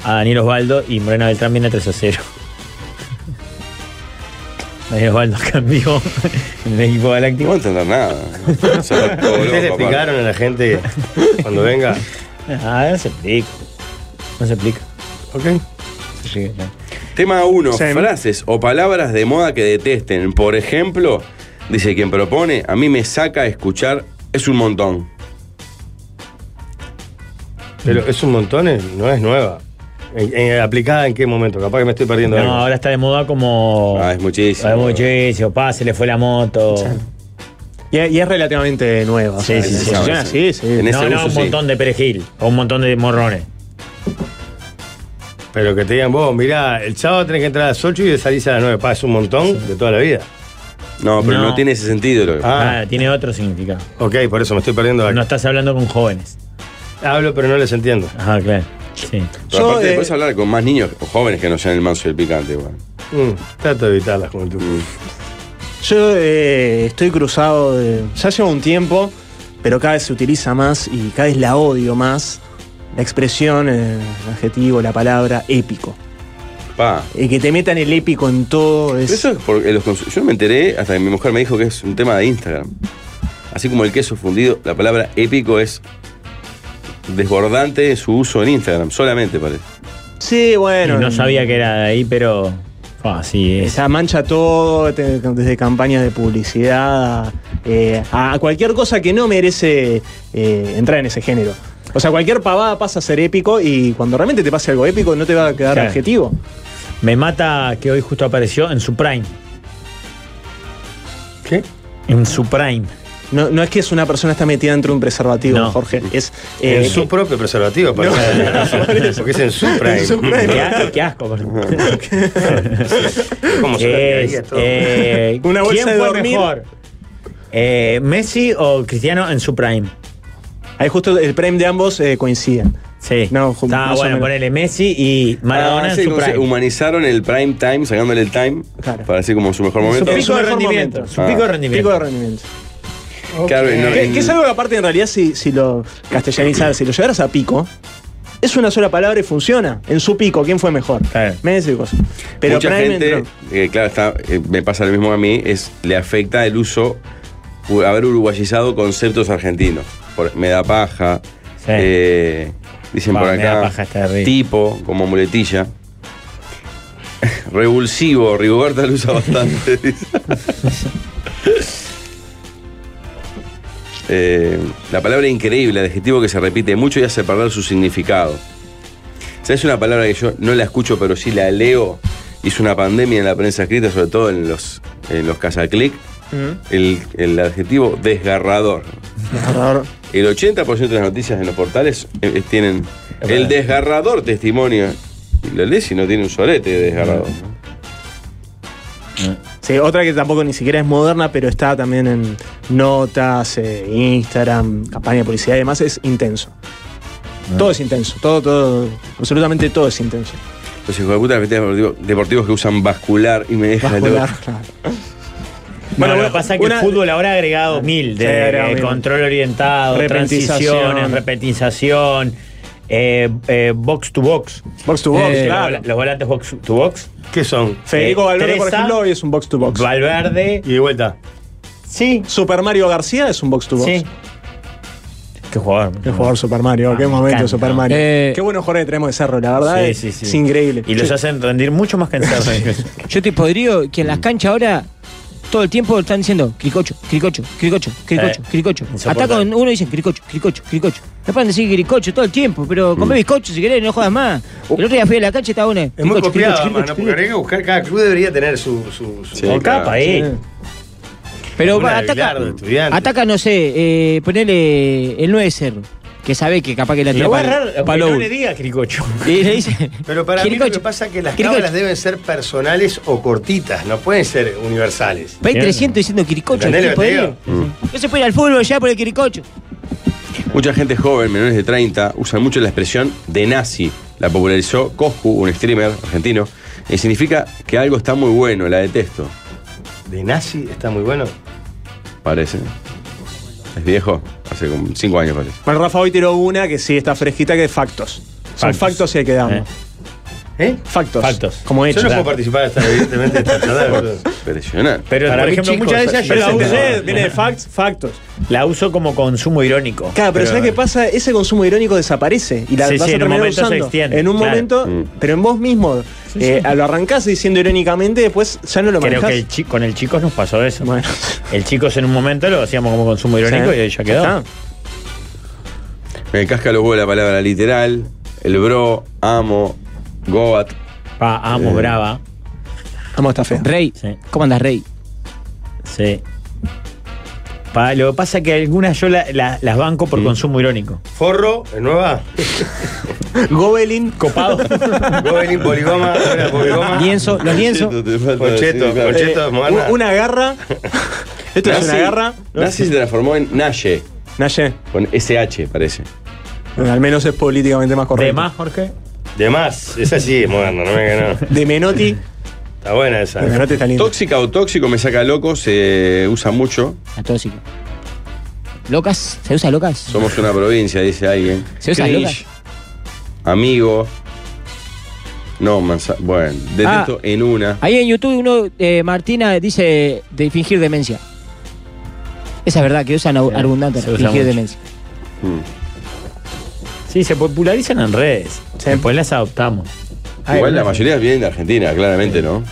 Speaker 5: a Daniel Osvaldo y Morena Beltrán viene 3 a 0. (laughs) Daniel Osvaldo cambió (laughs) en el equipo galáctico.
Speaker 8: No va a entender nada.
Speaker 5: (laughs)
Speaker 7: ¿Ustedes le explicaron a la gente cuando venga?
Speaker 5: Ah, no se explica. No se explica.
Speaker 7: Ok.
Speaker 8: Tema 1.
Speaker 7: Sí.
Speaker 8: Frases o palabras de moda que detesten. Por ejemplo, dice quien propone, a mí me saca escuchar, es un montón.
Speaker 7: Pero es un montón, eh, no es nueva. ¿En- en- ¿Aplicada en qué momento? Capaz que me estoy perdiendo
Speaker 5: No,
Speaker 7: algo.
Speaker 5: ahora está de moda como.
Speaker 8: Ah, es muchísimo.
Speaker 5: Es muchísimo. Pa, se le fue la moto.
Speaker 6: Y, y es relativamente nueva.
Speaker 5: Sí, sí, sí.
Speaker 6: funciona así, sí.
Speaker 5: no, no, un montón de perejil o un montón de morrones.
Speaker 7: Pero que te digan vos, mirá, el sábado tenés que entrar a las 8 y salís a las 9. Pa, es un montón de toda la vida.
Speaker 8: No, pero no, tiene ese sentido. Lo que
Speaker 7: Ah,
Speaker 5: Ah, tiene otro significado.
Speaker 7: ok, por eso me estoy perdiendo de acá.
Speaker 5: No estás hablando con jóvenes.
Speaker 7: Hablo, pero no les entiendo.
Speaker 5: Ah, claro. Sí.
Speaker 8: Pero aparte, podés hablar con más niños o jóvenes que no sean el manso y el picante, igual.
Speaker 7: Mm, trato de evitar la juventud.
Speaker 5: Eh,
Speaker 6: Yo eh, estoy cruzado de. Ya lleva un tiempo, pero cada vez se utiliza más y cada vez la odio más. La expresión, eh, el adjetivo, la palabra épico.
Speaker 8: Pa.
Speaker 6: Y que te metan el épico en todo es.
Speaker 8: Eso es porque los cons- Yo me enteré, hasta que mi mujer me dijo que es un tema de Instagram. Así como el queso fundido, la palabra épico es desbordante su uso en Instagram, solamente parece.
Speaker 6: Sí, bueno.
Speaker 5: Y no sabía que era de ahí, pero. Ah, sí, es.
Speaker 6: Esa mancha todo, te- desde campañas de publicidad a, eh, a cualquier cosa que no merece eh, entrar en ese género. O sea, cualquier pavada pasa a ser épico y cuando realmente te pase algo épico no te va a quedar
Speaker 5: Claro.
Speaker 6: adjetivo.
Speaker 5: Me mata que hoy justo apareció en su prime.
Speaker 7: ¿Qué?
Speaker 5: En su prime.
Speaker 6: No, no es que es una persona está metida dentro de un preservativo,
Speaker 5: No. Mm.
Speaker 6: Jorge. Es
Speaker 7: en
Speaker 6: eh,
Speaker 7: su propio preservativo,
Speaker 5: (laughs)
Speaker 7: parece. porque es en su prime.
Speaker 6: En su prime.
Speaker 5: Qué, a- qué asco, perdón.
Speaker 7: ¿Cómo se
Speaker 5: Es,
Speaker 7: la todo?
Speaker 5: eh,
Speaker 6: Una bolsa
Speaker 5: ¿Quién
Speaker 6: de
Speaker 5: fue
Speaker 6: dormir.
Speaker 5: mejor? Eh, ¿Messi o Cristiano en su prime?
Speaker 6: ahí justo el prime de ambos eh, coinciden.
Speaker 5: Sí.
Speaker 6: No, ju-
Speaker 5: Está
Speaker 6: más o
Speaker 5: bueno,
Speaker 6: menos.
Speaker 5: ponele Messi y Maradona
Speaker 8: Ah,
Speaker 5: en
Speaker 8: sí,
Speaker 5: su
Speaker 8: como se-
Speaker 5: prime.
Speaker 8: humanizaron el prime time, sacándole el time,
Speaker 6: Claro.
Speaker 8: para decir como su mejor momento.
Speaker 5: pico de
Speaker 6: mejor
Speaker 5: rendimiento,
Speaker 6: momento.
Speaker 5: su pico de
Speaker 8: Ah.
Speaker 5: rendimiento.
Speaker 6: Pico de rendimiento.
Speaker 8: Claro, en-
Speaker 6: Que,
Speaker 8: en-
Speaker 6: que es algo que aparte en realidad si, si lo castellanizas, si lo llevaras a pico, es una sola palabra y funciona. En su pico, ¿quién fue mejor?
Speaker 5: Claro.
Speaker 6: Messi y cosas. Pero
Speaker 8: mucha
Speaker 6: prime
Speaker 8: gente,
Speaker 6: entró.
Speaker 8: eh, claro, está, eh, me pasa lo mismo a mí, es le afecta el uso, u- haber uruguayizado conceptos argentinos. Por- me da paja,
Speaker 5: Sí.
Speaker 8: eh, dicen
Speaker 5: Pa,
Speaker 8: por
Speaker 5: me da este
Speaker 8: acá,
Speaker 5: paja, está terrible.
Speaker 8: tipo, como muletilla. (laughs) Revulsivo, Rigoberta lo usa bastante. (laughs) dice. Eh, la palabra increíble, adjetivo que se repite mucho y hace perder su significado. ¿Sabes una palabra que yo no la escucho, pero sí la leo? Hizo una pandemia en la prensa escrita, sobre todo en los, en los cazaclic. El, el adjetivo desgarrador. El 80% de las noticias en los portales eh, eh, tienen el desgarrador testimonio. Y Lo lees y no tiene un solete de desgarrador.
Speaker 6: Sí, otra que tampoco ni siquiera es moderna, pero está también en notas, eh, Instagram, campaña de publicidad y demás, es intenso.
Speaker 5: Ah.
Speaker 6: Todo es intenso, todo, todo, absolutamente todo es intenso.
Speaker 8: Los hijos Pues de puta de deportivo- deportivos que usan vascular y me dejan
Speaker 6: Vascular,
Speaker 5: Bueno, lo que pasa es que el fútbol ahora ha
Speaker 6: Ah,
Speaker 5: agregado mil de,
Speaker 8: Sí, ha agregado
Speaker 5: de
Speaker 8: mil.
Speaker 5: control orientado,
Speaker 6: Repetización.
Speaker 5: transiciones, repetización, eh, eh, box to box. Eh,
Speaker 6: Box to box, claro.
Speaker 5: Los, volantes box to box.
Speaker 7: ¿Qué son? eh,
Speaker 6: Federico Valverde, por ejemplo, hoy es un box to box.
Speaker 5: Valverde.
Speaker 7: Y de vuelta.
Speaker 5: Sí.
Speaker 6: Super Mario García es un box to box.
Speaker 5: Sí. Qué jugador.
Speaker 6: Qué jugador Super Mario, qué momento
Speaker 5: encanta.
Speaker 6: Super Mario.
Speaker 5: Eh,
Speaker 6: qué buenos jugadores que tenemos de cerro, la verdad.
Speaker 5: Sí,
Speaker 6: es,
Speaker 5: sí, sí.
Speaker 6: es increíble.
Speaker 5: Y los
Speaker 6: Sí.
Speaker 5: hacen rendir mucho más cansados.
Speaker 10: (laughs) Yo te podría que en
Speaker 7: Mm.
Speaker 10: las canchas ahora todo el tiempo están diciendo cricocho, cricocho, cricocho, cricocho,
Speaker 5: Eh,
Speaker 10: cricocho.
Speaker 5: insoportable.
Speaker 10: Hasta con uno dicen cricocho, cricocho, cricocho. No pueden decir cricocho todo el tiempo, pero
Speaker 7: Mm.
Speaker 10: comé bizcocho si querés, no jodas más. El otro día fui a la cancha y estaba una.
Speaker 7: Es muy copiado, mano, porque habría que buscar, cada club debería tener su... su, su
Speaker 10: O capa, eh. Pero
Speaker 7: Una
Speaker 10: va,
Speaker 7: de
Speaker 10: ataca,
Speaker 7: Bilardo, Estudiantes.
Speaker 10: ataca, no sé, eh, ponele el 9 de cerro, que sabe que capaz que la tira
Speaker 7: Lo va a
Speaker 10: para-
Speaker 7: errar,
Speaker 10: para
Speaker 7: no
Speaker 10: Lou.
Speaker 7: le digas cricocho.
Speaker 10: Y le dice,
Speaker 7: Pero para mí lo que
Speaker 10: Quiricocho.
Speaker 7: pasa es que (laughs) las
Speaker 10: Quiricocho.
Speaker 7: cábalas deben ser personales o cortitas, no pueden ser universales.
Speaker 10: Ve 300 diciendo quiricocho.
Speaker 7: ¿Entendés
Speaker 10: ¿qué
Speaker 7: lo que te
Speaker 10: podés?
Speaker 7: digo?
Speaker 8: Mm.
Speaker 10: No se puede ir al fútbol ya por el quiricocho.
Speaker 8: Mucha gente joven, menores de 30, usan mucho la expresión de nazi. La popularizó Coscu, un streamer argentino, y significa que algo está muy bueno, la detesto,
Speaker 7: De nazi está muy bueno.
Speaker 8: parece. Es viejo, hace como 5 años parece.
Speaker 6: Bueno, Rafa hoy tiró una que sí está fresquita, que es factos. Son
Speaker 8: Factos.
Speaker 6: factos y hay que darlo.
Speaker 7: ¿Eh?
Speaker 6: Factos.
Speaker 7: Factos.
Speaker 6: Como hecho.
Speaker 7: Yo no puedo participar hasta, evidentemente, esta charla,
Speaker 5: (laughs)
Speaker 7: boludo.
Speaker 8: Impresionante.
Speaker 5: Pero,
Speaker 7: Para
Speaker 5: por
Speaker 7: mí,
Speaker 5: ejemplo,
Speaker 7: chicos,
Speaker 5: muchas veces yo
Speaker 7: pero
Speaker 5: la
Speaker 7: usted
Speaker 5: uso,
Speaker 6: viene de facts, factos.
Speaker 5: La uso como consumo irónico.
Speaker 6: Claro, pero, ¿sabes qué pasa? Ese consumo irónico desaparece y la
Speaker 5: Sí,
Speaker 6: vas
Speaker 5: sí,
Speaker 6: a
Speaker 5: en un
Speaker 6: terminar
Speaker 5: momento se
Speaker 6: usando.
Speaker 5: extiende,
Speaker 6: En un
Speaker 5: claro. Mm.
Speaker 6: momento, pero en vos mismo. eh, Lo arrancás diciendo irónicamente, después ya no lo
Speaker 5: Creo
Speaker 6: manejás.
Speaker 5: que el chi- con el Chicos nos pasó eso. El Chicos en un momento lo hacíamos como consumo irónico
Speaker 8: Sí.
Speaker 5: y ya quedó.
Speaker 8: Ya Me casca los huevos la palabra literal, el bro, amo, goat. Eh,
Speaker 5: Pa, amo, brava.
Speaker 6: Amo está feo.
Speaker 10: Rey, ¿cómo andas, Rey?
Speaker 5: Sí. Pa, lo que pasa es que algunas yo la- la- las banco por consumo irónico.
Speaker 7: Forro, es
Speaker 10: (laughs)
Speaker 7: nueva.
Speaker 6: Gobelin.
Speaker 5: Copado.
Speaker 7: (laughs) Gobelin, poligoma,
Speaker 10: (laughs)
Speaker 7: era poligoma.
Speaker 10: Lienzo, los lienzos.
Speaker 7: Concheto, concheto, moderna.
Speaker 6: Eh,
Speaker 8: (laughs)
Speaker 6: Una garra. Esto es
Speaker 8: Nazi-
Speaker 6: una garra.
Speaker 8: Nazi se transformó en Naye.
Speaker 6: Naye.
Speaker 8: Con SH, parece.
Speaker 6: Al menos es políticamente más correcto.
Speaker 5: Jorge?
Speaker 7: De más, esa sí es moderna, no me ganó.
Speaker 6: De Menotti.
Speaker 7: Está buena esa.
Speaker 8: Tóxica o tóxico me saca loco, se usa mucho.
Speaker 10: A tóxico. ¿Locas? ¿Se usa locas?
Speaker 8: Somos una provincia, dice alguien.
Speaker 10: ¿Se usa
Speaker 8: Cringe,
Speaker 10: locas?
Speaker 8: Amigo. No, manzana. Bueno,
Speaker 6: Ah.
Speaker 8: detesto en una.
Speaker 10: (laughs) Ahí en YouTube uno, eh, Martina dice de fingir demencia. Esa es verdad, que usan au- abundante
Speaker 5: se usa mucho.
Speaker 10: fingir
Speaker 5: Mm.
Speaker 10: demencia.
Speaker 5: Sí, se popularizan en redes. Después las adoptamos.
Speaker 8: Igual la mayoría vienen de Argentina, claramente, ¿no?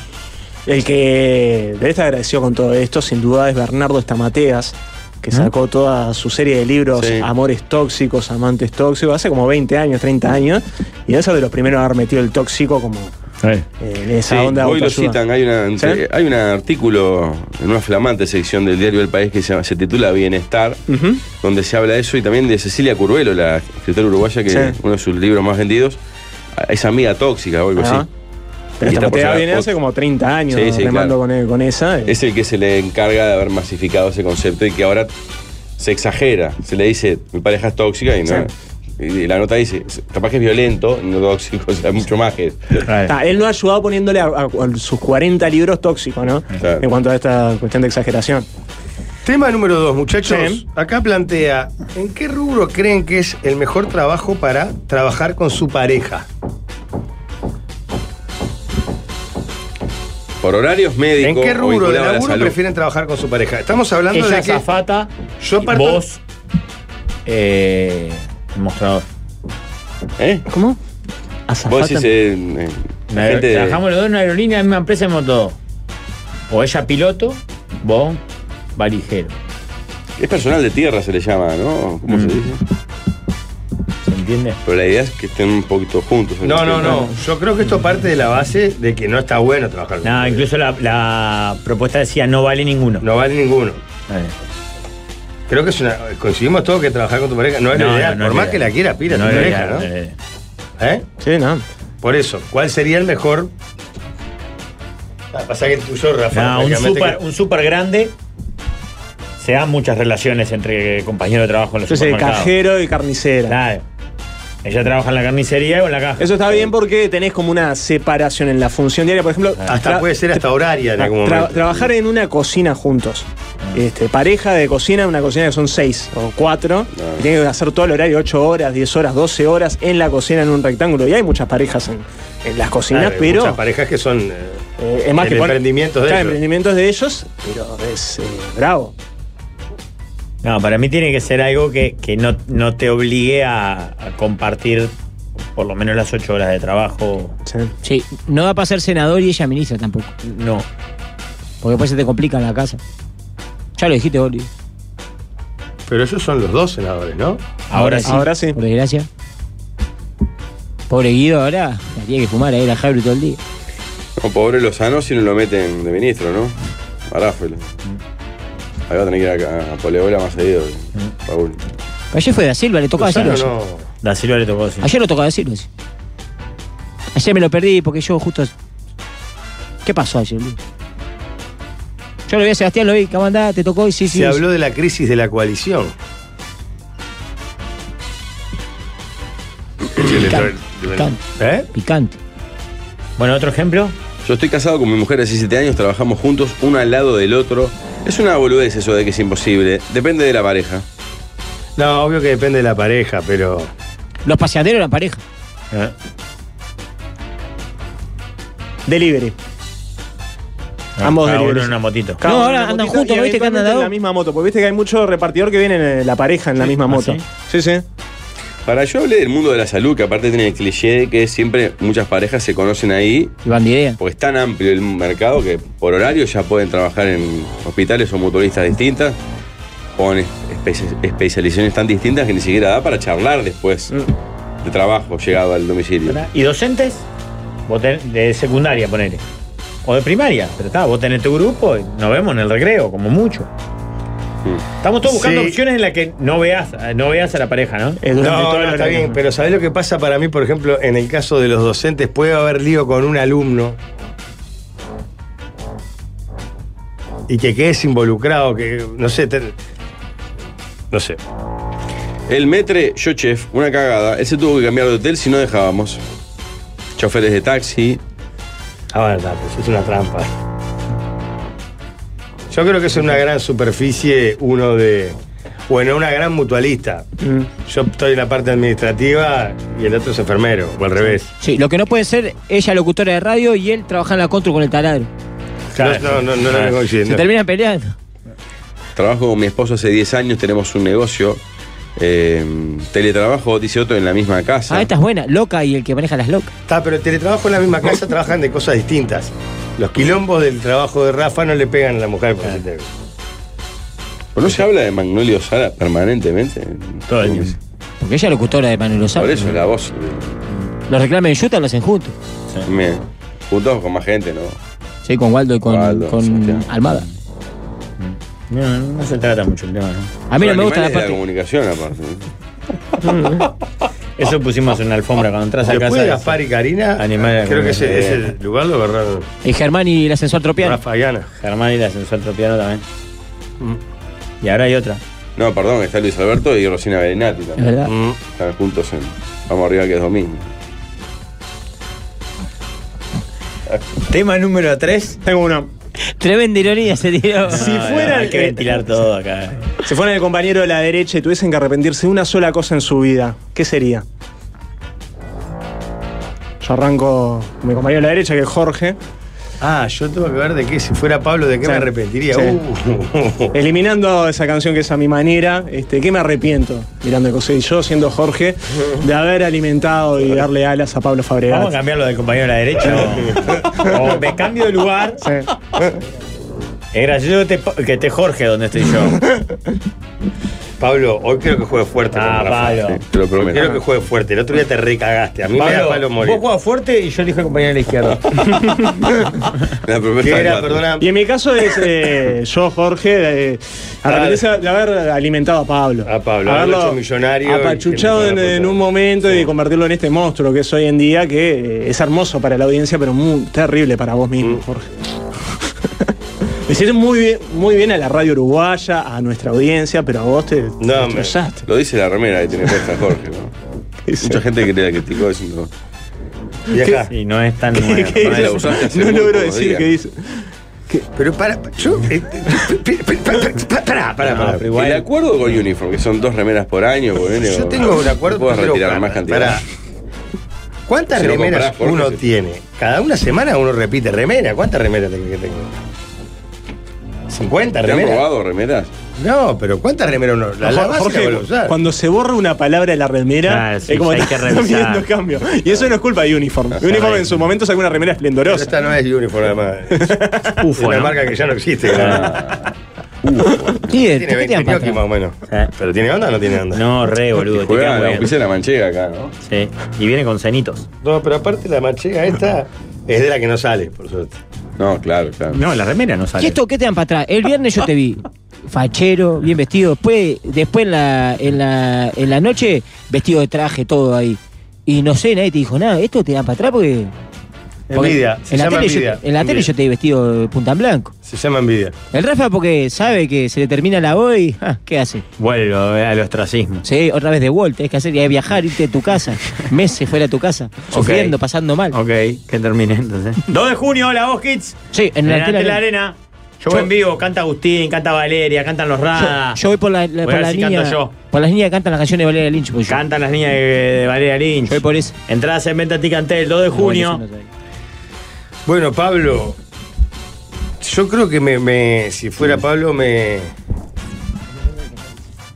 Speaker 6: El que debe estar agradecido con todo esto, sin duda, es Bernardo Estamateas, que sacó toda su serie de libros, Amores Tóxicos, Amantes Tóxicos, hace como 20 años, 30 años, y debe ser de los primeros a haber metido el tóxico como
Speaker 5: eh,
Speaker 6: en esa
Speaker 8: Sí,
Speaker 6: onda
Speaker 8: hoy lo
Speaker 6: autoayuda.
Speaker 8: citan, hay, una,
Speaker 6: ¿Sí?
Speaker 8: eh, hay un artículo en una flamante sección del diario El País que se, llama- se titula Bienestar,
Speaker 6: Ujú.
Speaker 8: donde se habla de eso y también de Cecilia Curvelo, la escritora uruguaya, que
Speaker 6: Sí.
Speaker 8: uno de sus libros más vendidos, a- es amiga tóxica o algo
Speaker 6: Ajá.
Speaker 8: así.
Speaker 6: Pero
Speaker 8: Y está por
Speaker 6: Estamateas
Speaker 8: llegar
Speaker 6: viene
Speaker 8: otro.
Speaker 6: hace como 30 años
Speaker 8: Sí, sí,
Speaker 6: remando
Speaker 8: claro.
Speaker 6: con, él- con esa.
Speaker 8: Es el que se le encarga de haber masificado ese concepto y que ahora se exagera. Se le dice, mi pareja es tóxica y no. Y la nota dice, capaz que es violento, no tóxico, (laughs) o sea, mucho más que.
Speaker 6: Está, él no ha ayudado poniéndole a, a- a sus 40 libros tóxicos, ¿no?
Speaker 8: Claro.
Speaker 6: En cuanto a esta cuestión de exageración.
Speaker 7: Tema número dos, muchachos. Acá plantea, ¿en qué rubro creen que es el mejor trabajo para trabajar con su pareja?
Speaker 8: Por horarios médicos.
Speaker 7: ¿En qué rubro de
Speaker 8: vinculado a la
Speaker 7: laburo
Speaker 8: salud.
Speaker 7: prefieren trabajar con su pareja? Estamos hablando
Speaker 5: Ella
Speaker 7: de que...
Speaker 5: azafata,
Speaker 7: yo parto-
Speaker 5: vos, eh, el mostrador.
Speaker 8: ¿Eh?
Speaker 6: ¿Cómo?
Speaker 8: Vos decís, eh, eh,
Speaker 5: En aer-
Speaker 8: gente de-
Speaker 5: Trabajamos los dos en una aerolínea, en la misma empresa, hemos todo. O ella piloto, vos valijero.
Speaker 8: Es personal de tierra se le llama, ¿no? ¿Cómo se dice?
Speaker 5: Mm. ¿Se entiende?
Speaker 8: Pero la idea es que estén un poquito juntos. en
Speaker 7: No,
Speaker 8: el
Speaker 7: no,
Speaker 8: tiempo.
Speaker 7: no. Yo creo que esto parte de la base de que no está bueno trabajar con
Speaker 5: No, incluso la, la propuesta decía no vale ninguno.
Speaker 7: No vale ninguno. Creo que es una. Coincidimos todos que trabajar con tu pareja no es
Speaker 5: No,
Speaker 7: la idea.
Speaker 5: no, no
Speaker 7: Por
Speaker 5: es
Speaker 7: más
Speaker 5: la
Speaker 7: que
Speaker 5: idea.
Speaker 7: la quiera, pira
Speaker 5: No
Speaker 7: tu
Speaker 5: es la
Speaker 7: pareja,
Speaker 5: idea,
Speaker 7: ¿no?
Speaker 5: no es
Speaker 7: ¿Eh?
Speaker 6: Sí, no.
Speaker 7: Por eso, ¿cuál sería el mejor? Ah, pasa que el tuyo, Rafa.
Speaker 5: No, un
Speaker 7: prácticamente
Speaker 5: súper
Speaker 7: que-
Speaker 5: un super grande. Se dan muchas relaciones entre compañeros de trabajo en los
Speaker 6: Yo soy
Speaker 5: supermercados.
Speaker 6: cajero y carnicera.
Speaker 5: Claro. Ella trabaja en la carnicería o en la caja.
Speaker 6: Eso está bien porque tenés como una separación en la función diaria. Por ejemplo,
Speaker 7: Hasta
Speaker 6: tra-
Speaker 7: puede ser hasta horaria en algún
Speaker 6: tra-
Speaker 7: momento.
Speaker 6: trabajar en una cocina juntos. Este, pareja de cocina, una cocina que son seis o cuatro. y Tiene que hacer todo el horario, 8 horas, 10 horas, 12 horas en la cocina en un rectángulo. Y hay muchas parejas en, en las cocinas,
Speaker 7: Claro, hay
Speaker 6: pero.
Speaker 7: Muchas parejas que son. eh,
Speaker 6: eh, es más
Speaker 7: el
Speaker 6: que pon-
Speaker 7: emprendimientos de
Speaker 6: Claro,
Speaker 7: ellos.
Speaker 6: emprendimientos de ellos, pero es eh, bravo.
Speaker 5: No, para mí tiene que ser algo que, que no, no te obligue a, a compartir por lo menos las ocho horas de trabajo.
Speaker 10: Sí, no va a ser senador y ella ministra tampoco.
Speaker 5: No.
Speaker 10: Porque después se te complica la casa. Ya lo dijiste, Oli.
Speaker 7: Pero ellos son los dos senadores, ¿no?
Speaker 6: Ahora sí.
Speaker 10: Por desgracia. Pobre Guido ahora. La tiene que fumar ahí la Jabru todo el día.
Speaker 8: No, pobre Lozano si no lo meten de ministro, ¿no? A Rafael.
Speaker 5: Mm.
Speaker 8: Ahí va a tener que ir a, a Poleola más seguido, eh, Raúl.
Speaker 10: Pero ayer fue Da Silva, le tocaba
Speaker 8: Lozano
Speaker 10: decirlo.
Speaker 8: Pues no.
Speaker 10: ayer.
Speaker 5: Da Silva le tocó, sí.
Speaker 10: Ayer lo tocaba decirlo. sí. Ayer me lo perdí porque yo justo. ¿Qué pasó ayer, Luis? Yo lo vi a Sebastián, lo vi, ¿cómo andá? Te tocó y sí,
Speaker 7: Se
Speaker 10: sí. sí.
Speaker 7: habló de la crisis de la coalición.
Speaker 10: Picante, picante.
Speaker 7: ¿Eh?
Speaker 10: Picante.
Speaker 5: Bueno, otro ejemplo.
Speaker 8: Yo estoy casado con mi mujer hace 7 años, trabajamos juntos, uno al lado del otro. Es una boludez eso de que es imposible. Depende de la pareja.
Speaker 7: No, obvio que depende de la pareja, pero.
Speaker 10: Los paseaderos eran pareja.
Speaker 5: Eh.
Speaker 6: Delivery.
Speaker 5: No,
Speaker 6: Ambos
Speaker 5: cada uno
Speaker 6: deliveries.
Speaker 5: en una motito.
Speaker 6: Cada
Speaker 10: No,
Speaker 6: uno en
Speaker 10: ahora
Speaker 6: una
Speaker 10: andan
Speaker 6: motita
Speaker 10: juntos,
Speaker 6: y
Speaker 10: ¿no viste que andan
Speaker 6: eventualmente en
Speaker 10: dados?
Speaker 6: la misma moto, porque viste que hay mucho repartidor que vienen eh, la pareja en la misma moto. Sí, sí.
Speaker 8: Para yo hablé del mundo de la salud, que aparte tiene el cliché de que siempre muchas parejas se conocen ahí.
Speaker 10: Y van de idea.
Speaker 8: Porque es tan amplio el mercado que por horario ya pueden trabajar en hospitales o motoristas distintas, con es- espe- especializaciones tan distintas que ni siquiera da para charlar después
Speaker 7: Mm.
Speaker 8: de trabajo llegado al domicilio.
Speaker 5: ¿Y docentes? Vos ten- de secundaria, ponele. O de primaria, pero está, vos tenés tu grupo y nos vemos en el recreo, como mucho. Estamos todos buscando
Speaker 7: Sí.
Speaker 5: opciones en las que no veas, eh, no veas a la pareja, ¿no?
Speaker 7: No, no, está bien, pero ¿sabés lo que pasa para mí, por ejemplo, en el caso de los docentes? Puede haber lío con un alumno y que quedes involucrado, que, no sé, te- no sé.
Speaker 8: El metre, yo chef, una cagada, él se tuvo que cambiar de hotel si no dejábamos. Choferes de taxi.
Speaker 7: Ah, verdad, pues es una trampa. Yo creo que es una gran superficie, uno de. Bueno, una gran mutualista. Yo estoy en la parte administrativa y el otro es enfermero, o al revés.
Speaker 10: Sí, Eh, lo que no puede ser, ella locutora de radio y él trabaja en la contra con el taladro.
Speaker 8: Claro.
Speaker 7: No, no, no, no, no, no,
Speaker 10: Se
Speaker 8: no.
Speaker 10: terminan peleando.
Speaker 8: Trabajo con mi esposo hace 10 años, tenemos un negocio. eh, teletrabajo, dice otro, en la misma casa.
Speaker 10: Ah, esta es buena, loca y el que maneja las locas.
Speaker 7: Está, pero el teletrabajo en la misma casa trabajan de cosas distintas. Los quilombos del trabajo de Rafa no le pegan a la mujer. por decirte algo.
Speaker 8: ¿Pero no se habla de Magnolio Sara permanentemente?
Speaker 5: Todo el tiempo.
Speaker 10: Porque ella es locutora de Manuel Lozano.
Speaker 8: Por eso la voz.
Speaker 10: Los reclamen en Utah los hacen juntos.
Speaker 8: Me, juntos con más gente, ¿no?
Speaker 10: Sí, con Waldo y con, con Almada.
Speaker 5: No, no se trata mucho el tema, ¿no?
Speaker 10: A mí no
Speaker 8: Pero
Speaker 10: me gusta la
Speaker 8: animales de
Speaker 10: parte.
Speaker 8: comunicación, aparte.
Speaker 7: (laughs)
Speaker 5: Eso pusimos en una alfombra cuando entras a
Speaker 7: Después
Speaker 5: casa.
Speaker 7: de Gaspar y Karina,
Speaker 5: Animal
Speaker 7: creo que
Speaker 5: de
Speaker 7: ese, ese lugar lo agarraron.
Speaker 10: Y Germán y el ascensor tropiano.
Speaker 7: Rafa Gana.
Speaker 5: Germán y la sensual tropiano también. Y ahora hay otra.
Speaker 8: No, perdón, está Luis Alberto y Rosina Berenati también.
Speaker 10: Es verdad.
Speaker 8: Están juntos en Vamos Arriba, que es domingo.
Speaker 5: Tema número 3.
Speaker 6: Tengo uno.
Speaker 10: Tremenda ironía se tiró.
Speaker 6: Si
Speaker 5: No, no,
Speaker 6: fuera
Speaker 5: hay que
Speaker 6: el- eh,
Speaker 5: ventilar todo acá.
Speaker 6: Si fueran el compañero de la derecha y tuviesen que arrepentirse de una sola cosa en su vida, ¿qué sería? Yo arranco con mi compañero de la derecha, que es Jorge.
Speaker 7: Ah, yo tengo que ver de qué, si fuera Pablo, de qué
Speaker 6: Sí.
Speaker 7: me arrepentiría.
Speaker 6: Sí.
Speaker 7: Uh.
Speaker 6: Eliminando esa canción que es a mi manera, este, que me arrepiento, Miranda Cosé y yo, siendo Jorge, de haber alimentado y darle alas a Pablo
Speaker 5: Vamos a
Speaker 6: Fabregat.
Speaker 5: cambiarlo del compañero a la derecha. o, o me cambio de lugar. Es gracioso que te- que esté Jorge donde estoy yo.
Speaker 7: Pablo, hoy quiero que juegue fuerte.
Speaker 5: Ah,
Speaker 7: con Rafa.
Speaker 5: Pablo.
Speaker 7: Sí, Hoy Quiero que juegue fuerte. El otro día te recagaste. A mí me da palo morir.
Speaker 5: vos jugás fuerte y yo elijo el compañero a la izquierda.
Speaker 8: La
Speaker 7: ¿Qué era, perdona?
Speaker 6: Y en mi caso es eh, yo, Jorge, eh, arrepentirse de haber alimentado a Pablo. A
Speaker 7: Pablo,
Speaker 6: haberlo
Speaker 7: haberlo hecho millonario y
Speaker 6: Apachuchado
Speaker 7: que
Speaker 6: en,
Speaker 7: no pueda
Speaker 6: en un momento y convertirlo en este monstruo que es hoy en día, que eh, es hermoso para la audiencia, pero muy terrible para vos
Speaker 7: Mm.
Speaker 6: mismo, Jorge. (laughs) Me hicieron muy bien, muy bien a la radio uruguaya, a nuestra audiencia, pero a vos te, te
Speaker 8: No, me,
Speaker 6: destrozaste.
Speaker 8: lo dice la remera que tiene puesta Jorge. ¿no? Mucha gente que la criticó diciendo.
Speaker 7: Viaja.
Speaker 5: Y no es tan
Speaker 8: nueva,
Speaker 6: (laughs) ¿Qué
Speaker 8: no
Speaker 6: dice?
Speaker 8: la usaste hace
Speaker 6: No
Speaker 8: muy
Speaker 6: logro
Speaker 8: pocos
Speaker 6: decir
Speaker 8: días.
Speaker 6: qué dice.
Speaker 7: Pero para.
Speaker 8: (laughs)
Speaker 7: Yo. eh, Pará, pará, pará.
Speaker 8: El acuerdo con Uniform, que son dos remeras por año, ponele,
Speaker 7: Yo
Speaker 8: o-
Speaker 7: tengo un acuerdo,
Speaker 8: Puedes
Speaker 7: pero
Speaker 8: retirar
Speaker 7: pará,
Speaker 8: más cantidad.
Speaker 7: pará. ¿Cuántas
Speaker 8: Si lo
Speaker 7: remeras
Speaker 8: comprás, Jorge,
Speaker 7: uno
Speaker 8: sí.
Speaker 7: tiene? Cada una semana uno repite remera. ¿Cuántas remeras tengo que tengo? 50
Speaker 8: ¿Te han
Speaker 7: remeras.
Speaker 8: robado remeras?
Speaker 7: No, pero ¿cuántas remeras uno? La, la base
Speaker 6: Jorge,
Speaker 7: la vuelvo a usar.
Speaker 6: cuando se borra una palabra de la remera,
Speaker 7: Ah, sí,
Speaker 6: es como
Speaker 7: ya hay
Speaker 6: (laughs) está
Speaker 7: que revisar.
Speaker 6: viendo cambio. Y eso no es culpa de Uniform.
Speaker 7: Ah,
Speaker 6: Uniform en su momento sacó una remera esplendorosa.
Speaker 7: Pero esta no es Uniform,
Speaker 6: (laughs)
Speaker 7: además. es
Speaker 5: Ufo,
Speaker 7: una
Speaker 5: ¿no? Ah.
Speaker 7: marca que ya no existe.
Speaker 5: Eh,
Speaker 7: Tiene 20 gnocchi más o menos.
Speaker 8: ¿Eh?
Speaker 7: ¿Pero tiene onda o no tiene onda?
Speaker 5: No, re, boludo.
Speaker 7: Juega la
Speaker 8: auspicia la manchega acá, ¿no?
Speaker 5: Sí. Y viene con cenitos.
Speaker 7: No, pero aparte la machega esta es de la que no sale, por suerte.
Speaker 8: No, claro, claro.
Speaker 5: No, la remera no
Speaker 10: ¿Y esto qué te dan para atrás? El viernes yo te vi fachero, bien vestido. Después, después en, la, en, la, en la noche, vestido de traje, todo ahí. Y no sé, nadie te dijo nada. Esto te dan para atrás porque. porque
Speaker 7: Envidia, se
Speaker 10: En la,
Speaker 7: llama
Speaker 10: tele yo,
Speaker 7: envidia,
Speaker 10: en la tele
Speaker 7: envidia.
Speaker 10: yo te vi vestido de punta en blanco.
Speaker 7: Se llama envidia.
Speaker 10: El Rafa porque sabe que se le termina la voz y. ah, ¿Qué hace?
Speaker 5: Vuelvo eh, al ostracismo.
Speaker 10: Sí, otra vez de vuelta. Tenés que hacer y hay viajar, irte de tu casa. Meses fuera de tu casa. Sufriendo, pasando mal.
Speaker 5: Ok, que termine entonces. 2 de junio, la voz Kids.
Speaker 10: Sí, en la
Speaker 5: Ante
Speaker 10: Tela
Speaker 5: la
Speaker 10: Arena.
Speaker 5: arena. Yo, voy en vivo, canta Agustín, canta Valeria, cantan los Rada.
Speaker 10: Yo, yo voy por la, la-
Speaker 5: Voy a
Speaker 10: por
Speaker 5: ver
Speaker 10: la
Speaker 5: si
Speaker 10: niña.
Speaker 5: canto yo.
Speaker 10: Por las niñas que cantan las canciones de Valeria Lynch. pues yo-
Speaker 5: Cantan las niñas de, de Valeria Lynch. Yo voy
Speaker 10: por eso.
Speaker 5: Entradas en venta Ticantel, el 2 de junio.
Speaker 7: Bueno, Pablo, yo creo que me, me- si
Speaker 8: Mm.
Speaker 7: fuera Pablo me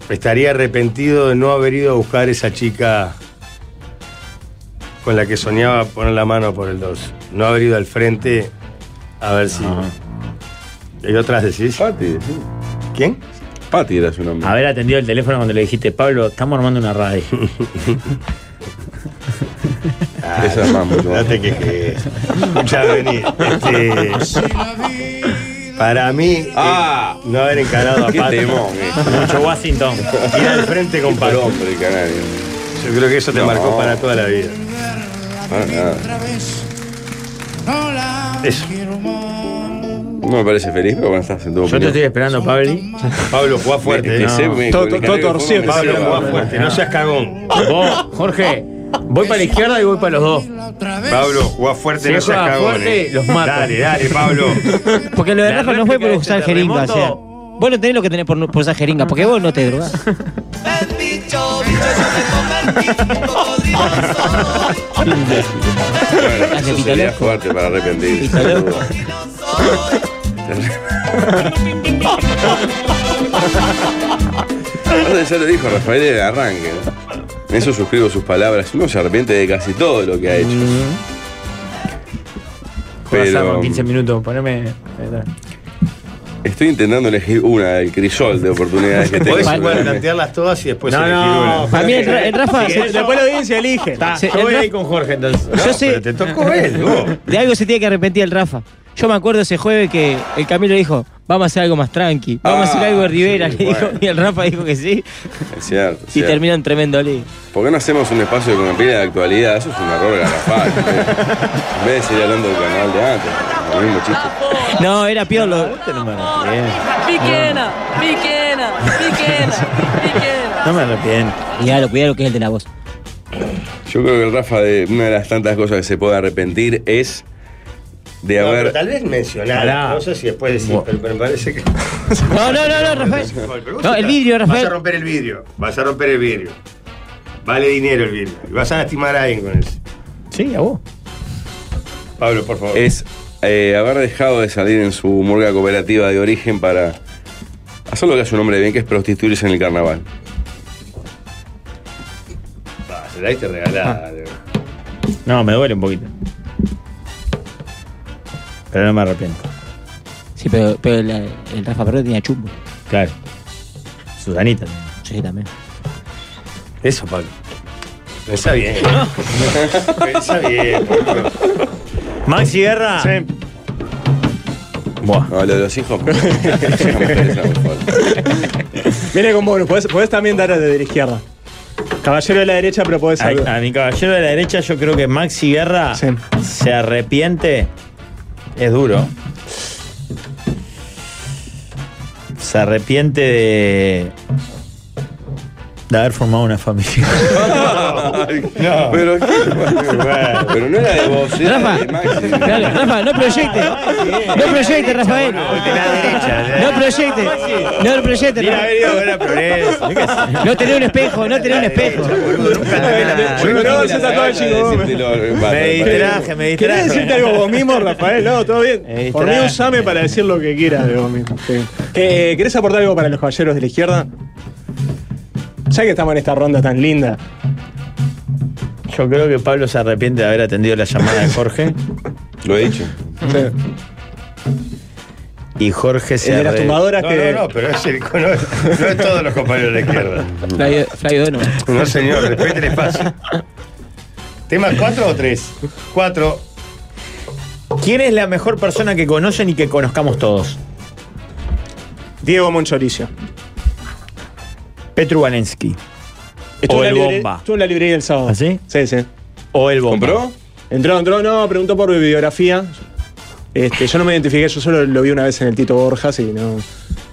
Speaker 7: estaría arrepentido de no haber ido a buscar esa chica con la que soñaba poner la mano por el 2. No haber ido al frente a ver si... ¿Y otras decís? ¿Quién?
Speaker 8: Pati era su nombre.
Speaker 5: Haber atendido el teléfono cuando le dijiste, Pablo, estamos armando una
Speaker 8: (laughs)
Speaker 5: radio.
Speaker 8: Ah,
Speaker 5: Ah.
Speaker 8: Esa es más
Speaker 7: (laughs)
Speaker 8: mucho más.
Speaker 7: No te quejes. (laughs) Escuchá, vení. Este, para mí, eh, no haber encarado a
Speaker 8: Qué
Speaker 7: Pato.
Speaker 8: temón, eh.
Speaker 5: Mucho Washington.
Speaker 7: Ir al frente con Pato.
Speaker 8: Hombre, canario.
Speaker 7: Yo creo que eso te
Speaker 8: No.
Speaker 7: marcó para toda la vida.
Speaker 8: Para Ah, nada.
Speaker 7: Eso.
Speaker 8: No me parece feliz, pero bueno, estás en tu
Speaker 5: Yo te
Speaker 8: opinión.
Speaker 5: estoy esperando, Pabli.
Speaker 7: Pablo, jugá fuerte.
Speaker 8: Me-
Speaker 7: eh.
Speaker 8: me sé, me- Todo- con el todo canario torcido. de fondo
Speaker 7: Pablo,
Speaker 8: me sé,
Speaker 7: jugá
Speaker 8: Pablo.
Speaker 7: fuerte. No seas cagón.
Speaker 5: Vos, Jorge, voy para la izquierda y voy para los dos.
Speaker 7: Pablo, jugá fuerte.
Speaker 5: Si
Speaker 7: No seas
Speaker 5: juegas
Speaker 7: cagón.
Speaker 5: fuerte,
Speaker 7: eh.
Speaker 5: los mato.
Speaker 7: Dale, dale, Pablo.
Speaker 10: (laughs)
Speaker 7: (laughs)
Speaker 10: Porque lo de
Speaker 5: La
Speaker 10: Rafa no fue por
Speaker 5: réplica de
Speaker 10: usar
Speaker 5: este
Speaker 10: jeringa, o
Speaker 5: terremoto-
Speaker 10: sea. Vos no tenés lo que tenés por, no- por usar jeringa, porque vos no te drogas.
Speaker 7: (laughs)
Speaker 8: Bueno, eso sería fuerte para arrepentirse. Ahora ya lo dijo Rafael en el arranque. ¿no? En eso suscribo sus palabras. Uno se arrepiente de casi todo lo que ha hecho.
Speaker 5: Juegas
Speaker 8: Pero-
Speaker 5: algo en 15 minutos, poneme. eh,
Speaker 8: Estoy intentando elegir una del crisol de
Speaker 7: (laughs)
Speaker 8: oportunidades que tengo.
Speaker 7: Podés igual plantearlas todas y después
Speaker 8: No,
Speaker 7: elegir
Speaker 8: no,
Speaker 7: una.
Speaker 8: para mí el Ra- el Rafa-
Speaker 7: Sí,
Speaker 10: se-
Speaker 7: eso-
Speaker 6: Después la audiencia elige.
Speaker 5: Está,
Speaker 10: Sí,
Speaker 5: yo
Speaker 10: el
Speaker 5: voy
Speaker 10: Rafa-
Speaker 5: ahí con Jorge entonces.
Speaker 10: Yo sé-
Speaker 7: Pero te tocó él, vos.
Speaker 10: De algo se tiene que arrepentir el Rafa. Yo me acuerdo ese jueves que el Camilo dijo, vamos a hacer algo más tranqui, vamos
Speaker 7: Ah,
Speaker 10: a hacer algo de Rivera,
Speaker 8: sí,
Speaker 10: le dijo,
Speaker 8: bueno.
Speaker 10: y el Rafa dijo que sí,
Speaker 8: Es cierto.
Speaker 10: y terminó en tremendo lío.
Speaker 8: ¿Por qué no hacemos un espacio con pila de actualidad? Eso es un error garrafal. ¿no? en vez de seguir hablando del canal de antes. El mismo chiste.
Speaker 10: No, era
Speaker 7: Ah,
Speaker 10: Piolo.
Speaker 7: este
Speaker 16: Piquena, piquena, piquena, piquena.
Speaker 5: No me arrepiento.
Speaker 10: Cuidado, cuidado que es el de la voz.
Speaker 8: Yo creo que el Rafa, de una de las tantas cosas que se puede arrepentir es de
Speaker 7: No,
Speaker 8: haber.
Speaker 7: pero tal vez mencionar.
Speaker 8: Pará.
Speaker 7: No sé si después decís, pero, pero me parece que.
Speaker 10: (laughs) No, no, no, no, Rafael.
Speaker 7: Pero vos
Speaker 10: No, el
Speaker 7: estás-
Speaker 10: vidrio,
Speaker 7: Vas a
Speaker 10: Rafael.
Speaker 7: romper el vidrio. Vas a romper el vidrio. Vale dinero el vidrio. Y vas a lastimar a alguien con eso.
Speaker 5: Sí, a vos.
Speaker 7: Pablo, por favor.
Speaker 8: es eh, haber dejado de salir en su murga cooperativa de origen para hacer lo que hace un hombre de bien, que es prostituirse en el carnaval.
Speaker 7: Ah, se la diste
Speaker 10: (laughs)
Speaker 7: regalada.
Speaker 5: No, me duele un poquito. Pero no me arrepiento.
Speaker 10: Sí, pero, pero la- el Rafa Perro tenía chumbo.
Speaker 5: Claro. Susanita.
Speaker 10: Sí, también.
Speaker 7: Eso, Pablo. Pensá
Speaker 10: (laughs)
Speaker 7: bien. Pensá bien. Pablo.
Speaker 5: Maxi Guerra. Sí.
Speaker 8: No, lo de los hijos. no me interesa, por favor.
Speaker 6: Viene con bonus, podés, podés también dar desde la izquierda. Caballero de la derecha, pero podés
Speaker 5: A,
Speaker 6: saludar.
Speaker 5: a mi caballero de la derecha, yo creo que Maxi Guerra se arrepiente. Es duro. Se arrepiente de. de haber formado una familia.
Speaker 8: No. Pero, pero no era de vos, era
Speaker 10: Rafa,
Speaker 8: de Maxi.
Speaker 10: claro, Rafa, no proyectes. No proyectes, Rafael. No proyectes. No proyectes.
Speaker 5: Mira,
Speaker 10: Rafa.
Speaker 5: venido era progreso.
Speaker 10: (laughs) No tenés un espejo, no tenés un espejo.
Speaker 8: No, se sacó el chico.
Speaker 6: Ah,
Speaker 5: Me distraje, me distraje.
Speaker 6: ¿Querés decirte algo vos mismo, Rafael? No, todo bien.
Speaker 5: Me
Speaker 6: Por mí
Speaker 5: distraje.
Speaker 6: usame para decir lo que quieras de vos mismo. Sí. Eh, ¿Querés aportar algo para los caballeros de la izquierda? Ya que estamos en esta ronda tan linda.
Speaker 5: Yo creo que Pablo se arrepiente de haber atendido la llamada
Speaker 7: (laughs)
Speaker 5: de Jorge.
Speaker 8: Lo he dicho.
Speaker 5: Y Jorge se
Speaker 6: El de las
Speaker 5: arre-
Speaker 6: tumbadoras
Speaker 7: No,
Speaker 6: que.
Speaker 7: no, no, pero es el, no, no es todos los compañeros de la izquierda.
Speaker 10: Flavio, Flavio Donovan.
Speaker 7: No, señor, respete el espacio. ¿Tema 4 o 3? 4.
Speaker 5: ¿Quién es la mejor persona que conocen y que conozcamos todos?
Speaker 6: Diego Monchoricio.
Speaker 5: Petru Walensky.
Speaker 6: Estuvo
Speaker 5: O
Speaker 6: en
Speaker 5: el
Speaker 6: la libre-
Speaker 5: bomba. ¿Ah,
Speaker 6: Estuvo en la librería el sábado.
Speaker 5: sí?
Speaker 6: Sí, sí.
Speaker 5: O el bomba.
Speaker 8: ¿Compró?
Speaker 6: Entró, entró, no, preguntó por mi biografía. Este, yo no me identifiqué, yo solo lo vi una vez en el Tito Borjas y no,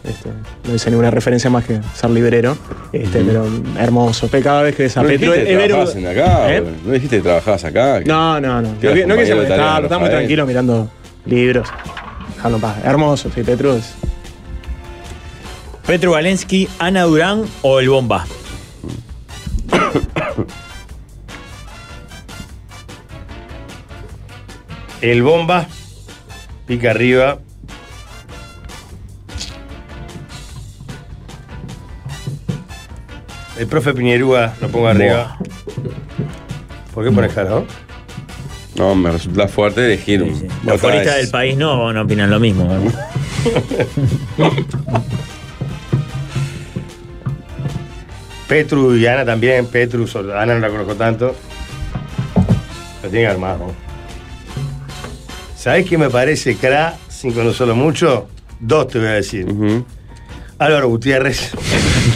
Speaker 6: este, no hice ninguna referencia más que ser librero. Este, Pero mm, hermoso. Pe- Cada vez que ves a
Speaker 8: No
Speaker 6: Petro,
Speaker 8: dijiste que
Speaker 6: es ver un-
Speaker 8: trabajabas en acá,
Speaker 6: ¿Eh?
Speaker 8: boludo. no dijiste que trabajabas acá. que-
Speaker 6: No, no, no.
Speaker 8: Que
Speaker 6: No,
Speaker 8: eras
Speaker 6: que- no quise
Speaker 8: compañero de tarea,
Speaker 6: molestar, estamos
Speaker 8: Rafael.
Speaker 6: tranquilos mirando libros. Dejando en paz. Hermoso, sí, Petro es-
Speaker 5: Petru Walensky, Ana Durán o el bomba.
Speaker 7: El bomba pica arriba. El profe Piñerúa lo pongo arriba. ¿Por qué pones Jaro?
Speaker 8: No, me resulta fuerte elegir un.
Speaker 5: Los
Speaker 8: otra
Speaker 5: futbolistas
Speaker 8: vez.
Speaker 5: del país no, no opinan lo mismo. ¿verdad?
Speaker 7: Petru y Ana también. Petru, sobre- Ana no la conozco tanto. Lo tienen armado. ¿Sabés qué me parece Cra, sin conocerlo mucho? Dos te voy a decir. Álvaro Gutiérrez.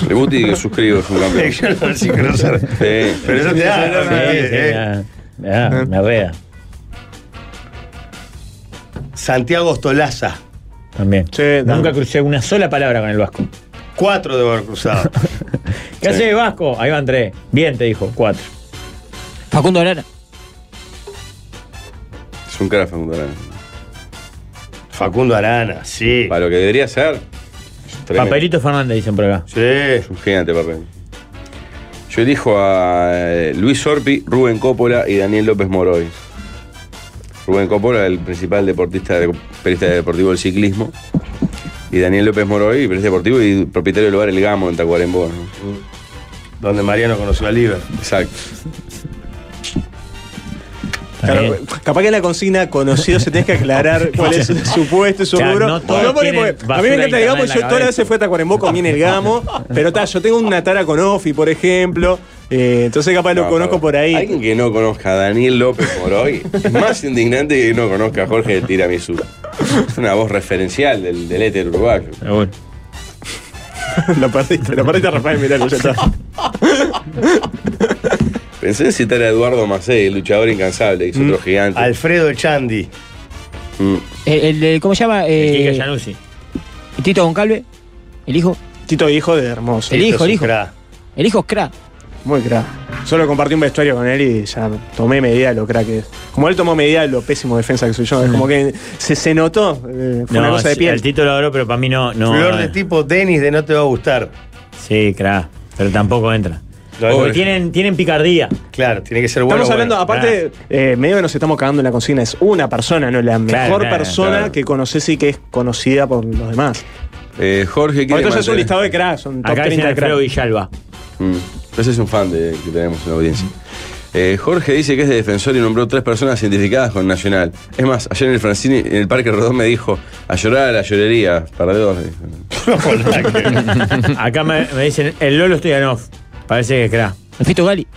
Speaker 8: El Guti que
Speaker 7: (laughs)
Speaker 8: suscribo es
Speaker 5: (laughs)
Speaker 8: un campeón.
Speaker 7: Yo no, sin conocer.
Speaker 8: Sí.
Speaker 7: (laughs) Pero eso te da.
Speaker 5: Sí,
Speaker 7: ¿no?
Speaker 5: sí,
Speaker 7: Eh,
Speaker 5: ya, ya, me
Speaker 6: Ah.
Speaker 5: arrea.
Speaker 7: Santiago Ostolaza.
Speaker 5: También. Nunca crucé una sola palabra con el Vasco.
Speaker 7: Cuatro de haber cruzado.
Speaker 5: (laughs) ¿Qué hace de Vasco? Ahí van tres. Bien, te dijo. Cuatro.
Speaker 10: Facundo Arana.
Speaker 8: Es un cara Facundo Arana.
Speaker 7: Facundo Arana, sí.
Speaker 8: Para lo que debería ser. Tremendo.
Speaker 5: Papelito Fernández dicen por acá.
Speaker 7: Sí. Es
Speaker 8: un gigante, papel. Yo elijo a eh, Luis Orpi, Rubén Coppola y Daniel López Moroy. Rubén Coppola, el principal deportista, de- periodista deportivo del ciclismo. Y Daniel López Moroy, periodista deportivo y propietario del lugar El Gamo en Tacuarembó.
Speaker 7: Donde Mariano conoció a Liver.
Speaker 8: Exacto.
Speaker 6: Claro, capaz que en la consigna conocido se tenés
Speaker 5: (laughs)
Speaker 6: que aclarar cuál es su, su puesto y su
Speaker 5: O sea,
Speaker 6: rubro.
Speaker 5: no todos
Speaker 6: No, porque-
Speaker 5: tienen
Speaker 6: porque a mí
Speaker 5: basura
Speaker 6: me encanta,
Speaker 5: interna en
Speaker 6: digamos,
Speaker 5: la
Speaker 6: yo todas las
Speaker 5: cabeza.
Speaker 6: veces fui a Tacuarembó, comí en
Speaker 5: (laughs)
Speaker 6: el Gamo, pero ta, yo tengo una tara con Ofi, por ejemplo, eh, entonces capaz lo
Speaker 8: No,
Speaker 6: conozco
Speaker 8: Ah, perdón.
Speaker 6: por ahí.
Speaker 8: Alguien que no conozca a Daniel López Moroy es más indignante que no conozca a Jorge de Tiramisú. Es una voz referencial del, del éter uruguayo.
Speaker 6: Ah, (laughs) lo perdiste, lo perdiste a Rafael, mirá, ya está.
Speaker 8: Pensé en citar a Eduardo Macé, el luchador incansable, que es
Speaker 6: Mm.
Speaker 8: otro gigante. Mm.
Speaker 7: Alfredo Chandi.
Speaker 10: El, el de- ¿Cómo se llama? Eh, Tito Goncalve. El hijo.
Speaker 6: Tito, hijo de hermoso.
Speaker 10: El hijo, el hijo.
Speaker 7: Cra.
Speaker 10: El hijo es cra.
Speaker 6: Muy crack. Solo compartí un vestuario con él y ya tomé medida de lo crack que es. Como él tomó medida de lo pésimo defensa que soy yo, es como que se, se notó, eh, fue una
Speaker 5: No,
Speaker 6: cosa de
Speaker 5: sí, el
Speaker 6: piel.
Speaker 5: título adoro, pero para mí no. no
Speaker 7: Flor de tipo Denis de No Te Va a Gustar.
Speaker 5: Sí, cra. Pero tampoco entra.
Speaker 6: Pobre.
Speaker 5: Porque tienen, tienen picardía.
Speaker 7: Claro, tiene que ser
Speaker 6: Estamos hablando, aparte, eh, medio que nos estamos cagando en la cocina. Es una persona, ¿no? La
Speaker 8: Claro,
Speaker 6: mejor
Speaker 8: claro,
Speaker 6: persona
Speaker 8: claro.
Speaker 6: que conoces y que es conocida por los demás.
Speaker 8: Eh, Jorge, ¿quiere
Speaker 6: Bueno, entonces es un
Speaker 8: mantener-
Speaker 6: listado de cracks, son top
Speaker 8: Acá
Speaker 6: 30
Speaker 8: dicen Alfredo
Speaker 6: cracks.
Speaker 5: Villalba.
Speaker 8: Mm. Ese es un fan de, que tenemos en la audiencia. Eh, Jorge dice que es de defensor y nombró tres personas identificadas con Nacional. Es más, ayer en el Francini, en el Parque Rodón me dijo, a llorar a la llorería, perdedor.
Speaker 6: (laughs)
Speaker 5: Acá me, me dicen, el Lolo Stoyanov. Parece que es cra.
Speaker 10: El Fito Gali.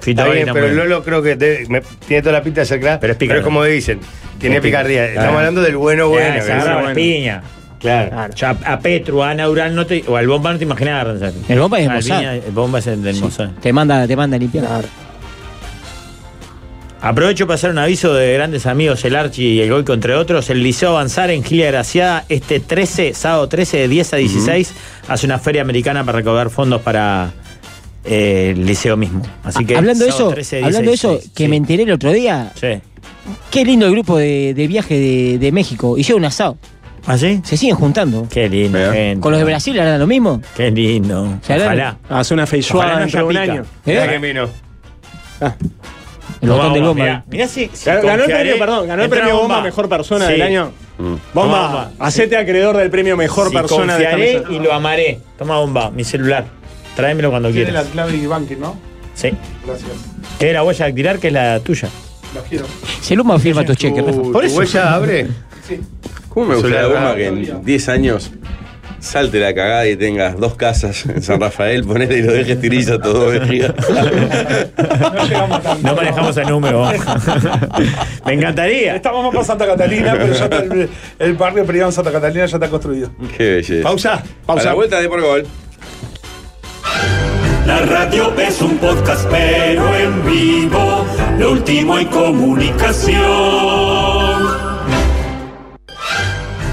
Speaker 5: Fito
Speaker 7: Está
Speaker 5: Gali
Speaker 7: bien, pero
Speaker 5: también.
Speaker 7: Lolo creo que te- me- tiene toda la pinta de ser crack. Pero es
Speaker 5: pícaro.
Speaker 7: como dicen, tiene
Speaker 5: Es pícaro.
Speaker 7: picardía.
Speaker 5: Claro.
Speaker 7: Estamos hablando del bueno, bueno.
Speaker 5: Ya, se
Speaker 7: que
Speaker 5: agarra
Speaker 7: es
Speaker 5: la
Speaker 7: bueno.
Speaker 5: piña.
Speaker 7: Claro.
Speaker 5: Ya a Petru, a Ana Urán no te, o al Bomba no te imaginabas Gonzalo.
Speaker 10: El Bomba es
Speaker 5: Al
Speaker 10: Mozart.
Speaker 5: Viña, El Bomba es el del Mozart.
Speaker 10: Te manda, te manda a limpiar.
Speaker 5: Aprovecho para hacer un aviso de grandes amigos, el Archi y el Goico, entre otros. El Liceo Avanzar en Gilia Graciada, este 13, sábado 13, de 10 a 16, hace una feria americana para recaudar fondos para eh, el liceo mismo. Así que.
Speaker 10: Ah, hablando de eso,
Speaker 5: sábado 13,
Speaker 10: hablando de
Speaker 5: 16.
Speaker 10: eso, que me enteré el otro día. Qué lindo el grupo de, de viaje de, de México. Hicieron un asado.
Speaker 5: ¿Ah, sí?
Speaker 10: Se siguen juntando.
Speaker 5: Qué lindo, gente.
Speaker 10: Con los de Brasil harán lo mismo.
Speaker 5: Qué lindo.
Speaker 10: Se harán-
Speaker 5: Ojalá.
Speaker 6: Hace una
Speaker 5: Ojalá
Speaker 6: feijoada
Speaker 5: no
Speaker 6: dentro de un
Speaker 5: haya
Speaker 6: año.
Speaker 5: pica.
Speaker 7: Mirá
Speaker 5: ¿Eh?
Speaker 7: que vino.
Speaker 10: El botón del bomba.
Speaker 5: Mirá, mirá si, si
Speaker 6: Ganó, ganó el
Speaker 5: confiaré
Speaker 6: premio, perdón, ganó el
Speaker 5: en
Speaker 6: premio
Speaker 5: Trump.
Speaker 6: Bomba, Mejor Persona
Speaker 5: Sí.
Speaker 6: del año. Bomba,
Speaker 5: Toma, Bomba.
Speaker 6: hacete acreedor del premio Mejor
Speaker 5: Si
Speaker 6: Persona de esta
Speaker 5: confiaré
Speaker 6: mesa.
Speaker 5: y lo amaré. Toma bomba, mi celular. Tráemelo cuando
Speaker 14: Tiene la
Speaker 5: quieras.
Speaker 14: clave y banking, ¿no?
Speaker 5: Sí.
Speaker 14: Gracias.
Speaker 5: Es la huella dactilar que es la tuya.
Speaker 14: Los quiero.
Speaker 10: Si el Luma firma tus cheques, Rafa.
Speaker 8: Por eso.
Speaker 7: huella abre?
Speaker 14: Sí.
Speaker 8: ¿Cómo me gustaría
Speaker 7: Solar,
Speaker 8: Goma,
Speaker 7: ah,
Speaker 8: que en 10 años salte la cagada y tengas dos casas en San Rafael, (laughs) ponete y lo dejes tirilla todo vejiga?
Speaker 5: No manejamos el número. Me encantaría.
Speaker 14: Estamos más para Santa Catalina, pero ya está el, el barrio privado en Santa Catalina ya está construido.
Speaker 8: Qué belleza.
Speaker 14: Pausa,
Speaker 8: A
Speaker 14: pausa.
Speaker 8: la vuelta de por gol.
Speaker 15: La radio es un podcast, pero en vivo, lo último en comunicación.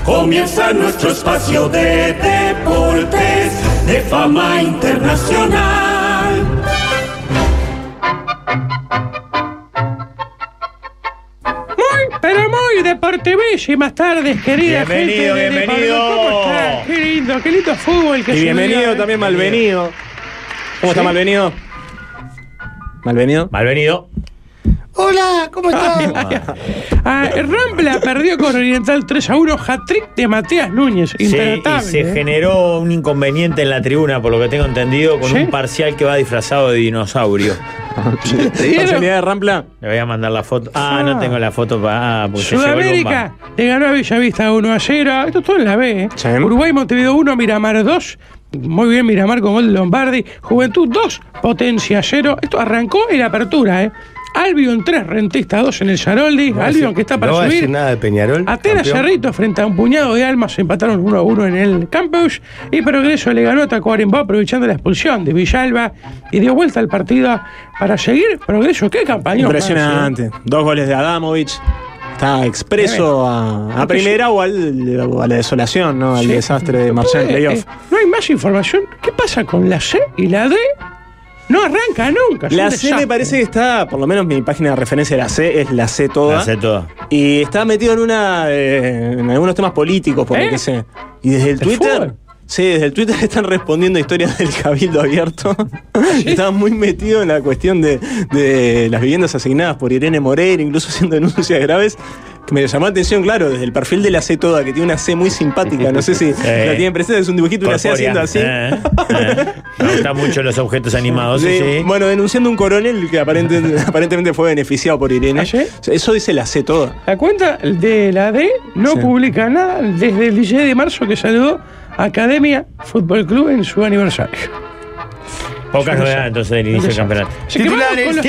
Speaker 15: Comienza nuestro espacio de deportes de fama internacional.
Speaker 17: Muy, pero muy deportivísimas tardes, querida
Speaker 6: Bienvenido,
Speaker 17: gente. de
Speaker 6: bienvenido.
Speaker 17: Deportivo. ¿Cómo estás? Qué lindo, qué lindo fútbol que se
Speaker 6: Y
Speaker 17: dio,
Speaker 6: bienvenido
Speaker 17: ¿eh?
Speaker 6: también, malvenido. ¿Cómo está,
Speaker 17: Sí.
Speaker 6: malvenido? ¿Malvenido?
Speaker 5: Malvenido.
Speaker 17: Hola, ¿cómo estás? Ah, Rampla perdió con Oriental 3 a 1, hat-trick de Matías Núñez.
Speaker 5: Sí, y
Speaker 17: Intratable.
Speaker 5: se
Speaker 17: ¿eh?
Speaker 5: generó un inconveniente en la tribuna, por lo que tengo entendido, con un parcial que va disfrazado de dinosaurio.
Speaker 6: ¿Parcialidad de Rampla?
Speaker 5: Le voy a mandar la foto. Ah, no tengo la foto para. Ah, porque se llevó el bomba.
Speaker 17: Sudamérica le ganó a Bellavista 1 a 0. Esto es todo en la B. ¿eh? Uruguay Montevideo 1, Miramar 2. Muy bien, Miramar con gol de Lombardi. Juventud 2, Potencia 0. Esto arrancó en la apertura. ¿eh? Albion 3, Rentista 2 en el Saroldi.
Speaker 7: No va a
Speaker 17: Albion
Speaker 7: decir-
Speaker 17: que está para
Speaker 7: no va a decir
Speaker 17: subir.
Speaker 7: nada de Peñarol.
Speaker 17: Atenas
Speaker 7: campeón.
Speaker 17: Cerrito frente a un puñado de almas empataron 1 a 1 en el campus y Progreso le ganó a Tacuarembó aprovechando la expulsión de Villalba y dio vuelta al partido para seguir Progreso. ¡Qué campañón! ¿eh?
Speaker 6: Impresionante. Dos goles de Adamovic. Está Ah, expreso a, a primera o al- o a la desolación, ¿no? Al
Speaker 17: Sí.
Speaker 6: desastre de
Speaker 17: Marcio.
Speaker 6: Marchand en
Speaker 17: Eh, eh,
Speaker 6: playoff.
Speaker 17: no hay más información. ¿Qué pasa con la C y la D? No arranca nunca. es un
Speaker 6: La C
Speaker 17: desastre.
Speaker 6: me parece que está, por lo menos mi página de referencia de la C es la C toda.
Speaker 5: La sé toda.
Speaker 6: Y está metido en una eh, en algunos temas políticos, por
Speaker 5: ¿Eh?
Speaker 6: lo que sé. Y desde el
Speaker 5: ¿Del
Speaker 6: Twitter.
Speaker 5: fútbol?
Speaker 6: Sí, desde el Twitter (laughs) están respondiendo a historias del cabildo abierto.
Speaker 5: ¿Ah,
Speaker 6: Estaban muy metidos en la cuestión de, de las viviendas asignadas por Irene Moreira, incluso haciendo denuncias graves. Que me llamó la atención, claro, desde el perfil de la C toda, que tiene una C muy simpática. No
Speaker 5: (laughs)
Speaker 6: sé si la tienen presente, es un dibujito de una C haciendo
Speaker 5: Corpórea.
Speaker 6: así.
Speaker 5: Eh, eh. Me gustan mucho los objetos animados. Ah, Sí,
Speaker 6: De-
Speaker 5: sí.
Speaker 6: Bueno, denunciando un coronel que aparente-
Speaker 5: (laughs)
Speaker 6: aparentemente fue beneficiado por Irene.
Speaker 5: ¿Ah,
Speaker 6: Eso dice la C toda.
Speaker 17: La cuenta de la D no publica nada desde el 16 de marzo que saludó a Academia Fútbol Club en su aniversario.
Speaker 5: Pocas novedades entonces del inicio del campeonato.
Speaker 17: Así que vamos con los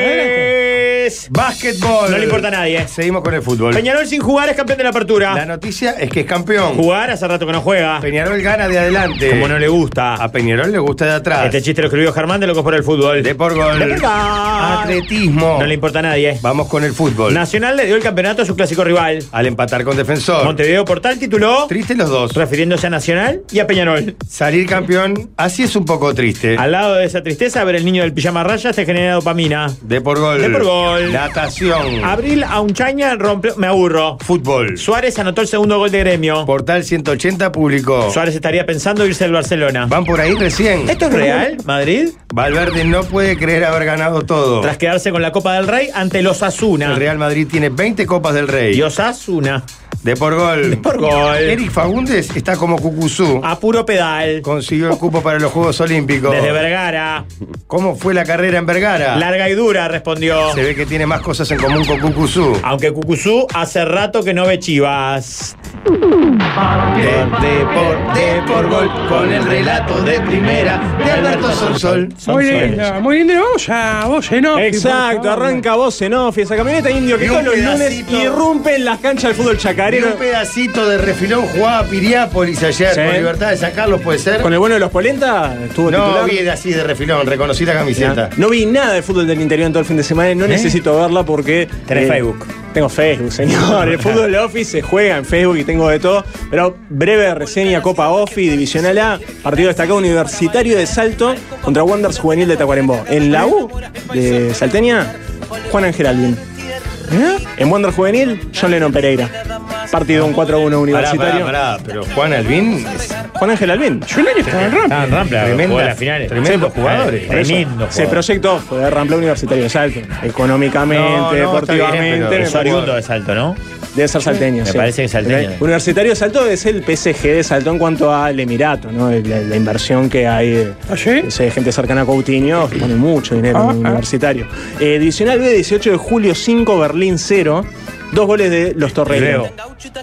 Speaker 5: titulares.
Speaker 7: Básquetbol.
Speaker 5: No le importa a nadie. eh.
Speaker 7: Seguimos con el fútbol.
Speaker 5: Peñarol sin jugar es campeón de la apertura.
Speaker 7: La noticia es que es campeón.
Speaker 5: Jugar hace rato que no juega.
Speaker 7: Peñarol gana de adelante.
Speaker 5: Como no le gusta.
Speaker 7: A Peñarol le gusta de atrás.
Speaker 5: Este chiste lo escribió Germán de Locos por el Fútbol.
Speaker 7: De por gol.
Speaker 5: De por gol.
Speaker 7: Atletismo.
Speaker 5: No le importa a nadie.
Speaker 7: Vamos con el fútbol.
Speaker 5: Nacional le dio el campeonato a su clásico rival.
Speaker 7: Al empatar con Defensor.
Speaker 5: Montevideo Portal tituló.
Speaker 7: Triste los dos.
Speaker 5: Refiriéndose a Nacional y a Peñarol.
Speaker 7: Salir campeón, así es un poco triste.
Speaker 5: Al lado de esa tristeza, ver el niño del pijama raya te genera dopamina.
Speaker 7: De por gol.
Speaker 5: De por gol. Fútbol.
Speaker 7: Natación.
Speaker 5: Abril Aunchaña rompió. Me aburro.
Speaker 7: Fútbol.
Speaker 5: Suárez anotó el segundo gol de gremio.
Speaker 7: Portal 180 publicó.
Speaker 5: Suárez estaría pensando irse al Barcelona.
Speaker 7: Van por ahí recién.
Speaker 5: ¿Esto es real, Madrid?
Speaker 7: Valverde no puede creer haber ganado todo.
Speaker 5: Tras quedarse con la Copa del Rey ante los Asuna.
Speaker 7: El Real Madrid tiene 20 copas del Rey.
Speaker 5: Y Osasuna.
Speaker 7: De por gol.
Speaker 5: De por gol.
Speaker 7: Eric Fagundes está como Cucuzú.
Speaker 5: A puro pedal.
Speaker 7: Consiguió el cupo para los Juegos Olímpicos.
Speaker 5: Desde Vergara.
Speaker 7: ¿Cómo fue la carrera en Vergara?
Speaker 5: Larga y dura, respondió.
Speaker 7: Se ve que tiene más cosas en común con Cucuzú.
Speaker 5: Aunque Cucuzú hace rato que no ve chivas.
Speaker 7: De, de por, de por gol, con el relato de primera de Alberto Sonsol.
Speaker 17: Muy lindo, muy lindo. Vamos a vos, ¿no?
Speaker 6: Exacto, arranca vos en off y esa camioneta indio que
Speaker 7: Y un
Speaker 6: todos los lunes
Speaker 7: pedacito.
Speaker 6: irrumpe en las canchas del fútbol
Speaker 7: Y
Speaker 6: chacarero
Speaker 7: un pedacito de refilón jugaba Piriápolis ayer
Speaker 6: Sí.
Speaker 7: con Libertad de San Carlos, puede ser.
Speaker 6: con el bueno de los Polenta estuvo
Speaker 7: No
Speaker 6: titular.
Speaker 7: vi de así de refilón, reconocí la camiseta. ¿Eh?
Speaker 6: No vi nada de fútbol del interior en todo el fin de semana y no necesito verla porque. eh,
Speaker 5: Tenés Facebook.
Speaker 6: Tengo Facebook, (laughs) señor. El fútbol office se juega en Facebook y tengo de todo. Pero breve reseña: Copa Offi, Divisional A, partido destacado universitario de salto contra Wanderers Juvenil de Tacuarembó. En la U de Salteña, Juan Ángel Alvin.
Speaker 7: ¿Eh?
Speaker 6: En Wander Juvenil, John Lennon Pereira. Partido un 4-1
Speaker 7: Pará,
Speaker 6: universitario.
Speaker 7: pará, pará, pero Juan Albín es
Speaker 6: Juan Ángel Alvin.
Speaker 17: Yo no estaba en Rampla.
Speaker 5: Ah, en Rampla,
Speaker 7: Tremenda-
Speaker 5: jugó las finales.
Speaker 7: tremendo
Speaker 5: Sí,
Speaker 7: jugador.
Speaker 5: eh, Tremendo
Speaker 6: Se
Speaker 5: jugador.
Speaker 6: proyectó fue de Rampla Universitario de Salto, económicamente,
Speaker 7: No, no, está bien,
Speaker 6: deportivamente.
Speaker 7: pero
Speaker 5: Es
Speaker 6: me parece-
Speaker 5: oriundo de Salto, ¿no?
Speaker 6: Debe ser salteño.
Speaker 5: Me
Speaker 6: sí.
Speaker 5: parece que es salteño.
Speaker 6: Ok. Universitario de Salto es el PSG de Salto en cuanto al Emirato, ¿no? La, la inversión que hay. eh,
Speaker 17: ¿Ah, sí?
Speaker 6: o sea, de gente cercana a Coutinho que pone mucho dinero en
Speaker 17: Ah,
Speaker 6: el
Speaker 17: ah.
Speaker 6: universitario. Eh, Divisional B, 18 de julio, 5, Berlín 0. Dos goles de los Torreira.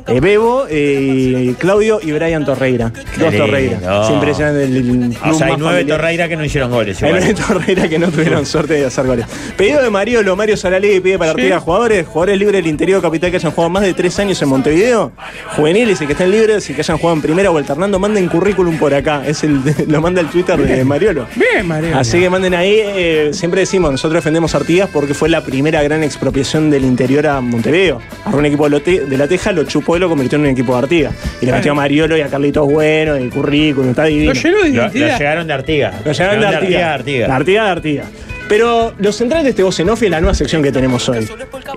Speaker 6: Eh, Bebo, eh, Claudio y Brian Torreira.
Speaker 5: Qué
Speaker 6: Dos
Speaker 5: lindo.
Speaker 6: Torreira. Es impresionante el,
Speaker 5: O sea,
Speaker 6: el
Speaker 5: hay
Speaker 6: club más
Speaker 5: nueve
Speaker 6: familiar.
Speaker 5: Torreira que no hicieron goles.
Speaker 6: Hay
Speaker 5: igual.
Speaker 6: nueve Torreira que no tuvieron suerte de hacer goles. Pedido de Mariolo, Mario Saralegui pide para retirar a jugadores, jugadores libres del interior capital que hayan jugado más de tres años en Montevideo, juveniles y que estén libres y que hayan jugado en primera o alternando, manden currículum por acá. Es el, lo manda el Twitter de Mariolo.
Speaker 17: Bien, Mario.
Speaker 6: Así que manden ahí, eh, siempre decimos, nosotros defendemos Artigas porque fue la primera gran expropiación del interior a Montevideo. A un equipo de, Lote- de la Teja, lo chupó y lo convirtió en un equipo de Artigas. Y le metió a Mariolo y a Carlitos Bueno, y el currículum, está divino.
Speaker 17: Lo llenó
Speaker 5: Lo,
Speaker 17: de
Speaker 5: lo
Speaker 17: identidad.
Speaker 5: llegaron de Artigas.
Speaker 6: Lo llevaron de Artiga.
Speaker 5: a Artigas.
Speaker 6: De Artiga, de Artiga. Pero los centrales de este voz en off es la nueva sección que tenemos hoy.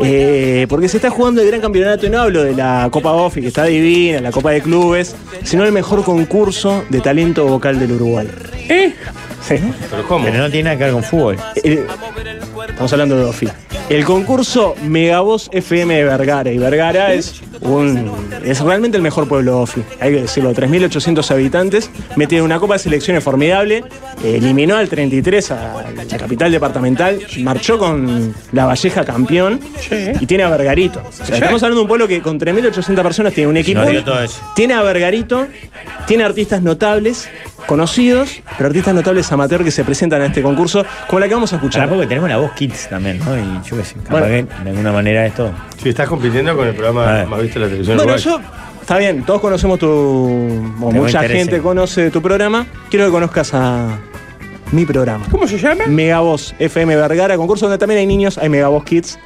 Speaker 6: Eh, porque se está jugando el gran campeonato, y no hablo de la Copa Offi, que está divina, la Copa de Clubes, sino el mejor concurso de talento vocal del Uruguay.
Speaker 17: ¿Eh?
Speaker 6: Sí.
Speaker 7: Pero ¿cómo?
Speaker 5: Pero no tiene nada que ver con fútbol.
Speaker 6: El- estamos hablando de Offi. El concurso Megavoz FM de Vergara. Y Vergara es un es realmente el mejor pueblo Offi. Hay que decirlo, 3.800 habitantes. Metieron una copa de selecciones formidable. eh, eliminó al 33, a la capital departamental. Marchó con la Valleja campeón.
Speaker 17: Sí.
Speaker 6: Y tiene a Vergarito. O sea, Estamos hablando de un pueblo que con 3.800 personas tiene un equipo.
Speaker 5: No dio todo eso.
Speaker 6: Tiene a Vergarito, tiene artistas notables, conocidos, pero artistas notables amateur que se presentan a este concurso, como la que vamos a
Speaker 5: Pará,
Speaker 6: escuchar.
Speaker 5: porque tenemos la voz Kids también, ¿no? Y yo qué sé, capaz
Speaker 6: Bueno.
Speaker 5: que de alguna manera esto. Ah.
Speaker 7: Si estás compitiendo con el
Speaker 5: A
Speaker 7: programa
Speaker 5: ver.
Speaker 7: más visto de la televisión.
Speaker 6: Bueno,
Speaker 7: uruguaya.
Speaker 6: yo. Está bien, todos conocemos tu. o
Speaker 5: Que me
Speaker 6: mucha
Speaker 5: interese.
Speaker 6: gente conoce tu programa. Quiero que conozcas a mi programa.
Speaker 17: ¿Cómo se llama?
Speaker 6: Megavoz FM Vergara, concurso donde también hay niños, hay Megavoz Kids.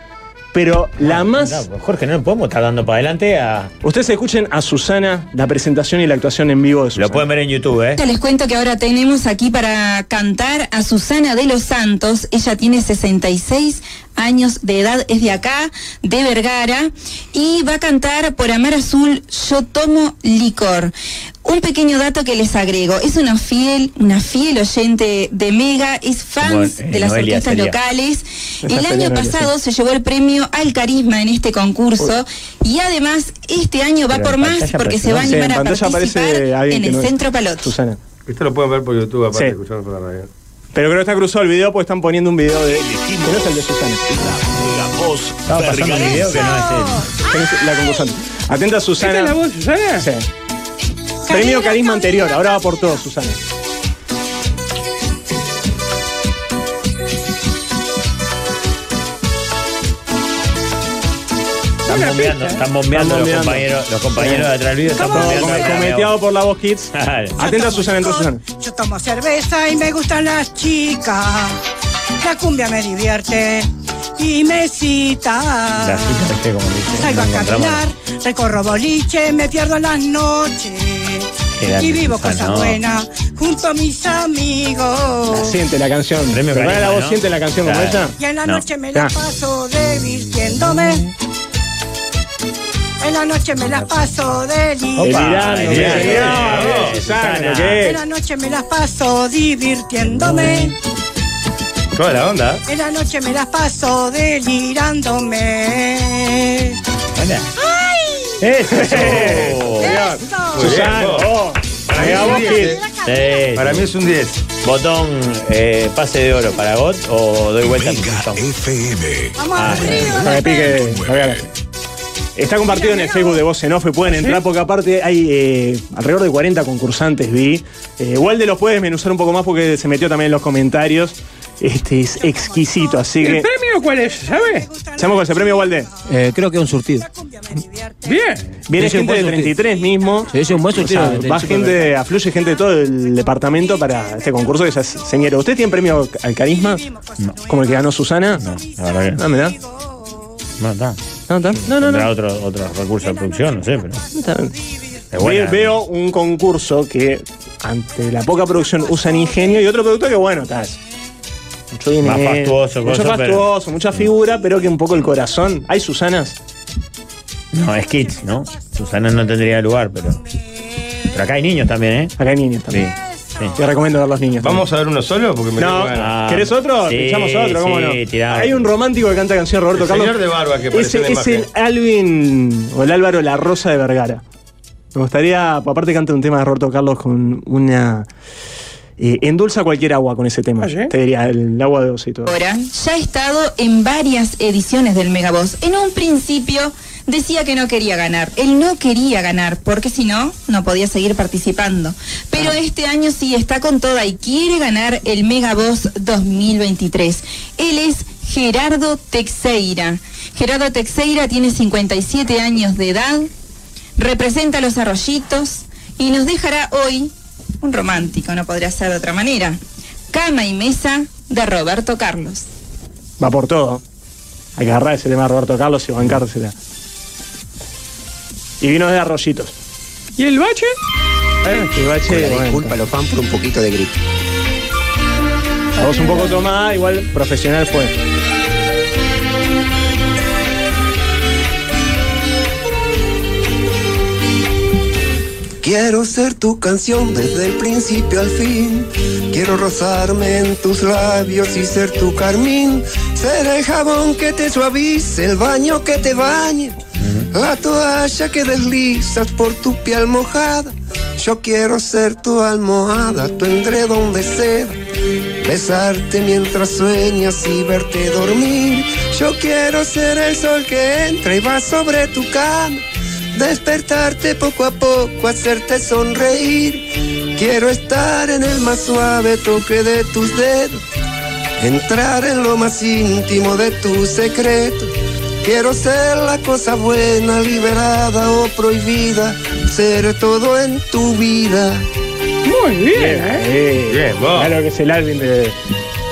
Speaker 6: Pero la más.
Speaker 5: Ah, No, Jorge, no podemos estar dando para adelante a.
Speaker 6: Ustedes escuchen a Susana, la presentación y la actuación en vivo de Susana.
Speaker 5: Lo pueden ver en YouTube, ¿eh?
Speaker 18: Ya les cuento que ahora tenemos aquí para cantar a Susana de los Santos. Ella tiene 66 años de edad, es de acá, de Vergara, y va a cantar por Amar Azul, Yo Tomo Licor. Un pequeño dato que les agrego, es una fiel, una fiel oyente de Mega, es fans
Speaker 5: Como en
Speaker 18: de las
Speaker 5: Noelia
Speaker 18: orquestas
Speaker 5: sería.
Speaker 18: locales.
Speaker 6: eh, Esa
Speaker 18: El
Speaker 6: sería
Speaker 18: año
Speaker 6: Noelia, sí.
Speaker 18: pasado se llevó el premio al carisma en este concurso y además este año va
Speaker 5: Pero
Speaker 18: por
Speaker 5: en
Speaker 18: más
Speaker 5: pantalla
Speaker 18: porque
Speaker 5: aparece,
Speaker 18: se va a
Speaker 5: ¿no?
Speaker 6: Sí, en
Speaker 18: animar a
Speaker 6: pantalla
Speaker 18: participar
Speaker 6: aparece alguien
Speaker 18: en
Speaker 6: que
Speaker 18: el
Speaker 6: no es.
Speaker 18: centro Palot.
Speaker 6: Susana.
Speaker 7: Esto lo pueden ver por YouTube, aparte
Speaker 6: Sí.
Speaker 7: de escucharlo por la radio.
Speaker 6: Pero creo que está cruzado el video porque están poniendo un video de. Que no es el de Susana,
Speaker 5: Estaba pasando un video que no es él.
Speaker 6: que no es la concursante. Atenta
Speaker 17: ¿Esta
Speaker 6: Susana.
Speaker 17: es la voz, Susana?
Speaker 6: Sí. Premio Carisma anterior, ahora va por todo, Susana.
Speaker 5: Están bombeando, están bombeando,
Speaker 6: Están
Speaker 5: los
Speaker 6: bombeando.
Speaker 5: compañeros, los compañeros de atrás del video están
Speaker 6: Todo
Speaker 5: bombeando.
Speaker 6: come-
Speaker 5: acá,
Speaker 6: cometeado por la voz Kids.
Speaker 5: Claro.
Speaker 6: Atenta Susana, entra Susana.
Speaker 19: Yo tomo cerveza y me gustan las chicas. La cumbia me divierte y me cita.
Speaker 5: La cita, este, como dice,
Speaker 19: Salgo a
Speaker 5: nos encontramos.
Speaker 19: caminar Recorro boliche, me pierdo las noches.
Speaker 6: Qué grande,
Speaker 19: Y vivo
Speaker 6: Susana,
Speaker 19: cosas
Speaker 6: ¿no?
Speaker 19: buenas junto a mis amigos.
Speaker 6: Siente la canción.
Speaker 5: Premio
Speaker 6: ¿Verdad?
Speaker 5: Carisma,
Speaker 6: la voz
Speaker 5: ¿no?
Speaker 6: siente la canción como
Speaker 5: Claro.
Speaker 6: esa?
Speaker 19: Y en la noche me
Speaker 6: Ah.
Speaker 19: la paso divirtiéndome. En la noche me la paso
Speaker 6: Delirando,
Speaker 19: delirando.
Speaker 6: delirando.
Speaker 19: Delirando.
Speaker 6: Susana, ¿lo que
Speaker 19: En
Speaker 6: es?
Speaker 19: la noche me la paso divirtiéndome.
Speaker 7: Toda la onda.
Speaker 19: En la noche me la paso delirándome. ¡Ay!
Speaker 5: ¡Eso!
Speaker 19: ¡Eso!
Speaker 5: Susana, oh.
Speaker 7: Para mí es un 10. Para mí es un 10.
Speaker 5: Botón eh, pase de oro para Got o doy vuelta al botón.
Speaker 6: FM.
Speaker 19: Vamos
Speaker 6: Para que pique, para que gane. Está compartido en el Facebook de Voz en Off y pueden entrar porque aparte hay eh, alrededor de 40 concursantes, vi. Eh, Walde los puede desmenuzar un poco más porque se metió también en los comentarios. Este es exquisito, así
Speaker 19: (laughs)
Speaker 17: ¿El
Speaker 6: que... eh,
Speaker 17: premio cuál es? ¿Sabes?
Speaker 6: ¿Sabemos cuál es el premio, Walde?
Speaker 10: Eh, creo que es un surtido.
Speaker 17: Bien.
Speaker 6: Viene
Speaker 10: Sí, sí, un
Speaker 6: gente
Speaker 10: buen
Speaker 6: de
Speaker 10: surtido.
Speaker 6: 33 mismo.
Speaker 10: Sí, es un buen
Speaker 6: O sea,
Speaker 10: surtido de
Speaker 6: va
Speaker 10: 35
Speaker 6: gente, afluye gente de todo el departamento para este concurso que se hace- señero. ¿Usted tiene premio al carisma? ¿Como el que ganó Susana? No,
Speaker 5: la verdad que no.
Speaker 6: Ah, mirá.
Speaker 5: No, está.
Speaker 6: No, está. No, no, no.
Speaker 5: Tendrá otro, otro recurso de producción, no sé, pero. Es buena.
Speaker 6: Ve- veo un concurso que ante la poca producción usan ingenio y otro producto que bueno, está. es Mucho dinero,
Speaker 5: Más fastuoso,
Speaker 6: mucho
Speaker 5: cosa, pero-
Speaker 6: fastuoso, mucha figura, pero que un poco el corazón. Hay Susanas.
Speaker 5: No, es Kids, ¿no? Susana no tendría lugar, pero. Pero acá hay niños también, ¿eh?
Speaker 6: Acá hay niños también. Te recomiendo ver los niños.
Speaker 7: ¿Vamos a ver uno solo? Porque me
Speaker 6: No,
Speaker 7: tengo
Speaker 5: Ah,
Speaker 7: ganas.
Speaker 6: ¿querés otro?
Speaker 7: Sí,
Speaker 6: Pinchamos otro, ¿cómo
Speaker 7: sí,
Speaker 6: no?
Speaker 7: tirá.
Speaker 6: Hay un romántico que canta canción Roberto
Speaker 7: El
Speaker 6: Carlos.
Speaker 7: señor de barba que apareció
Speaker 6: Ese
Speaker 7: en la
Speaker 6: es el
Speaker 7: imagen.
Speaker 6: Alvin o el Álvaro La Rosa de Vergara. Me gustaría, aparte canta un tema de Roberto Carlos con una. eh, endulza cualquier agua con ese tema. Te diría, el agua de dos y todo.
Speaker 18: Ahora, ya ha estado en varias ediciones del Megaboss. En un principio decía que no quería ganar. Él no quería ganar, porque si no, no podía seguir participando. Pero este año sí está con toda y quiere ganar el Megaboss 2023. Él es Gerardo Texeira. Gerardo Texeira tiene 57 años de edad, representa los arroyitos y nos dejará hoy un romántico, no podría ser de otra manera. Cama y Mesa de Roberto Carlos.
Speaker 6: Va por todo. Hay que agarrar ese tema de Roberto Carlos y bancársela. Y vino de arroyitos. Eh,
Speaker 17: ¿Y el bache?
Speaker 6: el bache. Disculpa,
Speaker 20: los fan por un poquito de gripe.
Speaker 6: La voz un poco tomada, igual profesional fue.
Speaker 20: Quiero ser tu canción desde el principio al fin. Quiero rozarme en tus labios y ser tu carmín. Ser el jabón que te suavice, el baño que te bañe, la toalla que deslizas por tu piel mojada. Yo quiero ser tu almohada, tu endredón de seda. Besarte mientras sueñas y verte dormir. Yo quiero ser el sol que entra y va sobre tu cama. Despertarte poco a poco, hacerte sonreír. Quiero estar en el más suave toque de tus dedos. Entrar en lo más íntimo de tu secreto. Quiero ser la cosa buena, liberada o prohibida. Ser todo en tu vida.
Speaker 17: Muy bien,
Speaker 6: ¿eh?
Speaker 7: Bien, vos.
Speaker 6: Claro que es el Alvin de.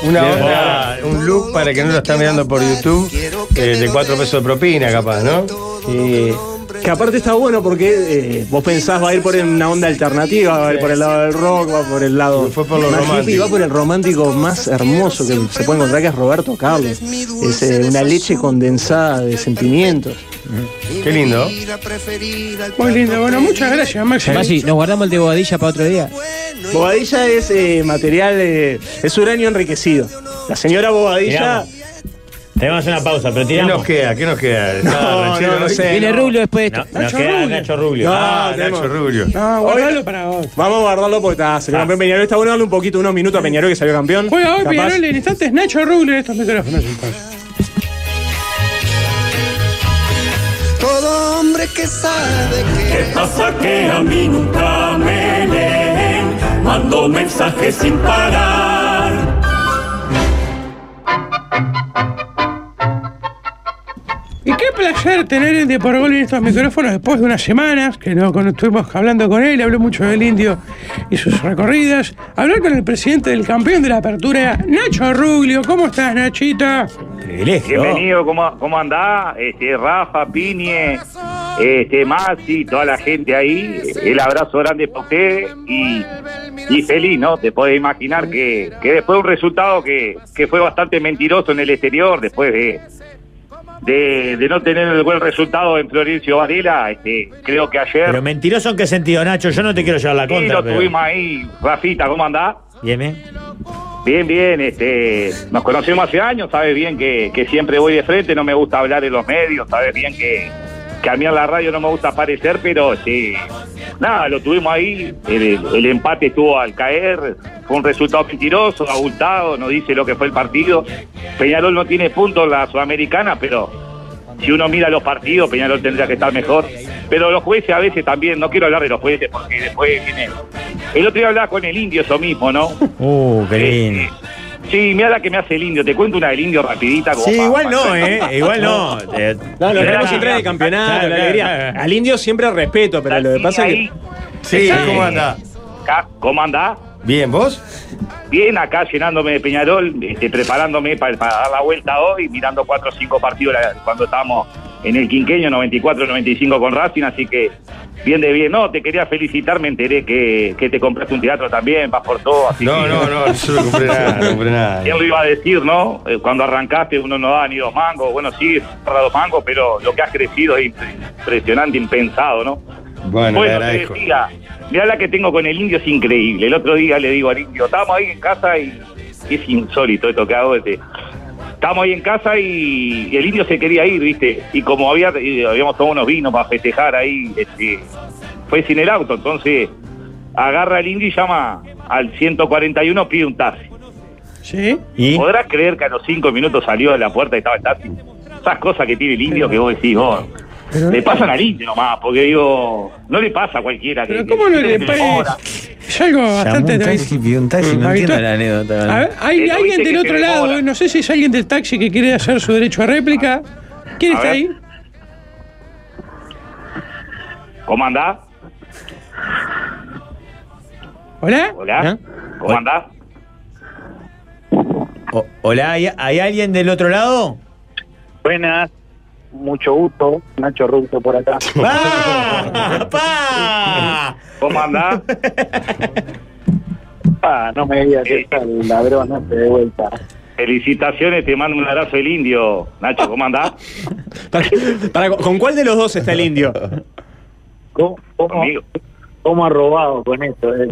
Speaker 7: Una
Speaker 6: Bien,
Speaker 7: onda, un look para el que no lo está mirando por YouTube, eh, de 4 pesos de propina, capaz, ¿no?
Speaker 6: Eh, que aparte está bueno porque eh, vos pensás va a ir por una onda alternativa, va a ir por el lado del rock, va por el lado
Speaker 7: lo
Speaker 6: más hippie,
Speaker 7: romántico.
Speaker 6: va por el romántico más hermoso que se puede encontrar que es Roberto Carlos. Es eh, una leche condensada de sentimientos.
Speaker 5: Mm.
Speaker 7: Qué lindo.
Speaker 17: Muy lindo, bueno, muchas gracias, Maxi.
Speaker 10: Maxi, nos guardamos el de Bobadilla para otro día.
Speaker 6: Bobadilla es eh, material, eh, es uranio enriquecido. La señora Bobadilla.
Speaker 5: Tenemos una pausa, pero tiramos.
Speaker 7: ¿Qué nos queda? ¿Qué nos queda? Está
Speaker 6: no,
Speaker 7: ranchero,
Speaker 6: no sé,
Speaker 10: Viene
Speaker 6: no.
Speaker 10: Rubio después de
Speaker 5: No,
Speaker 10: esto.
Speaker 5: nos
Speaker 6: Nacho
Speaker 5: queda
Speaker 6: Rubio.
Speaker 5: Nacho Rubio.
Speaker 6: No,
Speaker 5: ah,
Speaker 6: tenemos-
Speaker 5: Nacho Ah.
Speaker 7: Rubio.
Speaker 17: No, guardalo para vos.
Speaker 6: Vamos a guardarlo porque está, se quedó campeón Peñarol. Está bueno darle un poquito, unos minutos a Peñarol que salió campeón.
Speaker 17: Juega hoy
Speaker 6: Capaz-
Speaker 17: Peñarol en instantes Nacho Rubio en estos micrófonos. entonces.
Speaker 20: Todo hombre que sabe
Speaker 15: ¿Qué pasa que a mí nunca me leen? Mando mensajes sin parar.
Speaker 17: Y qué placer tener el de por gol en estos micrófonos después de unas semanas que no con- estuvimos hablando con él, habló mucho del indio y sus recorridas. Hablar con el presidente del campeón de la apertura, Nacho Ruglio. ¿Cómo estás, Nachita?
Speaker 5: Privilegio.
Speaker 21: Bienvenido, ¿cómo, cómo andás? Este, Rafa, Piñe, Este, Masi, toda la gente ahí, el abrazo grande para ustedes y, y feliz, ¿no? Te podés imaginar que, que después de un resultado que, que fue bastante mentiroso en el exterior, después de, de, de no tener el buen resultado en Florencio Varela, este, creo que ayer
Speaker 5: Pero mentiroso en qué sentido, Nacho. Yo no te quiero llevar la
Speaker 21: sí
Speaker 5: contra.
Speaker 21: lo
Speaker 5: pero-
Speaker 21: tuvimos ahí. Rafita, ¿cómo andás?
Speaker 5: Bien, bien.
Speaker 21: Bien, bien, este, nos conocemos hace años, sabes bien que, que siempre voy de frente, no me gusta hablar en los medios, sabes bien que, que a mí en la radio no me gusta aparecer, pero sí, nada, lo tuvimos ahí, el, el empate estuvo al caer, fue un resultado mentiroso, abultado, no dice lo que fue el partido. Peñarol no tiene puntos en la sudamericana, pero si uno mira los partidos, Peñarol tendría que estar mejor. Pero los jueces a veces también, no quiero hablar de los jueces porque después viene... El otro día hablaba con el indio eso mismo, ¿no?
Speaker 5: Uh, qué lindo.
Speaker 21: Sí, mira la que me hace el indio. Te cuento una del indio rapidita. como
Speaker 5: Sí,
Speaker 21: pa-
Speaker 5: igual
Speaker 21: pa-
Speaker 5: no, ¿eh? Igual
Speaker 21: (laughs)
Speaker 5: no. Eh,
Speaker 6: No, lo
Speaker 5: de
Speaker 6: queremos
Speaker 5: verdad.
Speaker 6: entrar en el campeonato,
Speaker 5: Claro,
Speaker 6: la
Speaker 5: claro,
Speaker 6: alegría.
Speaker 5: claro.
Speaker 6: Al indio siempre respeto, pero lo que pasa es que.
Speaker 21: Sí,
Speaker 6: ¿cómo
Speaker 21: anda? ¿Cómo anda?
Speaker 7: Bien, ¿vos?
Speaker 21: Bien, acá llenándome de Peñarol, este, preparándome para, para dar la vuelta hoy, mirando cuatro o cinco partidos la- cuando estábamos en el quinqueño 94-95 con Racing, así que bien de bien. No, te quería felicitar, me enteré que, que te compraste un teatro también, vas por todo. Así
Speaker 7: No,
Speaker 21: que-
Speaker 7: no, no, yo no compré nada, no compré nada.
Speaker 21: ¿Quién lo iba a decir, no? Eh, Cuando arrancaste uno no da ni dos mangos. Bueno, sí, para dos mangos, pero lo que has crecido es impresionante, impensado, ¿no?
Speaker 7: Bueno, le
Speaker 21: te
Speaker 7: agradezco.
Speaker 21: decía, mirá la que tengo con el indio, es increíble. El otro día le digo al indio, estábamos ahí en casa y y es insólito esto que hago. Este. Estábamos ahí en casa y, y el indio se quería ir, ¿viste? Y como había, y habíamos tomado unos vinos para festejar ahí, este, fue sin el auto. Entonces agarra el indio y llama al 141, pide un taxi.
Speaker 17: ¿Sí?
Speaker 21: ¿Podrás creer que a los cinco minutos salió de la puerta y estaba el taxi? Esas cosas que tiene el indio que vos decís, vos. Le pasan al indio nomás, porque digo, no le pasa a cualquiera. Que,
Speaker 17: Pero ¿cómo no le pasa? Es algo bastante tradicional.
Speaker 22: un taxi, no entiendo
Speaker 17: Habitual.
Speaker 22: la anécdota.
Speaker 17: A ver,
Speaker 21: Eh,
Speaker 17: hay
Speaker 22: Pero
Speaker 17: alguien
Speaker 22: viste
Speaker 17: del
Speaker 22: que
Speaker 17: otro
Speaker 22: se
Speaker 17: lado,
Speaker 22: demora.
Speaker 17: eh, no sé si es alguien del taxi que quiere hacer su derecho a réplica. ¿Quién
Speaker 21: A
Speaker 17: está
Speaker 21: ver.
Speaker 17: ahí?
Speaker 21: ¿Cómo andás?
Speaker 17: ¿Hola?
Speaker 21: ¿Hola? ¿Cómo andás?
Speaker 5: O- hola, ¿hay, hay alguien del otro lado?
Speaker 23: Buenas, mucho gusto, Nacho Russo por
Speaker 5: (laughs)
Speaker 23: acá.
Speaker 5: Ah,
Speaker 21: ¿Cómo
Speaker 5: (laughs)
Speaker 21: andás?
Speaker 23: Ah, no me digas que está el ladrón este de vuelta.
Speaker 21: Felicitaciones, te mando un abrazo el indio. Nacho, ¿cómo andás?
Speaker 6: Para- para- ¿Con cuál de los dos está el indio?
Speaker 23: ¿Cómo, cómo, cómo ha robado con eso? eh?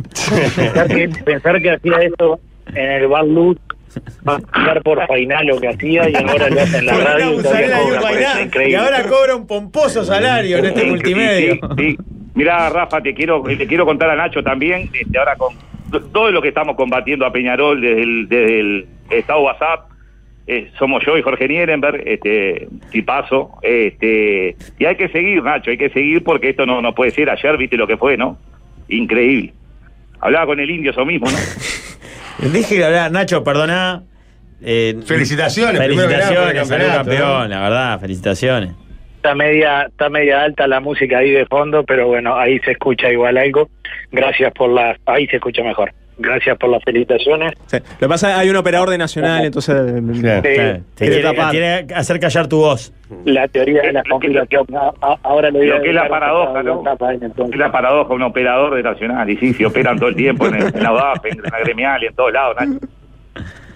Speaker 23: Pensar que, pensar que hacía eso en el Bar Luz, pasar por Fainá lo que hacía y ahora lo hace en la
Speaker 5: Por acá
Speaker 23: radio. y
Speaker 5: un
Speaker 23: todavía
Speaker 5: salario
Speaker 23: cobra,
Speaker 5: para
Speaker 23: parece
Speaker 5: nada,
Speaker 23: increíble.
Speaker 5: y ahora cobra un pomposo salario en este
Speaker 21: Sí,
Speaker 5: multimedia.
Speaker 21: sí, sí. Mirá, Rafa, te quiero, eh, te quiero contar a Nacho también, este, ahora con todo lo que estamos combatiendo a Peñarol desde el, desde el estado WhatsApp, eh, somos yo y Jorge Nierenberg, este, tipazo, este, y hay que seguir, Nacho, hay que seguir porque esto no, no puede ser. Ayer viste lo que fue, ¿no? Increíble. Hablaba con el indio eso mismo, ¿no?
Speaker 5: Deje de hablar, Nacho, perdoná. Eh,
Speaker 7: Felicitaciones, primero que nada, por el
Speaker 5: felicitaciones, salió
Speaker 7: campeonato, ¿no?
Speaker 5: campeón, la verdad, felicitaciones.
Speaker 23: Está media, está media alta la música ahí de fondo, pero bueno, ahí se escucha igual algo. Gracias por las, ahí se escucha mejor. Gracias por las felicitaciones. Eh,
Speaker 6: Sí, Lo que pasa es que hay un operador de Nacional, entonces. eh,
Speaker 23: Sí.
Speaker 5: Te
Speaker 6: Quiere
Speaker 5: quiere,
Speaker 6: tapar.
Speaker 5: quiere hacer callar tu voz.
Speaker 23: La teoría de la conspiración. A- a- Ahora lo (laughs) voy a
Speaker 21: Lo que es la
Speaker 23: dejar
Speaker 21: paradoja, ¿no?
Speaker 23: pasar la tapa, entonces.
Speaker 21: Es la paradoja, un operador de Nacional, y sí, se operan todo el tiempo en, el-
Speaker 23: (laughs)
Speaker 21: en la UDAP, en la gremial y en todos lados, Nacho.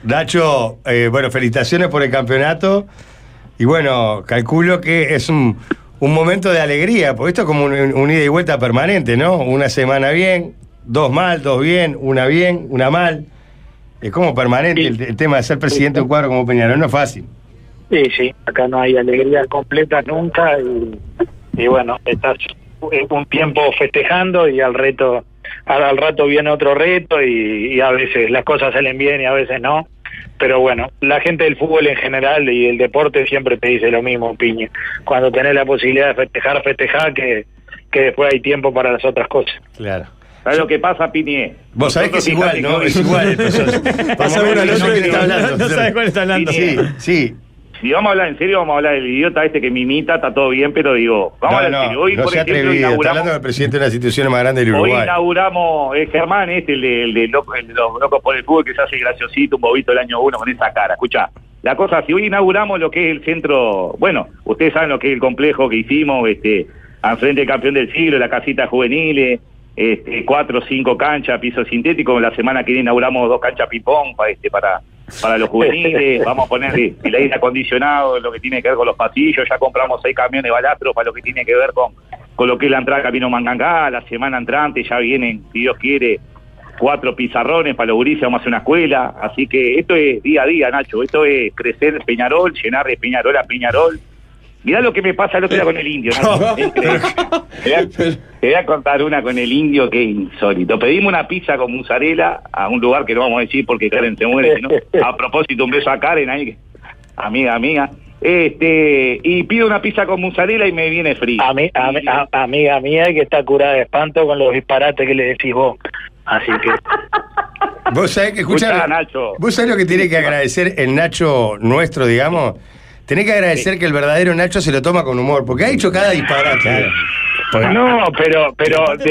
Speaker 7: Nacho, eh, bueno, felicitaciones por el campeonato. Y bueno, calculo que es un, un momento de alegría, porque esto es como un, un ida y vuelta permanente, ¿no? Una semana bien, dos mal, dos bien, una bien, una mal. Es como permanente el, el tema de ser presidente de un cuadro como Peñarol, no es fácil.
Speaker 23: Sí, sí, acá no hay alegrías completas nunca y, y bueno, estás eh, un tiempo festejando y al reto al, al rato viene otro reto y, y a veces las cosas salen bien y a veces no. Pero bueno, la gente del fútbol en general y el deporte siempre te dice lo mismo, Piña. Cuando tenés la posibilidad de festejar, festejar que, que después hay tiempo para las otras cosas.
Speaker 7: Claro.
Speaker 21: ¿Sabes lo que pasa, Piñé?
Speaker 7: Vos sabés que es igual, ¿no? Es igual el (laughs)
Speaker 21: (laughs)
Speaker 7: proceso.
Speaker 21: Pasa
Speaker 7: Por
Speaker 21: uno
Speaker 7: momentos
Speaker 21: al
Speaker 7: no
Speaker 21: otro
Speaker 7: quiere
Speaker 21: y no-
Speaker 7: estar hablando.
Speaker 21: no sabe cuál está hablando.
Speaker 7: Sí, sí.
Speaker 21: Si vamos a hablar en serio, vamos a hablar del idiota este que me imita, está todo bien, pero digo, vamos a
Speaker 7: No,
Speaker 21: hablar en
Speaker 7: no,
Speaker 21: serio. Hoy,
Speaker 7: no
Speaker 21: por
Speaker 7: se ha
Speaker 21: ejemplo,
Speaker 7: atrevido. Está
Speaker 21: inauguramos,
Speaker 7: hablando del presidente de una institución más grande del
Speaker 21: hoy
Speaker 7: Uruguay.
Speaker 21: inauguramos eh, Germán, este, el de, el de loco- el de los locos por el fútbol, que se hace graciosito, un bobito del año uno con esa cara. Escucha, la cosa, si hoy inauguramos lo que es el centro, bueno, ustedes saben lo que es el complejo que hicimos, este al frente del campeón del siglo, la casita juveniles, este, cuatro o cinco canchas, piso sintético. La semana que viene inauguramos dos canchas pipón para, este, para, para los juveniles. Vamos a poner el el aire acondicionado, lo que tiene que ver con los pasillos. Ya compramos seis camiones balastros para lo que tiene que ver con, con lo que es la entrada Camino Mangangá. La semana entrante ya vienen, si Dios quiere, cuatro pizarrones para los gurises, vamos a hacer una escuela. Así que esto es día a día, Nacho. Esto es crecer Peñarol, llenar de Peñarol a Peñarol. Mirá lo que me pasa el otro día con el indio. Nacho. Es increíble. Te voy a- te voy a contar una con el indio que es insólito. Pedimos una pizza con mozzarella a un lugar que no vamos a decir porque Karen se muere. sino- A propósito, un beso a Karen, ahí, que- amiga, amiga. Este, y pido una pizza con mozzarella y me viene fría.
Speaker 23: A mí, a, mí- a- amiga mía que está curada de espanto con los disparates que le decís vos. Así que.
Speaker 7: Vos sabés que escuchá,
Speaker 23: Escuchá, Nacho.
Speaker 7: Vos sabés lo que tiene que agradecer el Nacho nuestro, digamos. Tenés que agradecer que el verdadero Nacho se lo toma con humor, porque ha hecho cada disparate.
Speaker 23: No, pero pero de,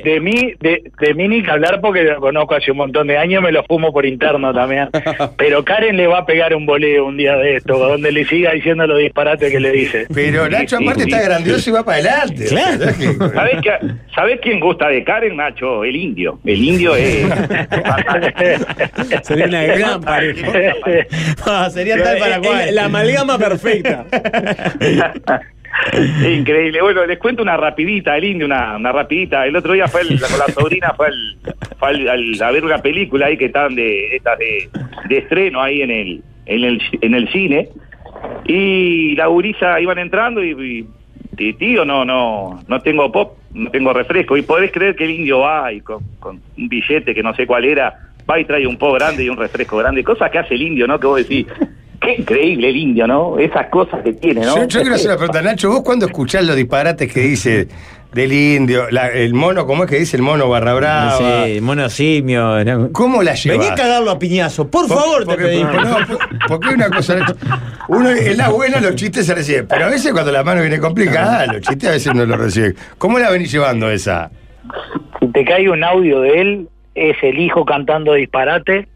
Speaker 23: de- de mí de, de mí ni que hablar porque lo conozco hace un montón de años, me lo fumo por interno
Speaker 7: (laughs)
Speaker 23: también. Pero Karen le va a pegar un boleo un día de esto, donde le siga diciendo los disparates que le dice.
Speaker 7: Pero Nacho, aparte, está grandioso y va para
Speaker 5: Este,
Speaker 7: adelante.
Speaker 21: (laughs) ¿Sabés, qué- sabés quién gusta de Karen, Nacho? El indio. El indio es...
Speaker 5: (laughs)
Speaker 21: (laughs)
Speaker 5: Sería una gran (laughs)
Speaker 21: (laughs)
Speaker 5: pareja. Ah, sería tal para cual.
Speaker 23: la amalgama
Speaker 5: perfecta.
Speaker 21: Increíble. Bueno, les cuento una rapidita, el indio, una, una rapidita. El otro día fue el- con la sobrina, fue, al, fue al- al- a ver una película ahí que están de, estas de, de estreno ahí en el, en el, en el cine. Y la gurisa iban entrando y, y, y, tío, no, no, no tengo pop, no tengo refresco. Y podés creer que el indio va y con, con un billete que no sé cuál era, va y trae un pop grande y un refresco grande. Cosas que hace el indio, ¿no? Que vos decís, qué increíble el indio, ¿no? Esas cosas que tiene, ¿no?
Speaker 7: Yo, yo quiero hacer una pregunta, Nacho, vos cuando escuchás los disparates que dice del indio, la- el mono, ¿cómo es que dice el mono barra brava?
Speaker 5: Sí, monosimio. ¿no?
Speaker 7: ¿Cómo la llevas?
Speaker 5: Eh, Vení a cagarlo a piñazo, por, favor, te pedimos.
Speaker 7: no, por- porque una cosa. Uno en la buena los chistes se reciben, pero a veces cuando la mano viene complicada, los chistes a veces no los reciben. ¿Cómo la venís llevando esa?
Speaker 23: Si te cae un audio de él, es el hijo cantando disparate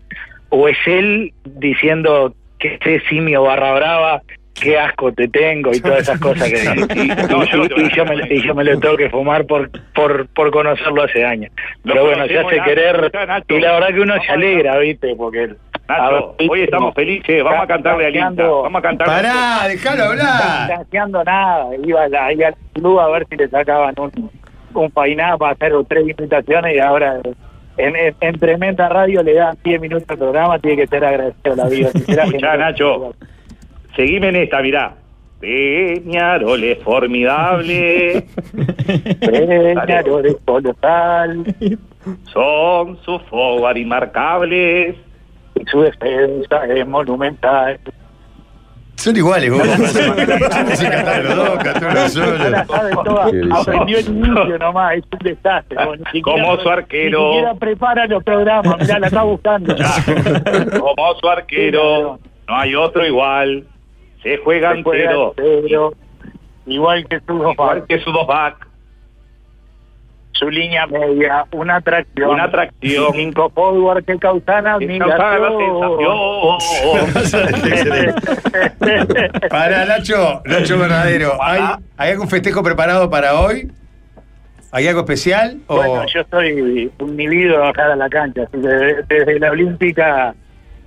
Speaker 23: o es él diciendo que este simio barra brava, qué asco te tengo y todas esas cosas
Speaker 21: (laughs)
Speaker 23: que dice. Y,
Speaker 21: No, yo no te voy a
Speaker 23: y- y yo me, y yo me lo tengo que fumar por, por, por conocerlo hace años.
Speaker 21: Lo
Speaker 23: Pero bueno, se
Speaker 21: conocemos,
Speaker 23: hace
Speaker 21: Nacho.
Speaker 23: querer
Speaker 21: Escuchá, Nacho.
Speaker 23: y la verdad que uno se alegra, ¿viste? Porque a ver,
Speaker 21: Nacho, hoy estamos felices, vamos a cantarle al Inta, vamos a cantarle.
Speaker 7: Pará, dejalo hablar.
Speaker 23: No haciendo nada. Iba a la, iba al club a ver si le sacaban un, un painá para hacer tres invitaciones y ahora en, en- en tremenda radio le dan 10 minutos al programa. Tiene que ser agradecido la vida.
Speaker 21: Escuchá, Nacho, seguime en esta, mirá. Peñarol es
Speaker 23: (laughs)
Speaker 21: formidable,
Speaker 7: (laughs)
Speaker 23: Peñarol es colosal.
Speaker 21: son sus forward inmarcables.
Speaker 23: y Su defensa es monumental.
Speaker 7: Son iguales vos.
Speaker 23: Se la sabe toda.
Speaker 7: Qué bizarro.
Speaker 23: Aprendió el inicio nomás. Es un desastre. vos, ni siquiera-
Speaker 21: Ah, Como su arquero.
Speaker 23: Ni siquiera prepara los programas. Mirá, la está
Speaker 7: (laughs)
Speaker 23: buscando.
Speaker 21: Como su arquero, no hay otro igual. Se juega
Speaker 23: Se juega
Speaker 21: entero,
Speaker 23: entero, Igual que su dos
Speaker 21: igual que su dos back.
Speaker 23: su línea media, una atracción.
Speaker 21: Una atracción.
Speaker 23: Cinco forward que causan
Speaker 21: causaban la
Speaker 7: (laughs)
Speaker 21: Oh,
Speaker 7: Para Nacho, Nacho Bernadero, ¿hay, hay algún festejo preparado para hoy? ¿Hay algo especial? ¿O
Speaker 23: Bueno, yo soy un nibido a bajar a la cancha. así que de- desde la Olímpica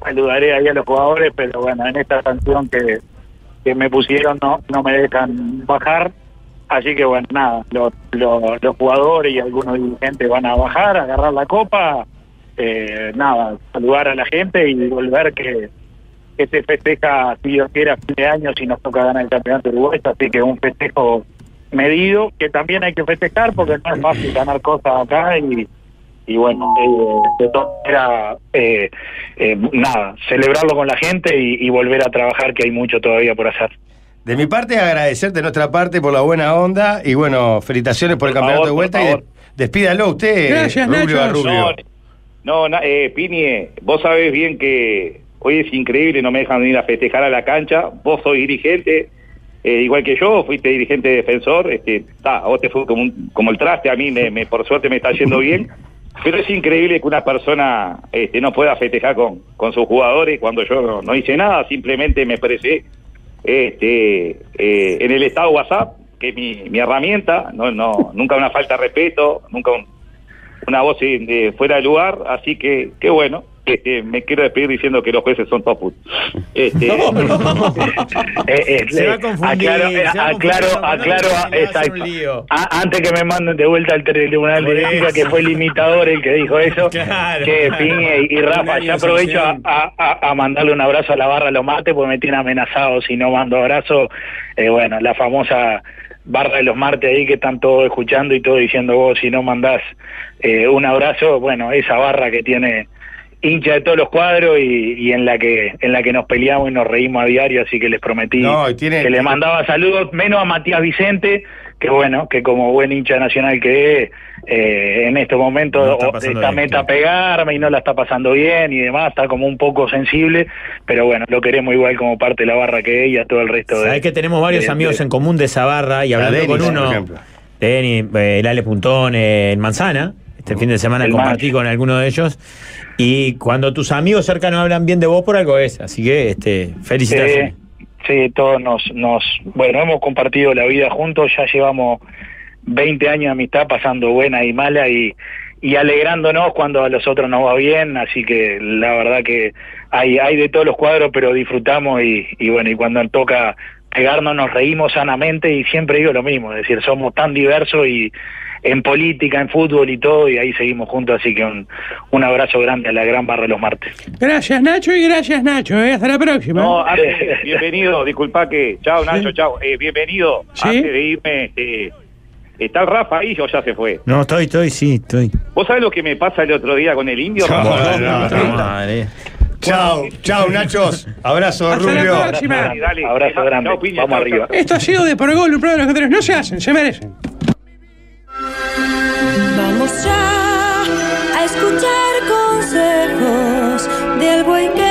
Speaker 23: saludaré ahí a los jugadores, pero bueno, en esta sanción que, que me pusieron no, no me dejan bajar. Así que bueno, nada, los, los- los jugadores y algunos dirigentes van a bajar, a agarrar la copa, eh, nada, saludar a la gente y volver que, que se festeja, si Dios quiere, a fin de año si nos toca ganar el campeonato uruguayo. Así que un festejo medido que también hay que festejar porque no es fácil ganar cosas acá y, y bueno, eh, de todas maneras, eh, eh, nada, celebrarlo con la gente y, y volver a trabajar que hay mucho todavía por hacer.
Speaker 7: De mi parte, agradecerte de nuestra parte por la buena onda y bueno, felicitaciones por el
Speaker 21: Por
Speaker 7: campeonato
Speaker 21: favor,
Speaker 7: de vuelta
Speaker 21: por
Speaker 7: y
Speaker 21: favor.
Speaker 7: des- despídalo usted, Rubio a Rubio.
Speaker 21: No, na- eh, Piñe, vos sabés bien que hoy es increíble, no me dejan venir a festejar a la cancha. Vos sois dirigente, eh, igual que yo, fuiste dirigente defensor. Este, ta, a vos te fue como, un- como el traste, a mí me, me- por suerte me está yendo bien. Pero es increíble que una persona este, no pueda festejar con, con sus jugadores cuando yo no, no hice nada, simplemente me expresé este, eh, en el estado WhatsApp que es mi, mi herramienta, no, no, nunca una falta de respeto, nunca un- una voz sin- de fuera de lugar, así que qué bueno. Este, me quiero despedir diciendo que los jueces son top Este,
Speaker 23: (laughs)
Speaker 21: eh, eh, Se va a confundir,
Speaker 23: aclaro, eh,
Speaker 21: se va a confundir,
Speaker 23: aclaro,
Speaker 21: no, no,
Speaker 23: aclaro,
Speaker 21: no, no, no, no,
Speaker 23: exacto.
Speaker 21: es un lío.
Speaker 23: A- antes que me manden de vuelta al tri- tribunal de justicia, que fue el imitador el que dijo
Speaker 21: (laughs)
Speaker 23: eso. que Piñe y, y Rafa, ya aprovecho a, a- a- a mandarle un abrazo a la barra Los Martes, porque me tiene amenazado si no mando abrazo. Eh, bueno, la famosa barra de los martes ahí que están todos escuchando y todos diciendo vos si no mandás eh, un abrazo, bueno, esa barra que tiene hincha de todos los cuadros y, y en la que en la que nos peleamos y nos reímos a diario, así que les prometí
Speaker 7: No, y tiene-
Speaker 23: que le mandaba saludos, menos a Matías Vicente, que bueno, que como buen hincha nacional que es, eh, en estos momentos
Speaker 3: No
Speaker 23: o-
Speaker 3: está
Speaker 23: está,
Speaker 3: pasando bien,
Speaker 23: meta a pegarme y no la está pasando bien y demás, está como un poco sensible, pero bueno, lo queremos igual como parte de la barra que es y a todo el resto de...
Speaker 5: Sabés que tenemos varios
Speaker 23: de-
Speaker 5: amigos
Speaker 23: de-
Speaker 5: en común de esa barra y
Speaker 23: A
Speaker 5: hablando
Speaker 23: Denis,
Speaker 5: con
Speaker 23: por
Speaker 5: uno,
Speaker 23: ejemplo.
Speaker 5: Denis, eh, el Ale Puntón, eh, el Manzana, este fin de semana
Speaker 23: El
Speaker 5: compartí con alguno de ellos. Y cuando tus amigos cercanos hablan bien de vos, por algo es. Así que este,
Speaker 23: Eh,
Speaker 5: felicitaciones.
Speaker 23: Sí, todos nos, nos, bueno, hemos compartido la vida juntos, ya llevamos 20 años de amistad pasando buena y mala y, y alegrándonos cuando a los otros nos va bien, así que la verdad que hay, hay de todos los cuadros, pero disfrutamos y, y bueno, y cuando nos toca pegarnos nos reímos sanamente y siempre digo lo mismo, es decir, somos tan diversos y en política, en fútbol y todo, y ahí seguimos juntos, así que un, un abrazo grande a la gran barra de los martes.
Speaker 17: Gracias, Nacho, y gracias, Nacho. eh. Hasta la próxima.
Speaker 21: No, antes, bienvenido, disculpa que. Chao, Nacho, chao. Eh, bienvenido. Antes de irme, eh, ¿está el Rafa ahí o ya se fue?
Speaker 5: No, estoy, estoy, sí, estoy.
Speaker 21: ¿Vos sabés lo que me pasa el otro día con el indio? Rafa?
Speaker 7: Ah, Chao, chao, Nachos. Abrazo,
Speaker 17: Hasta la
Speaker 7: Rubio.
Speaker 17: próxima. Dale,
Speaker 23: Abrazo grande. Vamos arriba.
Speaker 17: Esto ha sido de por gol, un programa de los que tres no se hacen, se merecen.
Speaker 4: Vamos ya a escuchar consejos del buen que